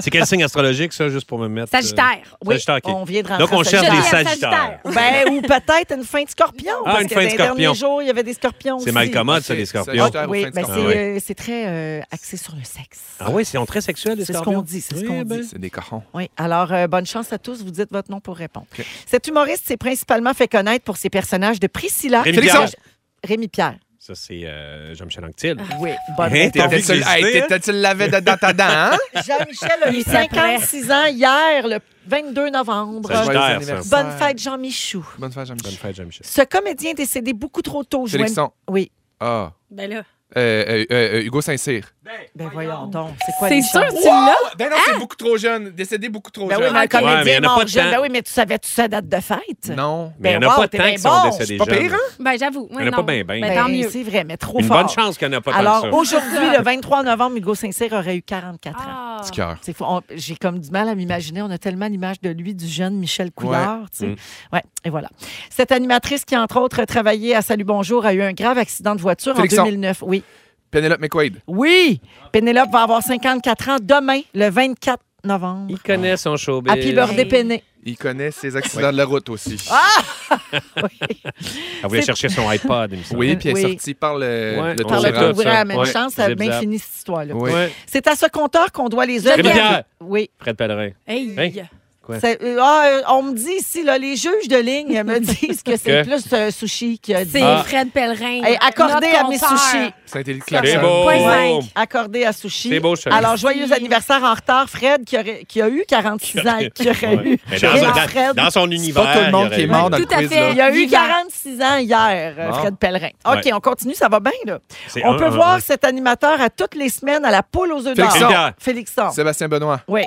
S1: C'est quel signe astrologique, ça, juste pour me mettre. euh,
S4: [laughs] Sagittaire.
S2: Oui,
S1: Sagittaire, OK.
S2: on vient de rentrer
S1: Donc, on
S2: en
S3: Euh,
S1: cherche
S2: Sagittaire.
S1: des
S4: Sagittaire,
S1: Sagittaires.
S2: Ben, ou peut-être une fin de scorpion.
S1: Ah,
S2: parce
S1: une
S2: que
S1: fin de
S2: dans les
S1: scorpion.
S2: derniers jours, il y avait des scorpions.
S1: C'est mal
S2: aussi.
S1: commode,
S3: Ok,
S1: ça, les scorpions.
S3: Sagittaire.
S2: Oui, ben,
S3: Ah,
S2: c'est
S1: oui.
S2: euh, c'est très euh, axé sur le sexe.
S1: Ah oui, c'est on très sexuel, les
S2: C'est ce
S1: scorpions.
S2: qu'on dit, c'est ce
S1: Oui,
S2: qu'on
S1: ben.
S3: C'est des cochons.
S2: Oui, alors euh, bonne chance à tous. Vous dites votre nom pour répondre.
S3: OK.
S2: Cet humoriste s'est principalement fait connaître pour ses personnages de Priscilla,
S1: Rémi Pierre.
S2: Rémi Pierre.
S1: Ça, c'est euh, Jean-Michel Anctil.
S2: Oui, bonne
S1: Hein, t'es
S2: réponse.
S1: avec-
S3: Peut-être tu- hey,
S1: exister,
S3: t'es- t'es- tu l'avais dans dans ta dent, [laughs] hein?
S2: Jean-Michel a eu 56 ans hier, le 22 novembre.
S1: Ça,
S3: Joyeux
S1: ça.
S3: anniversaire.
S2: Bonne fête, Jean-Michou.
S3: Bonne fête, Jean-Michel.
S1: Bonne fête, Jean-Michel.
S2: Ce comédien décédé beaucoup trop tôt. Joanne-
S3: Félixon.
S2: Oui.
S3: Ah.
S4: Ben là.
S3: Euh, euh, euh, Hugo Saint-Cyr.
S2: Ben voyons donc, c'est quoi
S4: C'est
S2: les
S4: sûr,
S2: chances?
S4: tu l'as?
S3: Ben non, c'est beaucoup trop jeune. Décédé beaucoup trop
S2: Hein? Ben oui,
S3: jeune.
S2: mais un
S1: Ouais, mais il y
S2: comédien
S1: en a
S2: mort
S1: pas de
S2: jeune.
S1: temps.
S2: Ben oui, mais tu savais-tu sa date de fête?
S3: Non.
S1: Mais il n'y en
S2: Ben
S1: a
S2: wow,
S1: pas
S2: t'es
S1: tant
S2: bien
S1: qui sont
S2: bon,
S1: décédés
S3: c'est pas
S1: jeunes.
S3: pire, hein?
S4: Ben j'avoue. Ouais,
S1: Il y en a
S4: non.
S1: pas ben, ben.
S4: Ben,
S2: Ben,
S4: tant mieux.
S2: C'est vrai, mais trop
S1: Une
S2: fort.
S1: bonne chance qu'il n'y en a pas tant
S2: Alors, oh,
S1: que ça.
S2: aujourd'hui, le 23 novembre, Hugo Saint-Cyr aurait eu 44 ans.
S4: Ah.
S3: Petit cœur.
S2: C'est fou. On- J'ai comme du mal à m'imaginer. On a tellement l'image de lui, du jeune Michel Coulard. tu sais.
S1: Mm.
S2: Ouais, et voilà. Cette animatrice qui, entre autres, travaillait à Salut Bonjour, a eu un grave accident de voiture
S3: Félixon.
S2: en 2009. Oui.
S3: Penelope McQuaid.
S2: Oui. Pénélope va avoir 54 ans demain, le 24 novembre.
S1: Il connaît son Ben. showbiz.
S2: Happy birthday, Péné.
S3: Il connaît ses accidents de la route aussi.
S2: Ah!
S1: Elle voulait
S2: C'est-
S1: Ah, chercher son iPod, il me semble.
S3: Oui, puis elle est
S2: Oui.
S3: sortie par le,
S1: Ouais,
S3: le
S1: on
S2: Par le
S1: sait
S3: torrent.
S1: tout.
S2: trou à la
S1: ça.
S2: même
S1: Ouais.
S2: chance, ça a
S1: Zip
S2: bien
S1: zap.
S2: fini cette histoire-là.
S3: Oui.
S1: Ouais.
S2: C'est à ce compteur qu'on doit les œuvres.
S1: Rémi-Pierre.
S2: Oui.
S1: Fred Pellerin.
S4: Hey.
S1: Hey. Ouais.
S2: C'est- euh, ah, euh, on me dit ici, là, les juges de ligne
S1: [laughs]
S2: me disent que
S1: Que?
S2: c'est plus euh, Sushi qui a dit.
S4: C'est
S1: Ah.
S4: Fred Pellerin.
S2: Hey, accordé
S4: notre
S2: à mes
S4: compteur.
S2: sushis.
S3: Saint-Élie
S1: C'est
S3: Clarkson.
S1: beau.
S4: Point cinq.
S2: accordé à Sushi.
S1: C'est beau, chérie.
S2: Alors, joyeux anniversaire en retard, Fred, qui, aurait- qui a eu 46 ans, et qui aurait
S1: Ouais.
S2: eu.
S1: Mais
S2: Rien
S1: Dans,
S2: à
S1: dans-
S2: Fred.
S1: dans son univers.
S3: pas tout le monde
S1: il y
S3: qui est
S1: aurait-
S3: mort dans le
S4: Tout à
S3: quiz.
S4: fait.
S3: Là.
S2: Il a eu
S4: Vivant.
S2: 46 ans hier, euh,
S3: Bon.
S2: Fred Pellerin. OK,
S1: Ouais.
S2: on continue, ça va bien, là.
S1: C'est
S2: On
S1: un,
S2: peut
S1: un,
S2: voir
S1: un.
S2: cet animateur à toutes les semaines à la poule aux œufs d'or.
S3: Félixon.
S2: Félixon.
S3: Sébastien Benoît.
S2: Oui.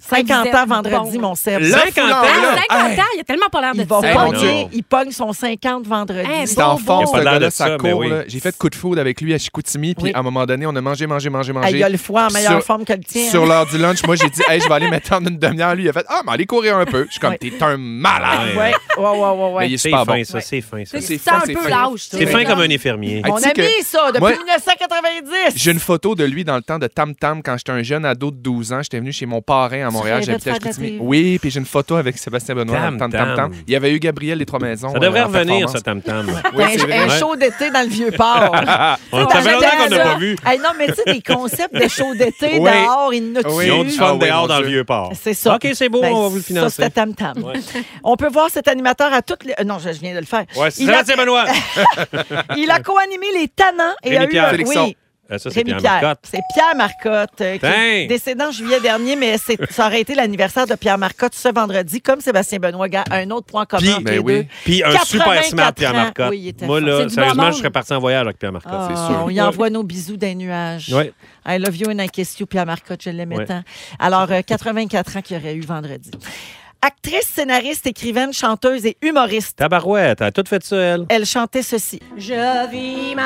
S2: 50
S4: Vous
S2: ans
S4: êtes
S2: vendredi,
S4: bon.
S2: mon Seb.
S1: Là,
S3: Cinq
S1: foulard,
S3: ans,
S4: Ah,
S3: Ben là.
S4: 50 ans, il a tellement pas l'air de
S2: Il va
S4: ça.
S3: Hey, mon
S2: pogner,
S3: Dieu.
S2: il pogne son 50 vendredi.
S4: Hey,
S3: C'est en forme,
S1: Il a pas
S3: ce
S1: l'air
S3: gars-là,
S1: de ça,
S3: ça
S1: mais
S3: court.
S1: oui.
S3: là. J'ai fait coup de foudre avec lui à Chicoutimi, puis
S2: Oui.
S3: à un moment donné, on a mangé, mangé, mangé,
S2: Ah, il a
S3: mangé.
S2: le foie en meilleure
S3: Sur-
S2: forme que le tien. hein?
S3: Sur l'heure du lunch, moi, j'ai dit, hey, je vais aller m'attendre une demi-heure. Lui, il a fait, ah, mais allez courir un peu. Je suis comme,
S2: Ouais.
S3: t'es un malade.
S2: Ouais, ouais, ouais, ouais, ouais.
S3: Mais il est
S1: C'est
S3: super
S1: fin,
S3: bon.
S1: ça. C'est fin, ça.
S4: Tu
S3: C'est
S4: te sens
S3: fin,
S4: un
S3: c'est
S4: peu
S3: fin.
S4: lâche. tu
S1: C'est
S4: sais,
S1: fin
S4: là.
S1: comme un infirmier.
S3: Hey,
S2: On
S3: tu
S2: a
S3: sais que-
S2: mis ça depuis
S3: Moi-
S2: 1990.
S3: J'ai une photo de lui dans le temps de Tam Tam quand j'étais un jeune ado de 12 ans. J'étais venu chez mon parrain à Montréal.
S2: rêvais de
S3: J'habitais à
S2: faire de la
S3: Chicoutimi.
S2: TV.
S3: Oui, puis j'ai une photo avec Sébastien Benoît dans
S1: Tam
S3: le temps de Tam Tam.
S1: Tam.
S3: Il y avait eu Gabriel Les Trois Maisons.
S1: Ça devrait
S3: euh, en
S1: revenir,
S3: performance.
S1: ça, Tam Tam.
S2: [laughs]
S3: Oui,
S2: un,
S3: c'est vrai.
S2: Ben, un show d'été dans le vieux port.
S1: On [laughs] ça fait longtemps qu'on n'a pas vu.
S2: non, mais tu sais, des concepts de show d'été
S3: Oui.
S2: dehors, ils nous
S3: Oui.
S1: Ils ont du
S3: Ah
S1: fun
S3: oui, mon
S1: dehors dans le
S3: Dieu.
S1: vieux port.
S2: C'est ça.
S1: OK, c'est beau,
S2: Ben,
S1: on va vous le
S2: Ça,
S1: financer.
S2: c'était Tam Tam. [laughs] On peut voir cet animateur à toutes les. euh, Non, je, je viens de le faire.
S1: Ouais, c'est
S2: il, a,
S1: Sébastien
S2: [laughs]
S1: Benoît.
S2: il a co-animé Les Tannants et a eu.
S1: Rémi-Pierre.
S2: un-
S3: Félixon.
S2: Oui,
S1: Ah, Ça, c'est
S2: Rémi
S1: Pierre
S2: Pierre.
S1: Marcotte.
S2: C'est Pierre Marcotte, euh, qui est
S1: Tiens.
S2: décédé en juillet dernier, mais c'est- ça aurait été l'anniversaire de Pierre Marcotte ce vendredi, comme Sébastien Benoît. Gars, Un autre point commun.
S3: Puis-
S2: entre
S3: Ben
S2: les
S3: oui.
S2: deux.
S1: Puis un
S2: 84
S1: super smart Pierre
S2: ans.
S1: Marcotte.
S2: Oui, il était
S1: Moi,
S2: fort.
S4: C'est
S1: là,
S4: du bon
S1: sérieusement,
S4: monde.
S1: je serais parti en voyage avec Pierre Marcotte.
S2: Ah,
S3: sûr.
S2: On y envoie nos bisous des nuages.
S1: Ouais.
S2: I love you and I kiss you, Pierre Marcotte, je l'aimais
S1: Ouais.
S2: tant. Alors, euh, 84 ans qu'il y aurait eu vendredi. Actrice, scénariste, écrivaine, chanteuse et humoriste.
S1: Tabarouette, elle a tout fait ça, elle.
S2: Elle chantait ceci.
S1: Rémi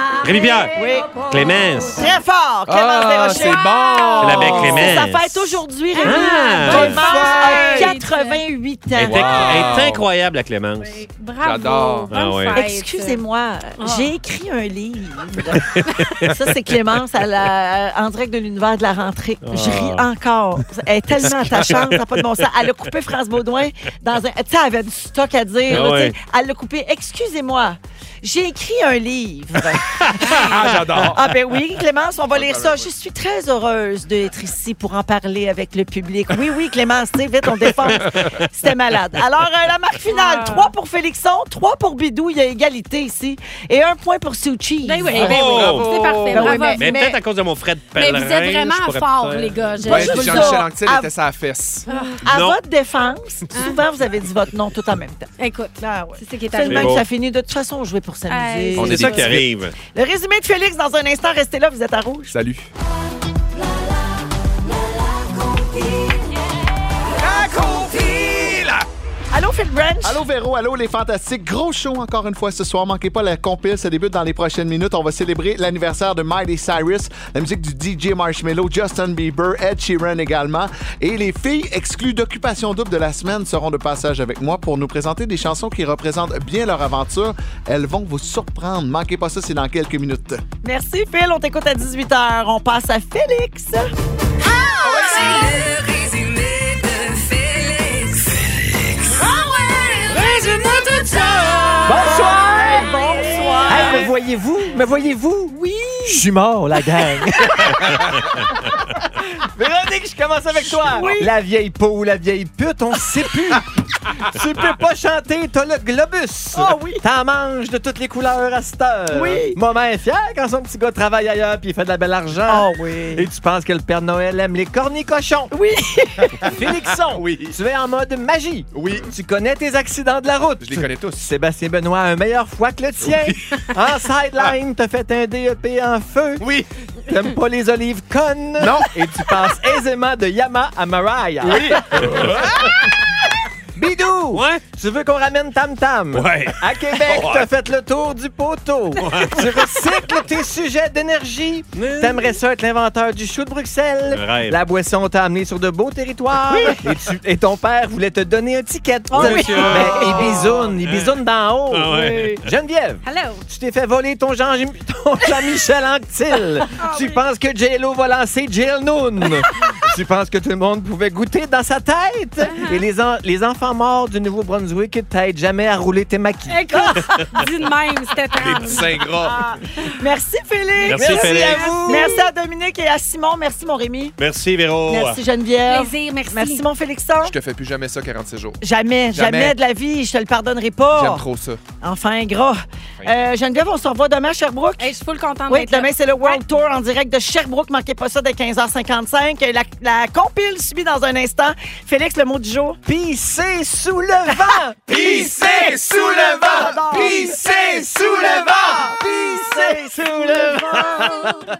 S1: Pierre.
S2: Ah, Oui.
S1: Clémence.
S2: Très fort, Clémence
S3: Ah,
S2: Desrochers.
S3: c'est bon!
S1: C'est la belle Clémence.
S2: C'est sa fête aujourd'hui, Rémi.
S1: Ah,
S2: Clémence a
S4: bonne fête.
S2: 88
S1: Elle est inc-
S2: ans.
S3: Wow.
S1: elle est incroyable, la Clémence.
S4: Bravo.
S3: J'adore.
S4: Bonne
S1: Ah ouais.
S4: fête.
S2: Excusez-moi, j'ai écrit un livre. [laughs] Ça, c'est Clémence à la- en direct de l'univers de la rentrée.
S1: Ah.
S2: Je ris encore. Elle est tellement attachante, ça n'a pas de bon sens. Elle a coupé France Baudouin dans un. Tu sais, elle avait du stock à dire.
S1: Ah
S2: là, tu sais.
S1: ouais.
S2: Elle l'a coupé. Excusez-moi, j'ai écrit un livre.
S3: Ah, j'adore.
S2: Ah ben oui, Clémence, on va lire ça. Je suis très heureuse d'être ici pour en parler avec le public. Oui, oui, Clémence, tu sais, vite, on défonce. C'était malade. Alors, euh, la marque
S4: Ah.
S2: finale, 3 pour Félixon, 3 pour Bidou, il y a égalité ici, et 1 point pour Suchi.
S4: Ben oui,
S1: Bravo.
S4: ben
S1: Oh,
S4: oui. C'est parfait.
S2: Ben oui,
S4: Bravo.
S1: Mais,
S2: Mais-
S1: peut-être à cause de mon Fred
S4: Ah Mais
S1: Pellerin.
S4: vous êtes
S1: je
S4: vraiment
S1: pourrais
S4: forts,
S1: peut-être-
S4: les gars. Je-
S2: Pas
S3: Ouais,
S2: juste
S3: puis
S2: ça.
S3: Jean-Michel Anctil
S2: Ah.
S3: était sa fesse.
S2: À
S1: Non.
S2: votre défense,
S4: Ah.
S2: souvent, vous avez dit votre nom tout en même temps.
S4: Écoute,
S2: Ah ouais.
S4: c'est ce qui est
S2: C'est le
S4: arrivé.
S2: même
S1: beau.
S2: que ça finit. De toute façon, on jouait pour s'amuser.
S4: Hey. On
S1: C'est
S3: est
S1: ça
S3: des
S1: qui
S3: petits-
S1: arrive.
S2: Le résumé de Félix dans un instant. Restez là, vous êtes à rouge.
S3: Salut.
S2: Allô, Phil Branch?
S9: Allô Véro, allô les fantastiques. Gros show encore une fois ce soir. Manquez pas la compile, ça débute dans les prochaines minutes. On va célébrer l'anniversaire de Miley Cyrus, la musique du DJ Marshmello, Justin Bieber, Ed Sheeran également. Et les filles exclues d'occupation double de la semaine seront de passage avec moi pour nous présenter des chansons qui représentent bien leur aventure. Elles vont vous surprendre. Manquez pas ça, c'est dans quelques minutes.
S2: Merci, Phil. On t'écoute à 18h. On passe à Félix.
S5: Le résumé de Félix. Félix. Ah ouais, résume-moi tout ça.
S2: Bonsoir! Bonsoir!
S10: Hey, me voyez-vous? Me voyez-vous? Oui! Je suis mort, la gang! Véronique, je commence avec toi! La vieille peau, la vieille pute, on sait plus! tu peux pas chanter, t'as le globus. Ah oui. T'en manges de toutes les couleurs à cette heure.
S2: Oui.
S10: Maman est fière quand son petit gars travaille ailleurs puis il fait de la belle argent. Ah oui. Et tu penses que le Père Noël aime les cornicochons. [laughs]
S2: Oui.
S10: Félixon. Oui. Tu es en mode magie. Oui. Tu connais tes accidents de la route. Je les connais tous. Sébastien Benoît a un meilleur foie que le tien.
S5: [laughs]
S10: En sideline, t'as fait un DEP en feu. Oui. T'aimes pas les olives connes. Non. Et tu passes aisément de Yama à Mariah.
S5: Oui.
S10: [laughs] Bidou! Tu veux qu'on ramène Tam Tam?
S5: Ouais.
S10: À Québec,
S5: Ouais.
S10: t'as fait le tour du poteau.
S5: Ouais.
S10: Tu recycles tes sujets d'énergie. T'aimerais ça être l'inventeur du chou de Bruxelles.
S5: Le rêve.
S10: La boisson t'a amené sur de beaux territoires.
S5: Oui.
S10: Et, tu- et ton père voulait te donner un ticket.
S5: Oh, oui.
S10: Ben, il bisoune, il bisoune d'en haut.
S5: Ah, ouais.
S10: Oui. Geneviève,
S4: Hello.
S10: tu t'es fait voler ton Jean- [laughs] ton Jean-Michel Anctil. tu penses que J-Lo va lancer Jill Noon. tu penses que tout le monde pouvait goûter dans sa tête. Et les, en- les enfants morts du Nouveau-Brunswick t'aident jamais à rouler tes maquis.
S4: Écoute, dis de même, c'était terrible. Ah.
S1: gras.
S2: Merci, Félix.
S1: Merci, Félix.
S2: à vous. Merci à Dominique et à Simon. Merci, mon Rémi.
S1: Merci, Véro.
S2: Merci, Geneviève. merci. mon Félixon.
S3: Je te fais plus jamais ça 46 jours.
S2: Jamais, jamais, de la vie. Je te le pardonnerai
S5: Oh.
S2: pas.
S3: J'aime trop ça.
S2: Enfin, gras. Euh, Geneviève, on se revoit demain à Sherbrooke.
S4: je suis full contente
S2: Oui,
S4: d'être là.
S2: demain, c'est le World Tour en direct de Sherbrooke. Manquez pas ça dès 15h55. La, la compile subit dans un instant. Félix, le mot du jour.
S10: Pisser sous le vent.
S5: Pisser sous le vent. Pisser sous le vent.
S10: Pisser sous le vent.